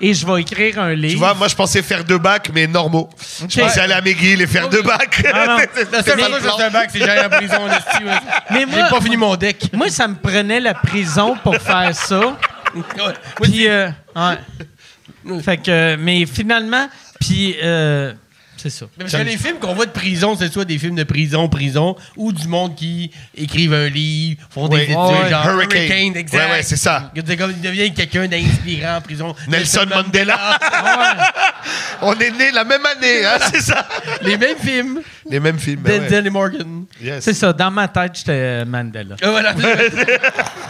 [SPEAKER 3] et je vais écrire un livre.
[SPEAKER 5] Tu vois, moi je pensais faire deux bacs, mais normaux. Je pensais aller à McGill et faire deux bacs.
[SPEAKER 6] La seule fois que je fais un bac, c'est que j'allais en prison. en esti, ouais.
[SPEAKER 3] mais
[SPEAKER 6] J'ai
[SPEAKER 3] moi,
[SPEAKER 6] pas fini mon deck.
[SPEAKER 3] moi, ça me prenait la prison pour faire ça.
[SPEAKER 6] Moi,
[SPEAKER 3] Puis, euh, ouais. Fait que, mais finalement, puis, euh, c'est ça.
[SPEAKER 6] Mais Parce que les films qu'on voit de prison, c'est soit des films de prison, prison, ou du monde qui écrivent un livre, font des
[SPEAKER 5] Ouais,
[SPEAKER 6] études,
[SPEAKER 3] ouais.
[SPEAKER 6] genre
[SPEAKER 5] Hurricane.
[SPEAKER 6] Hurricane, exact.
[SPEAKER 5] Ouais, ouais, c'est ça.
[SPEAKER 6] Que t'es comme, il devient quelqu'un d'inspirant en prison.
[SPEAKER 5] Nelson Mandela. On est nés la même année, hein, c'est ça.
[SPEAKER 6] Les mêmes films.
[SPEAKER 5] Les mêmes films.
[SPEAKER 6] Ben
[SPEAKER 5] ben ouais.
[SPEAKER 6] Denzel et Morgan.
[SPEAKER 5] Yes.
[SPEAKER 3] C'est ça, dans ma tête, j'étais euh, Mandela.
[SPEAKER 6] Ah, voilà.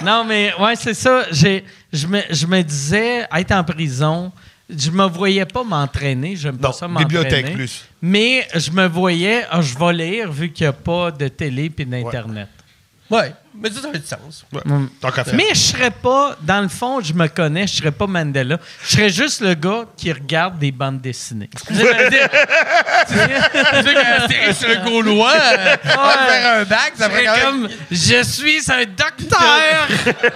[SPEAKER 3] Non, mais ouais, c'est ça. J'ai, je, me, je me disais, être en prison, je me voyais pas m'entraîner. J'aime pas
[SPEAKER 5] Non,
[SPEAKER 3] ça m'entraîner.
[SPEAKER 5] bibliothèque plus.
[SPEAKER 3] Mais je me voyais, ah, je vais lire vu qu'il n'y a pas de télé et d'Internet.
[SPEAKER 6] ouais. Mais ça, ça fait du sens.
[SPEAKER 5] Ouais. Mm. Tant qu'à faire.
[SPEAKER 3] Mais je serais pas, dans le fond, je me connais, je serais pas Mandela. Je serais juste le gars qui regarde des bandes dessinées.
[SPEAKER 6] C'est sûr qu'Astérix le Gaulois, euh, va
[SPEAKER 3] Ouais.
[SPEAKER 6] faire un bac, ça ferait
[SPEAKER 3] Serait
[SPEAKER 6] quand même...
[SPEAKER 3] comme, je suis un docteur.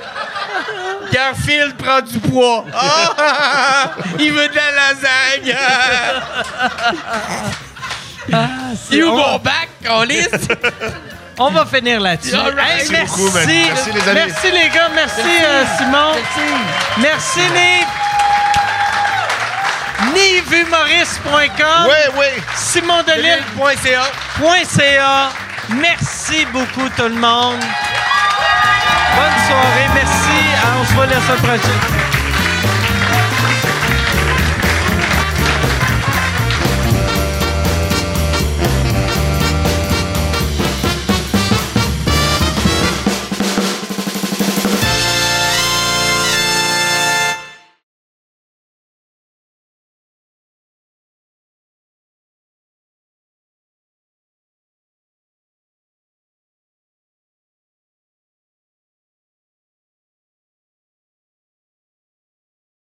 [SPEAKER 6] Garfield prend du poids. Ah! il veut de la lasagne.
[SPEAKER 3] Ah,
[SPEAKER 6] il est où mon bac, on liste?
[SPEAKER 3] On va finir là-dessus.
[SPEAKER 6] All right.
[SPEAKER 3] Hey, merci.
[SPEAKER 5] Merci beaucoup, man. Merci, les amis.
[SPEAKER 3] Merci, les gars. Merci, euh, Simon. Merci, Nive. Niveumoriste.com.
[SPEAKER 5] Ouais, ouais.
[SPEAKER 3] SimonDelille.ca. .ca. Merci beaucoup, Hein, tout le monde. Bonne soirée. Merci. Ah, On se voit la semaine prochaine.